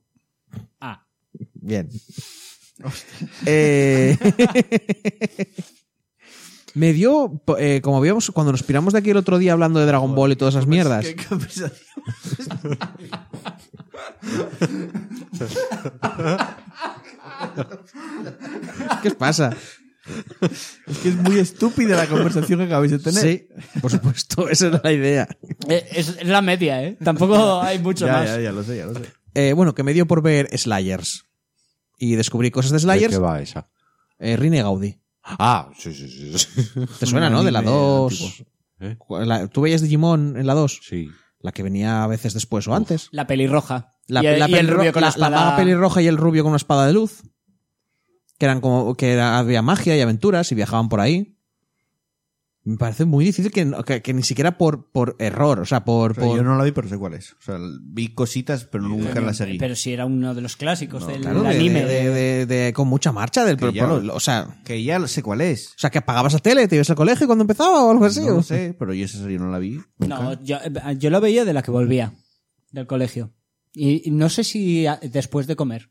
Speaker 3: Ah.
Speaker 4: Bien. Eh, me dio, eh, como habíamos, cuando nos piramos de aquí el otro día hablando de Dragon Ball y todas esas mierdas,
Speaker 1: ¿Qué conversación?
Speaker 4: ¿qué os pasa?
Speaker 1: Es que es muy estúpida la conversación que acabáis de tener.
Speaker 4: Sí, por supuesto, esa era la idea.
Speaker 3: Eh, Es, es la media, ¿eh? Tampoco hay mucho
Speaker 1: Ya,
Speaker 3: más.
Speaker 1: ya, ya lo sé, ya lo sé.
Speaker 4: Eh, bueno, que me dio por ver Slayers. Y descubrí cosas de
Speaker 2: ¿De qué
Speaker 4: Slayers.
Speaker 2: va esa?
Speaker 4: Eh, Rine Gaudi.
Speaker 2: Ah, sí, sí, sí. Sí.
Speaker 4: ¿Te suena, no? De la
Speaker 1: anime
Speaker 4: 2.
Speaker 2: ¿Eh?
Speaker 4: La- ¿Tú veías Digimon en la 2?
Speaker 2: Sí.
Speaker 4: La que venía a veces después o antes.
Speaker 3: La pelirroja.
Speaker 4: La,
Speaker 3: y,
Speaker 4: la
Speaker 3: y el
Speaker 4: pelirro-
Speaker 3: rubio con la,
Speaker 4: la- la
Speaker 3: espada.
Speaker 4: maga pelirroja y el rubio con una espada de luz. Que eran como. que era- había magia y aventuras y viajaban por ahí. Me parece muy difícil que, no- que- que ni siquiera por, por error, o sea, por.
Speaker 1: O sea,
Speaker 4: por-
Speaker 1: yo no la vi, pero sé cuál es. O sea, vi cositas, pero nunca la seguí.
Speaker 3: Pero si era uno de los clásicos del
Speaker 4: claro, de-
Speaker 3: anime.
Speaker 4: de- de- de- con mucha marcha del.
Speaker 1: Que ya-
Speaker 4: bueno, o sea.
Speaker 1: Que ya sé cuál es.
Speaker 4: O sea, que apagabas la tele, te ibas al colegio cuando empezaba o algo así.
Speaker 1: No
Speaker 4: Pues o-
Speaker 1: lo sé, pero yo esa serie no la vi. nunca.
Speaker 3: No, yo, eh, yo lo veía de la que volvía del colegio. Y, y no sé si a- después de comer.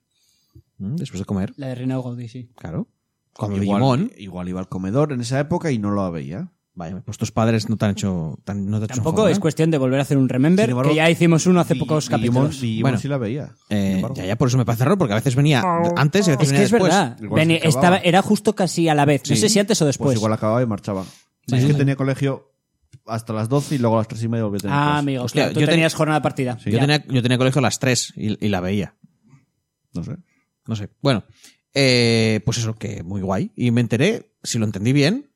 Speaker 4: Mm, Después de comer,
Speaker 3: La de Rina Gaudí, sí.
Speaker 4: claro. Cuando Digimon.
Speaker 1: igual, igual iba al comedor en esa época y no lo veía.
Speaker 4: Vaya, pues tus padres no te han hecho. tan- no te han hecho
Speaker 3: Tampoco
Speaker 4: favor,
Speaker 3: es
Speaker 4: ¿eh?
Speaker 3: cuestión de volver a hacer un Remember,
Speaker 1: Sin embargo,
Speaker 3: que ya hicimos uno hace
Speaker 1: Di-
Speaker 3: pocos
Speaker 1: Digimon-
Speaker 3: capítulos.
Speaker 1: Digimon
Speaker 4: Bueno.
Speaker 1: sí la veía.
Speaker 4: Eh, ya, ya, por eso me parece raro, porque a veces venía antes y a veces
Speaker 3: Es
Speaker 4: venía
Speaker 3: que es
Speaker 4: después.
Speaker 3: verdad.
Speaker 1: igual
Speaker 3: Veni-
Speaker 1: se acababa.
Speaker 3: estaba, era justo casi a la vez. No
Speaker 1: Sí.
Speaker 3: sé si antes o después.
Speaker 1: Pues igual acababa y marchaba. Es que tenía colegio hasta las 12 y luego a las 3 y media volví a tener
Speaker 3: ah,
Speaker 1: clase.
Speaker 3: amigo,
Speaker 4: Hostia,
Speaker 3: claro, tú
Speaker 4: yo ten-
Speaker 3: tenías jornada de partida.
Speaker 4: Yo,
Speaker 3: Ya.
Speaker 4: tenía, yo tenía colegio a las 3 y, y la veía.
Speaker 1: No sé.
Speaker 4: No sé. Bueno, eh, pues eso, que muy guay. Y me enteré, si lo entendí bien,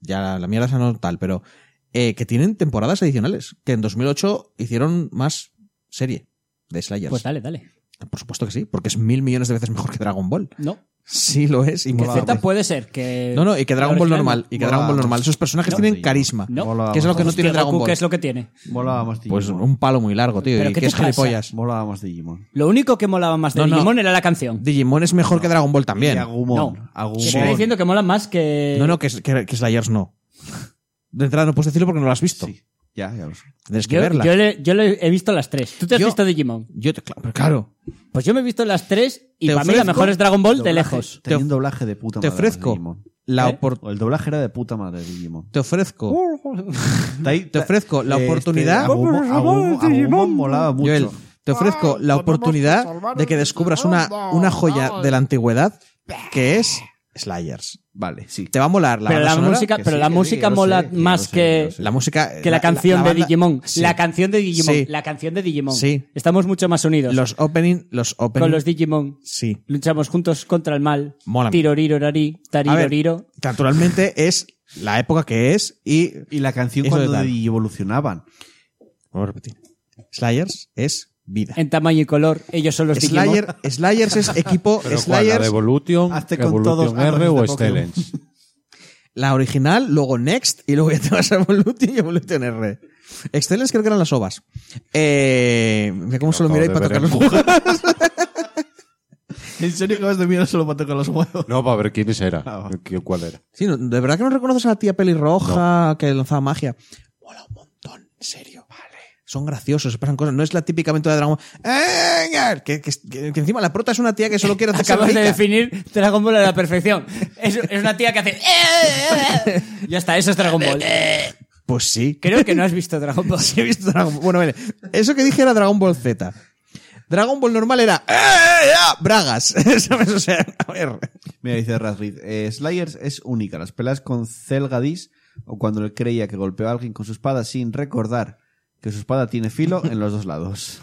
Speaker 4: ya la, la mierda esa no tal, pero eh, que tienen temporadas adicionales. Que en 2008 hicieron más serie de Slayers.
Speaker 3: Pues dale, dale.
Speaker 4: por supuesto que sí, porque es mil millones de veces mejor que Dragon Ball.
Speaker 3: No.
Speaker 4: Sí lo es. Y
Speaker 3: Que
Speaker 4: mola.
Speaker 3: Z puede ser que.
Speaker 4: No, no, y que
Speaker 3: la
Speaker 4: Dragon Ball
Speaker 3: original no.
Speaker 4: normal. Y que
Speaker 1: Mola.
Speaker 4: Dragon Ball normal. Esos personajes
Speaker 1: No.
Speaker 4: tienen carisma.
Speaker 3: No.
Speaker 1: Mola
Speaker 4: Que es lo que no
Speaker 1: más-
Speaker 4: tiene
Speaker 3: Hostia,
Speaker 4: Dragon
Speaker 3: Goku,
Speaker 4: Ball.
Speaker 3: ¿Qué es lo que tiene?
Speaker 1: Molaba más Digimon.
Speaker 4: Pues un palo muy largo, tío.
Speaker 3: ¿Pero
Speaker 4: ¿Y
Speaker 3: qué
Speaker 4: qué
Speaker 3: te
Speaker 4: es
Speaker 3: pasa?
Speaker 4: gilipollas?
Speaker 1: Molaba más Digimon.
Speaker 3: Lo único que molaba más de
Speaker 4: No, no.
Speaker 3: Digimon era la canción.
Speaker 4: Digimon es mejor que Dragon Ball también.
Speaker 1: Y Agumon.
Speaker 3: No.
Speaker 1: Agumon.
Speaker 3: Que está diciendo que mola más que.
Speaker 4: No, no, que, es- que, que Slayers no. De entrada no puedes decirlo porque no lo has visto.
Speaker 1: Sí. Ya, ya lo sé.
Speaker 4: Tienes que
Speaker 3: Yo,
Speaker 4: verla.
Speaker 3: yo le, yo le he visto las tres. ¿Tú te has
Speaker 4: Yo-
Speaker 3: visto Digimon?
Speaker 4: Yo te- claro, pero claro,
Speaker 3: Pues yo me he visto las tres y
Speaker 4: Te
Speaker 3: para mí la
Speaker 4: ofrezco
Speaker 3: mejor es Dragon Ball de
Speaker 1: Doblaje.
Speaker 3: lejos.
Speaker 1: Tenía
Speaker 4: Te
Speaker 1: un doblaje de puta
Speaker 4: te
Speaker 1: madre.
Speaker 4: ofrezco
Speaker 1: Digimon.
Speaker 4: la
Speaker 3: ¿Eh? Uh,
Speaker 4: opor-
Speaker 1: El doblaje era de puta madre de Digimon.
Speaker 4: te ofrezco.
Speaker 1: Te,
Speaker 4: ofrezco
Speaker 1: Este,
Speaker 4: la oportunidad-
Speaker 1: Agumon, Agumon- Agumon molaba mucho.
Speaker 4: Joel, te ofrezco la oportunidad de que descubras una, una joya de la antigüedad que es Slayers.
Speaker 1: Vale, sí.
Speaker 4: Te va a molar la
Speaker 3: pero
Speaker 4: banda
Speaker 3: la
Speaker 4: sonora.
Speaker 3: música,
Speaker 1: que
Speaker 3: pero
Speaker 1: sí,
Speaker 3: la
Speaker 1: que sí,
Speaker 3: música
Speaker 1: que lo
Speaker 3: mola
Speaker 1: sé, que
Speaker 3: más
Speaker 1: lo sé,
Speaker 3: que,
Speaker 1: que lo sé.
Speaker 4: La música
Speaker 3: que la, canción de Digimon. La canción de Digimon.
Speaker 4: Sí.
Speaker 3: La canción de Digimon.
Speaker 4: Sí.
Speaker 3: Estamos mucho más unidos.
Speaker 4: Los opening, los opening.
Speaker 3: Con los Digimon.
Speaker 4: sí.
Speaker 3: Luchamos juntos contra el mal.
Speaker 4: Mola.
Speaker 3: Tirorirorari,
Speaker 4: A ver,
Speaker 3: tariroririro.
Speaker 4: naturalmente es la época que es y...
Speaker 1: Y la canción
Speaker 4: Eso de
Speaker 1: cuando
Speaker 4: tal.
Speaker 1: evolucionaban.
Speaker 4: Vamos a repetir. Slayers es vida.
Speaker 3: En tamaño y color, ellos son los Digimon.
Speaker 4: Slayer, Slayers es equipo...
Speaker 2: Pero ¿cuál? ¿La de
Speaker 4: Slayers,
Speaker 2: Evolution,
Speaker 1: Hazte con
Speaker 2: Evolution
Speaker 1: todos
Speaker 2: R
Speaker 1: árboles
Speaker 2: o
Speaker 1: de Pokémon.
Speaker 2: Stellens?
Speaker 4: la original, luego Next y luego ya te vas a Evolution y Evolution R. Excellence creo que eran las ovas. Eh, mira cómo se lo
Speaker 2: acabo
Speaker 4: miráis
Speaker 2: de
Speaker 4: para
Speaker 2: ver en
Speaker 4: tocar los
Speaker 2: Google.
Speaker 4: juegos.
Speaker 1: ¿En serio que vas de mirar solo para tocar los huevos?
Speaker 2: No, para ver quiénes era.
Speaker 1: Ah, va.
Speaker 2: qué- ¿Cuál era?
Speaker 4: Sí, no, de verdad que no reconoces a la tía pelirroja que lanzaba magia. Mola un montón, en serio. Vale. Son graciosos, se pasan cosas. No es la típica aventura de Dragon Ball. ¡Eh! Que, que- que- que encima la prota es una tía que solo quiere hacerse
Speaker 3: Acabas de
Speaker 4: rica.
Speaker 3: definir Dragon Ball a la perfección. Es, es una tía que hace. "Eh". ya está, eso es Dragon Ball.
Speaker 4: Pues sí.
Speaker 3: Creo que no has visto Dragon Ball.
Speaker 4: Sí he visto Dragon Ball. Bueno, vale. Eso que dije era Dragon Ball Z. Dragon Ball normal era. "Eh, eh, ah, Bragas. ¿Sabes? O sea, a ver.
Speaker 1: Mira, dice Razrid, eh, Slayers es única. Las peleas con Zelgadis o cuando él creía que golpeó a alguien con su espada sin recordar que su espada tiene filo en los dos lados.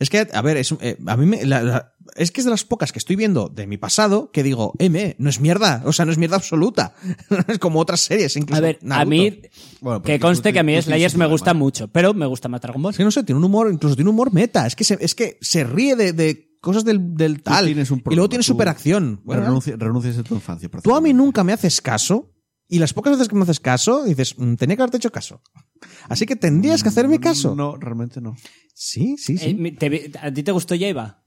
Speaker 4: Es que, a ver, es, un- eh, a mí me- la- la- es que es de las pocas que estoy viendo de mi pasado que digo, M, no es mierda. O sea, no es mierda absoluta. es como otras series, incluso.
Speaker 3: A ver, a
Speaker 4: Naruto. pues
Speaker 3: mí,
Speaker 1: Bueno, porque
Speaker 3: que
Speaker 1: tú-
Speaker 3: conste que a mí
Speaker 1: tú
Speaker 3: Slayers
Speaker 1: tienes
Speaker 3: me
Speaker 1: un
Speaker 3: gusta
Speaker 1: problema.
Speaker 3: mucho, pero me gusta más Dragon Ball.
Speaker 4: Es que no sé, tiene un humor, incluso tiene un humor meta. Es que se, es que se ríe de, de cosas del, del tal.
Speaker 1: tienes un
Speaker 4: y luego
Speaker 1: problema,
Speaker 4: tiene
Speaker 1: tú-
Speaker 4: superacción.
Speaker 1: Bueno,
Speaker 4: ¿verdad?
Speaker 1: renuncia- renuncias a tu infancia. por
Speaker 4: Tú a mí
Speaker 1: cierto.
Speaker 4: nunca me haces caso. Y las pocas veces que me haces caso, dices, "Mm, tenía que haberte hecho caso. Así que tendrías que hacerme caso.
Speaker 1: Mm, No, realmente no.
Speaker 4: Sí, sí,
Speaker 3: Eh,
Speaker 4: sí.
Speaker 3: mi- te vi- ¿A ti te gustó Jaiba?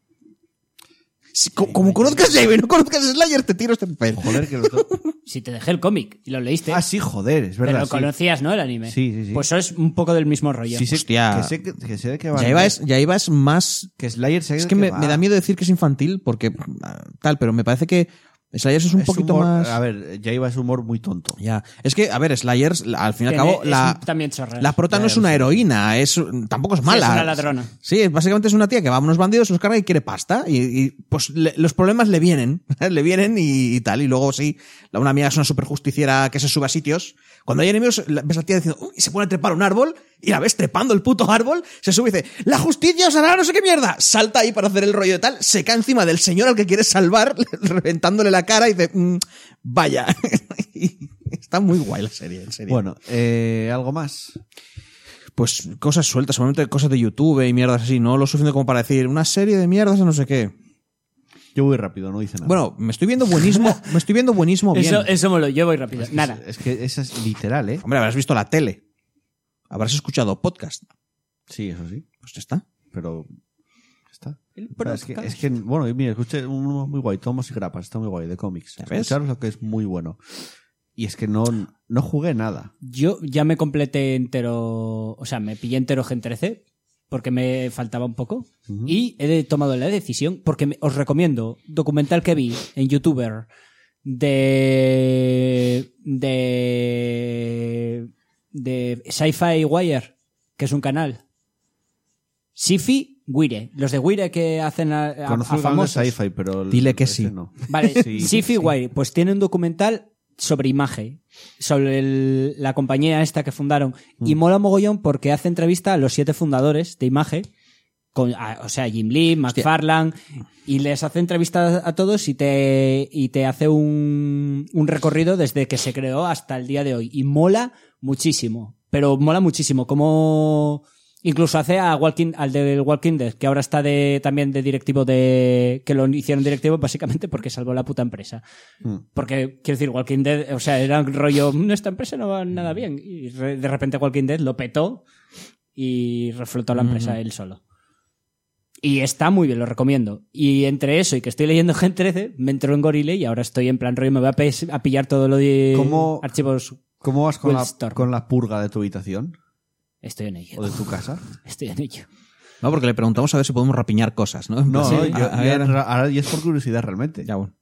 Speaker 4: Sí, co- como conozcas Jave y no conozcas Slayer, te tiro este papel.
Speaker 1: Joder, que los dos-
Speaker 3: Si te dejé el cómic y lo leíste.
Speaker 1: Ah, sí, joder, es verdad.
Speaker 3: pero
Speaker 1: sí.
Speaker 3: conocías, ¿no? El anime.
Speaker 1: Sí, sí, sí.
Speaker 3: Pues eso es un poco del mismo rollo.
Speaker 1: Sí, sé-
Speaker 4: Hostia.
Speaker 1: Que sé, que, que sé de qué va.
Speaker 4: Jaiba es, Jaiba es más.
Speaker 1: Que Slayer sé
Speaker 4: Es
Speaker 1: de
Speaker 4: que
Speaker 1: qué
Speaker 4: me,
Speaker 1: va.
Speaker 4: me da miedo decir que es infantil porque ah, tal, pero me parece que Slayer es un poquito
Speaker 1: humor-
Speaker 4: más.
Speaker 1: A ver, Jaiba es humor muy tonto.
Speaker 4: Ya. Es que, a ver, Slayers, la- al fin y al
Speaker 3: Tiene-
Speaker 4: cabo,
Speaker 3: es
Speaker 4: la,
Speaker 3: un- también chorrera.
Speaker 4: la prota no es una heroína, es, tampoco es
Speaker 3: Sí,
Speaker 4: mala.
Speaker 3: es una ladrona.
Speaker 4: Sí, es- básicamente es una tía que va a unos bandidos, los carga y quiere pasta. Y, y, pues le- los problemas le vienen, le vienen y, y tal. Y luego sí, la, una amiga es una super justiciera que se sube a sitios. Cuando hay enemigos, la- ves a la tía diciendo, "Uy", y se pone a trepar un árbol y la ves trepando el puto árbol, se sube y dice, la justicia os hará no sé qué mierda. Salta ahí para hacer el rollo de tal, se cae encima del señor al que quiere salvar, reventándole la cara y dice, "Mm, vaya. Y Está muy guay la serie, en serio.
Speaker 1: Bueno, eh, algo más.
Speaker 4: pues cosas sueltas, seguramente cosas de YouTube y mierdas así, no lo suficiente como para decir una serie de mierdas o no sé qué.
Speaker 1: Yo voy rápido, no dice nada.
Speaker 4: Bueno, me estoy viendo buenísimo, me estoy viendo buenísimo bien.
Speaker 3: Eso, eso me lo llevo y rápido. Nada.
Speaker 1: Es que esa es literal, ¿eh?
Speaker 4: Hombre, habrás visto la tele. Habrás escuchado podcast.
Speaker 1: Sí, eso sí.
Speaker 4: Pues ya está.
Speaker 1: Pero. ya Está. O sea, es, que, es que, bueno, y mira, escuché uno muy guay, Tomos y Grapas, está muy guay, de cómics.
Speaker 4: ves?
Speaker 1: Escucharos lo que es muy bueno. Y es que no, no jugué nada.
Speaker 3: Yo ya me completé entero, o sea, me pillé entero Gen 13 porque me faltaba un poco y he de- tomado la decisión porque me- os recomiendo documental que vi en YouTuber de de de Sci-Fi Wire, que es un canal. Sifi Wire, los de Wire que hacen a, a-
Speaker 1: Conozco
Speaker 3: a
Speaker 1: el canal de
Speaker 3: famosos.
Speaker 1: sci-fi, pero. el-
Speaker 4: Dile que
Speaker 1: ese
Speaker 4: sí.
Speaker 1: no.
Speaker 3: Vale,
Speaker 1: Sí,
Speaker 3: sí,
Speaker 1: sí.
Speaker 3: Wire, pues tiene un documental sobre imagen, sobre el- la compañía esta que fundaron. Y mola mogollón porque hace entrevista a los siete fundadores de imagen, con, a- o sea, Jim Lee, McFarlane, y les hace entrevistas a todos y te, y te hace un, un recorrido desde que se creó hasta el día de hoy. Y mola muchísimo, pero mola muchísimo. Como incluso hace a Walking, al del Walking Dead, que ahora está de, también de directivo de, que lo hicieron directivo básicamente porque salvó la puta empresa.
Speaker 1: Hmm.
Speaker 3: Porque, quiero decir, Walking Dead, o sea, era un rollo, "Mm, esta empresa no
Speaker 1: Hmm.
Speaker 3: va nada bien. Y re- de repente Walking Dead lo petó y reflotó la empresa
Speaker 1: Hmm.
Speaker 3: él solo. Y está muy bien, lo recomiendo. Y entre eso y que estoy leyendo Gen 13, me entró en Gorille y ahora estoy en plan rollo, me voy a, pe- a pillar todo lo de
Speaker 1: ¿Cómo-
Speaker 3: archivos.
Speaker 1: ¿Cómo vas con la,
Speaker 3: Wildstorm.
Speaker 1: con la purga de tu habitación?
Speaker 3: Estoy en ello.
Speaker 1: ¿O de tu casa?
Speaker 3: Estoy en ello.
Speaker 4: No, porque le preguntamos a ver si podemos rapiñar cosas, ¿no? En
Speaker 1: No,
Speaker 4: plan,
Speaker 1: no,
Speaker 4: sí,
Speaker 1: yo-
Speaker 4: a-
Speaker 1: yo
Speaker 4: a ver,
Speaker 1: ra- ahora y es por curiosidad realmente.
Speaker 4: ya, bueno.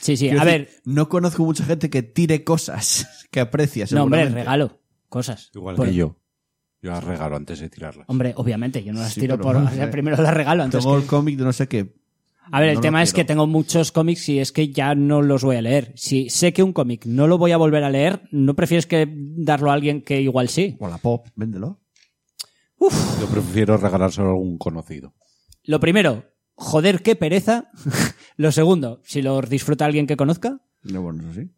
Speaker 3: Sí, sí,
Speaker 1: Quiero
Speaker 3: a
Speaker 1: decir,
Speaker 3: ver.
Speaker 1: No conozco mucha gente que tire cosas que aprecias.
Speaker 3: No, hombre, regalo cosas.
Speaker 2: Igual
Speaker 3: Por-
Speaker 2: que yo. Yo las regalo antes de tirarlas.
Speaker 3: Hombre, obviamente, yo no las
Speaker 1: Sí,
Speaker 3: tiro
Speaker 1: pero
Speaker 3: por.
Speaker 1: vamos
Speaker 3: o
Speaker 1: a
Speaker 3: sea,
Speaker 1: ver.
Speaker 3: primero las regalo antes
Speaker 1: Tengo
Speaker 3: que-
Speaker 1: el cómic de no sé qué.
Speaker 3: A ver, el
Speaker 1: No lo
Speaker 3: tema es que
Speaker 1: quiero.
Speaker 3: tengo muchos cómics y es que ya no los voy a leer. Si sé que un cómic no lo voy a volver a leer, ¿no prefieres que darlo a alguien que igual sí?
Speaker 1: O la pop, véndelo.
Speaker 2: Yo prefiero regalárselo a algún conocido.
Speaker 3: Lo primero, joder, qué pereza. lo segundo, si lo disfruta alguien que conozca.
Speaker 1: No, bueno, eso sí.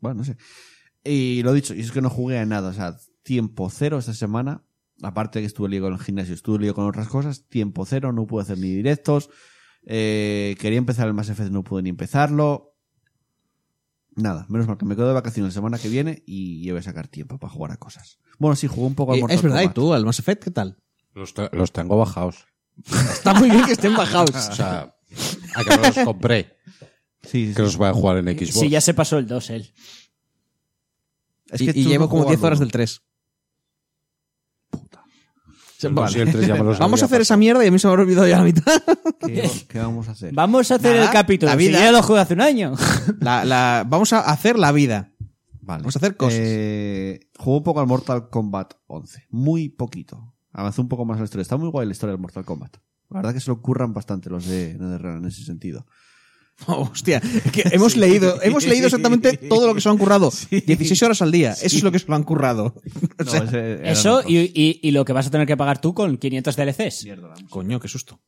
Speaker 1: Bueno, no sé. Y lo dicho, y es que no jugué a nada. O sea, tiempo cero esta semana. Aparte que estuve lío con el gimnasio, estuve lío con otras cosas. Tiempo cero, no pude hacer ni directos. Eh, quería empezar el Mass Effect, no pude ni empezarlo. Nada, menos mal que me quedo de vacaciones la semana que viene y yo voy a sacar tiempo para jugar a cosas. Bueno, sí, jugué un poco al
Speaker 4: Eh,
Speaker 1: Mortal
Speaker 4: es verdad, ¿y
Speaker 1: Kombat.
Speaker 4: tú, al Mass Effect, qué tal?
Speaker 2: Los, te- los tengo bajados.
Speaker 4: Está muy bien que estén bajados.
Speaker 2: O sea, a Ah, que no los compré.
Speaker 1: Sí, sí, sí.
Speaker 2: Que los voy a jugar en Xbox.
Speaker 3: Si ya se pasó el 2, él.
Speaker 1: Es
Speaker 4: y,
Speaker 1: que
Speaker 4: y
Speaker 1: tú
Speaker 4: llevo
Speaker 1: no
Speaker 4: como
Speaker 1: juegas
Speaker 4: 10 horas
Speaker 1: uno.
Speaker 4: del 3.
Speaker 2: Los dos y el tres ya me los
Speaker 4: Vamos
Speaker 2: había
Speaker 4: a hacer esa
Speaker 2: pasado.
Speaker 4: mierda y a mí se me habrá olvidado ya la mitad.
Speaker 1: ¿Qué, qué vamos a hacer?
Speaker 3: Vamos a hacer
Speaker 4: Nada,
Speaker 3: el capítulo.
Speaker 4: la
Speaker 3: Si
Speaker 4: vida.
Speaker 3: yo lo jugué hace un año.
Speaker 4: La- la- vamos a hacer la vida.
Speaker 1: Vale.
Speaker 4: Vamos a hacer cosas.
Speaker 1: Eh, jugué un poco al Mortal Kombat 11. Muy poquito. Avancé un poco más en la historia. Está muy guay la historia del Mortal Kombat. La verdad que se lo curran bastante los de NetherRealm en ese sentido.
Speaker 4: Oh, hostia, que hemos leído, hemos leído exactamente todo lo que se lo han currado. 16 horas al día, eso es lo que se lo han currado. O sea,
Speaker 1: No, ese era
Speaker 3: Eso
Speaker 1: mejor.
Speaker 3: y, y- y lo que vas a tener que pagar tú con 500 DLCs.
Speaker 4: Coño, qué susto.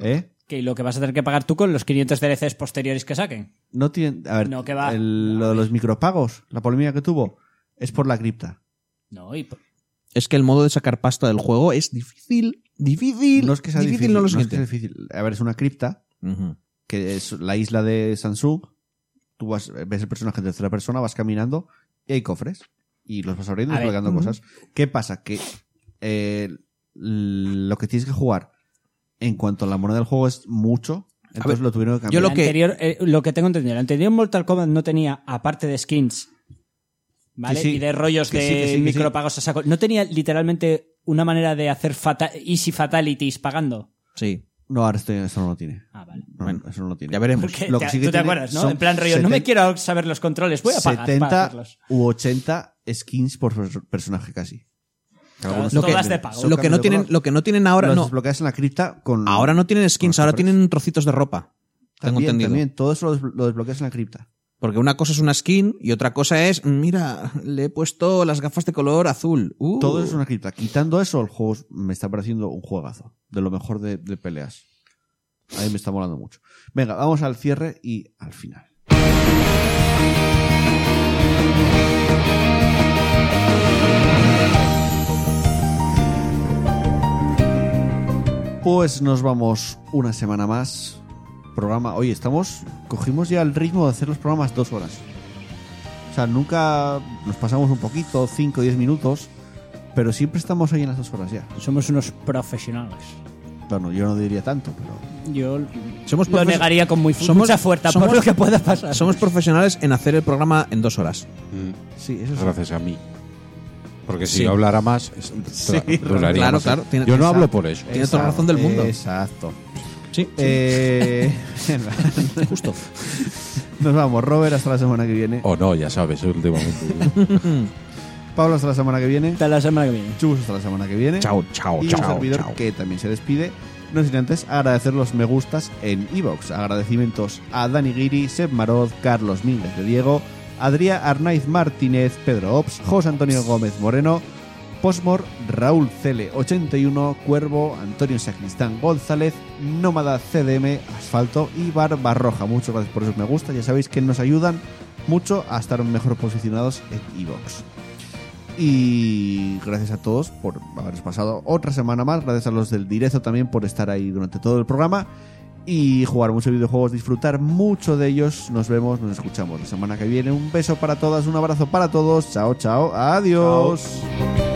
Speaker 1: ¿Eh?
Speaker 3: Que lo que vas a tener que pagar tú con los 500 DLCs posteriores que saquen.
Speaker 1: No tienen. A ver,
Speaker 3: No, que va.
Speaker 1: el- lo de los micropagos, la polémica que tuvo, es por la cripta.
Speaker 3: No, y por-
Speaker 4: Es que el modo de sacar pasta del juego es difícil, difícil,
Speaker 1: No es que sea
Speaker 4: difícil,
Speaker 1: difícil,
Speaker 4: no lo
Speaker 1: es que
Speaker 4: siguiente.
Speaker 1: sea difícil. A ver, es una cripta
Speaker 4: Ujú.
Speaker 1: que es la isla de Sansú. Tú vas, ves el personaje en tercera persona, vas caminando y hay cofres. Y los vas abriendo y
Speaker 3: A ver,
Speaker 1: desbloqueando cosas. ¿Qué pasa? Que eh, lo que tienes que jugar en cuanto a la moneda del juego es mucho. Entonces
Speaker 4: ver,
Speaker 1: lo tuvieron que cambiar.
Speaker 4: yo lo
Speaker 3: el
Speaker 4: que-
Speaker 3: anterior, eh, lo que tengo entendido, el anterior Mortal Kombat no tenía, aparte de skins, ¿vale?
Speaker 1: Que sí,
Speaker 3: y de rollos
Speaker 1: que
Speaker 3: de
Speaker 1: sí, que sí, que sí.
Speaker 3: micropagos a saco, no tenía literalmente una manera de hacer fata- easy fatalities pagando.
Speaker 4: Sí,
Speaker 1: No, ahora esto, eso no lo tiene.
Speaker 3: Ah, vale.
Speaker 1: No,
Speaker 4: Bueno,
Speaker 1: eso no lo tiene.
Speaker 4: ya veremos.
Speaker 3: Porque
Speaker 1: Pues Lo
Speaker 3: te-
Speaker 1: que sí
Speaker 3: tú
Speaker 1: que
Speaker 3: te
Speaker 1: tiene
Speaker 3: acuerdas, ¿no?
Speaker 1: son
Speaker 3: En plan rollo, no me
Speaker 1: 70
Speaker 3: quiero saber los controles, voy a pagar para
Speaker 1: 70
Speaker 3: hacerlos.
Speaker 1: u 80 skins por per- personaje casi.
Speaker 3: Todas,
Speaker 4: lo que-
Speaker 3: todas de pago.
Speaker 1: Son
Speaker 4: lo que
Speaker 1: cambios
Speaker 4: no
Speaker 1: de
Speaker 4: tienen,
Speaker 1: color.
Speaker 4: lo que no tienen ahora,
Speaker 1: Los
Speaker 4: no,
Speaker 1: desbloqueas en la cripta con.
Speaker 4: ahora no tienen skins,
Speaker 1: con
Speaker 4: ahora
Speaker 1: cofres.
Speaker 4: tienen trocitos de ropa. Tengo
Speaker 1: También,
Speaker 4: entendido.
Speaker 1: También, todo eso lo des- lo desbloqueas en la cripta.
Speaker 4: Porque una cosa es una skin y otra cosa es, mira, le he puesto las gafas de color azul. Uh.
Speaker 1: Todo eso es una cripta. Quitando eso, el juego es- me está pareciendo un juegazo. De lo mejor de, de peleas. A mí me está molando mucho. Venga, vamos al cierre y al final. Pues nos vamos una semana más. Programa. Oye, estamos. Cogimos ya el ritmo de hacer los programas dos horas. O sea, nunca nos pasamos un poquito, 5 o 10 minutos, pero siempre estamos ahí en las dos horas ya.
Speaker 3: Somos unos profesionales.
Speaker 1: Bueno, yo no diría tanto, pero.
Speaker 3: Yo
Speaker 4: Somos
Speaker 3: lo
Speaker 4: profes-
Speaker 3: negaría con muy fu-
Speaker 4: somos-
Speaker 3: mucha fuerza
Speaker 4: somos-
Speaker 3: por lo que pueda pasar.
Speaker 4: Somos profesionales en hacer el programa en dos horas.
Speaker 1: Sí, eso es.
Speaker 2: Gracias a mí. Porque si
Speaker 4: Sí.
Speaker 2: yo hablara más, es- duraría
Speaker 4: claro,
Speaker 2: más.
Speaker 4: claro, tiene-
Speaker 2: yo no
Speaker 4: esa-
Speaker 2: hablo por eso.
Speaker 4: tiene toda la razón del mundo.
Speaker 1: Exacto.
Speaker 4: Sí,
Speaker 1: Eh,
Speaker 4: justo. Oh.
Speaker 1: nos vamos, Robert, hasta la semana que viene.
Speaker 2: O no, ya sabes, últimamente.
Speaker 1: Pablo, hasta la semana que viene.
Speaker 3: Hasta la semana que viene.
Speaker 1: Chus, hasta la semana que viene.
Speaker 4: Chao, chao,
Speaker 1: y un
Speaker 4: chao.
Speaker 1: servidor
Speaker 4: chao.
Speaker 1: que también se despide. No sin antes agradecer los me gustas en iVoox. Agradecimientos a Dani Guiri, Seb Marod, Carlos Mínguez de Diego, Adrián Arnaiz Martínez, Pedro Ops, José Antonio Gómez Moreno, Posmor, Raúl Cele81, Cuervo, Antonio Sacristán González, Nómada CDM, Asfalto y Barbarroja. Muchas gracias por esos me gusta. Ya sabéis que nos ayudan mucho a estar mejor posicionados en iVoox. Y gracias a todos por haberos pasado otra semana más. Gracias a los del directo también por estar ahí durante todo el programa. Y jugar muchos videojuegos, disfrutar mucho de ellos. Nos vemos, nos escuchamos la semana que viene. Un beso para todas, un abrazo para todos. Chao, chao. Adiós.
Speaker 4: Chao.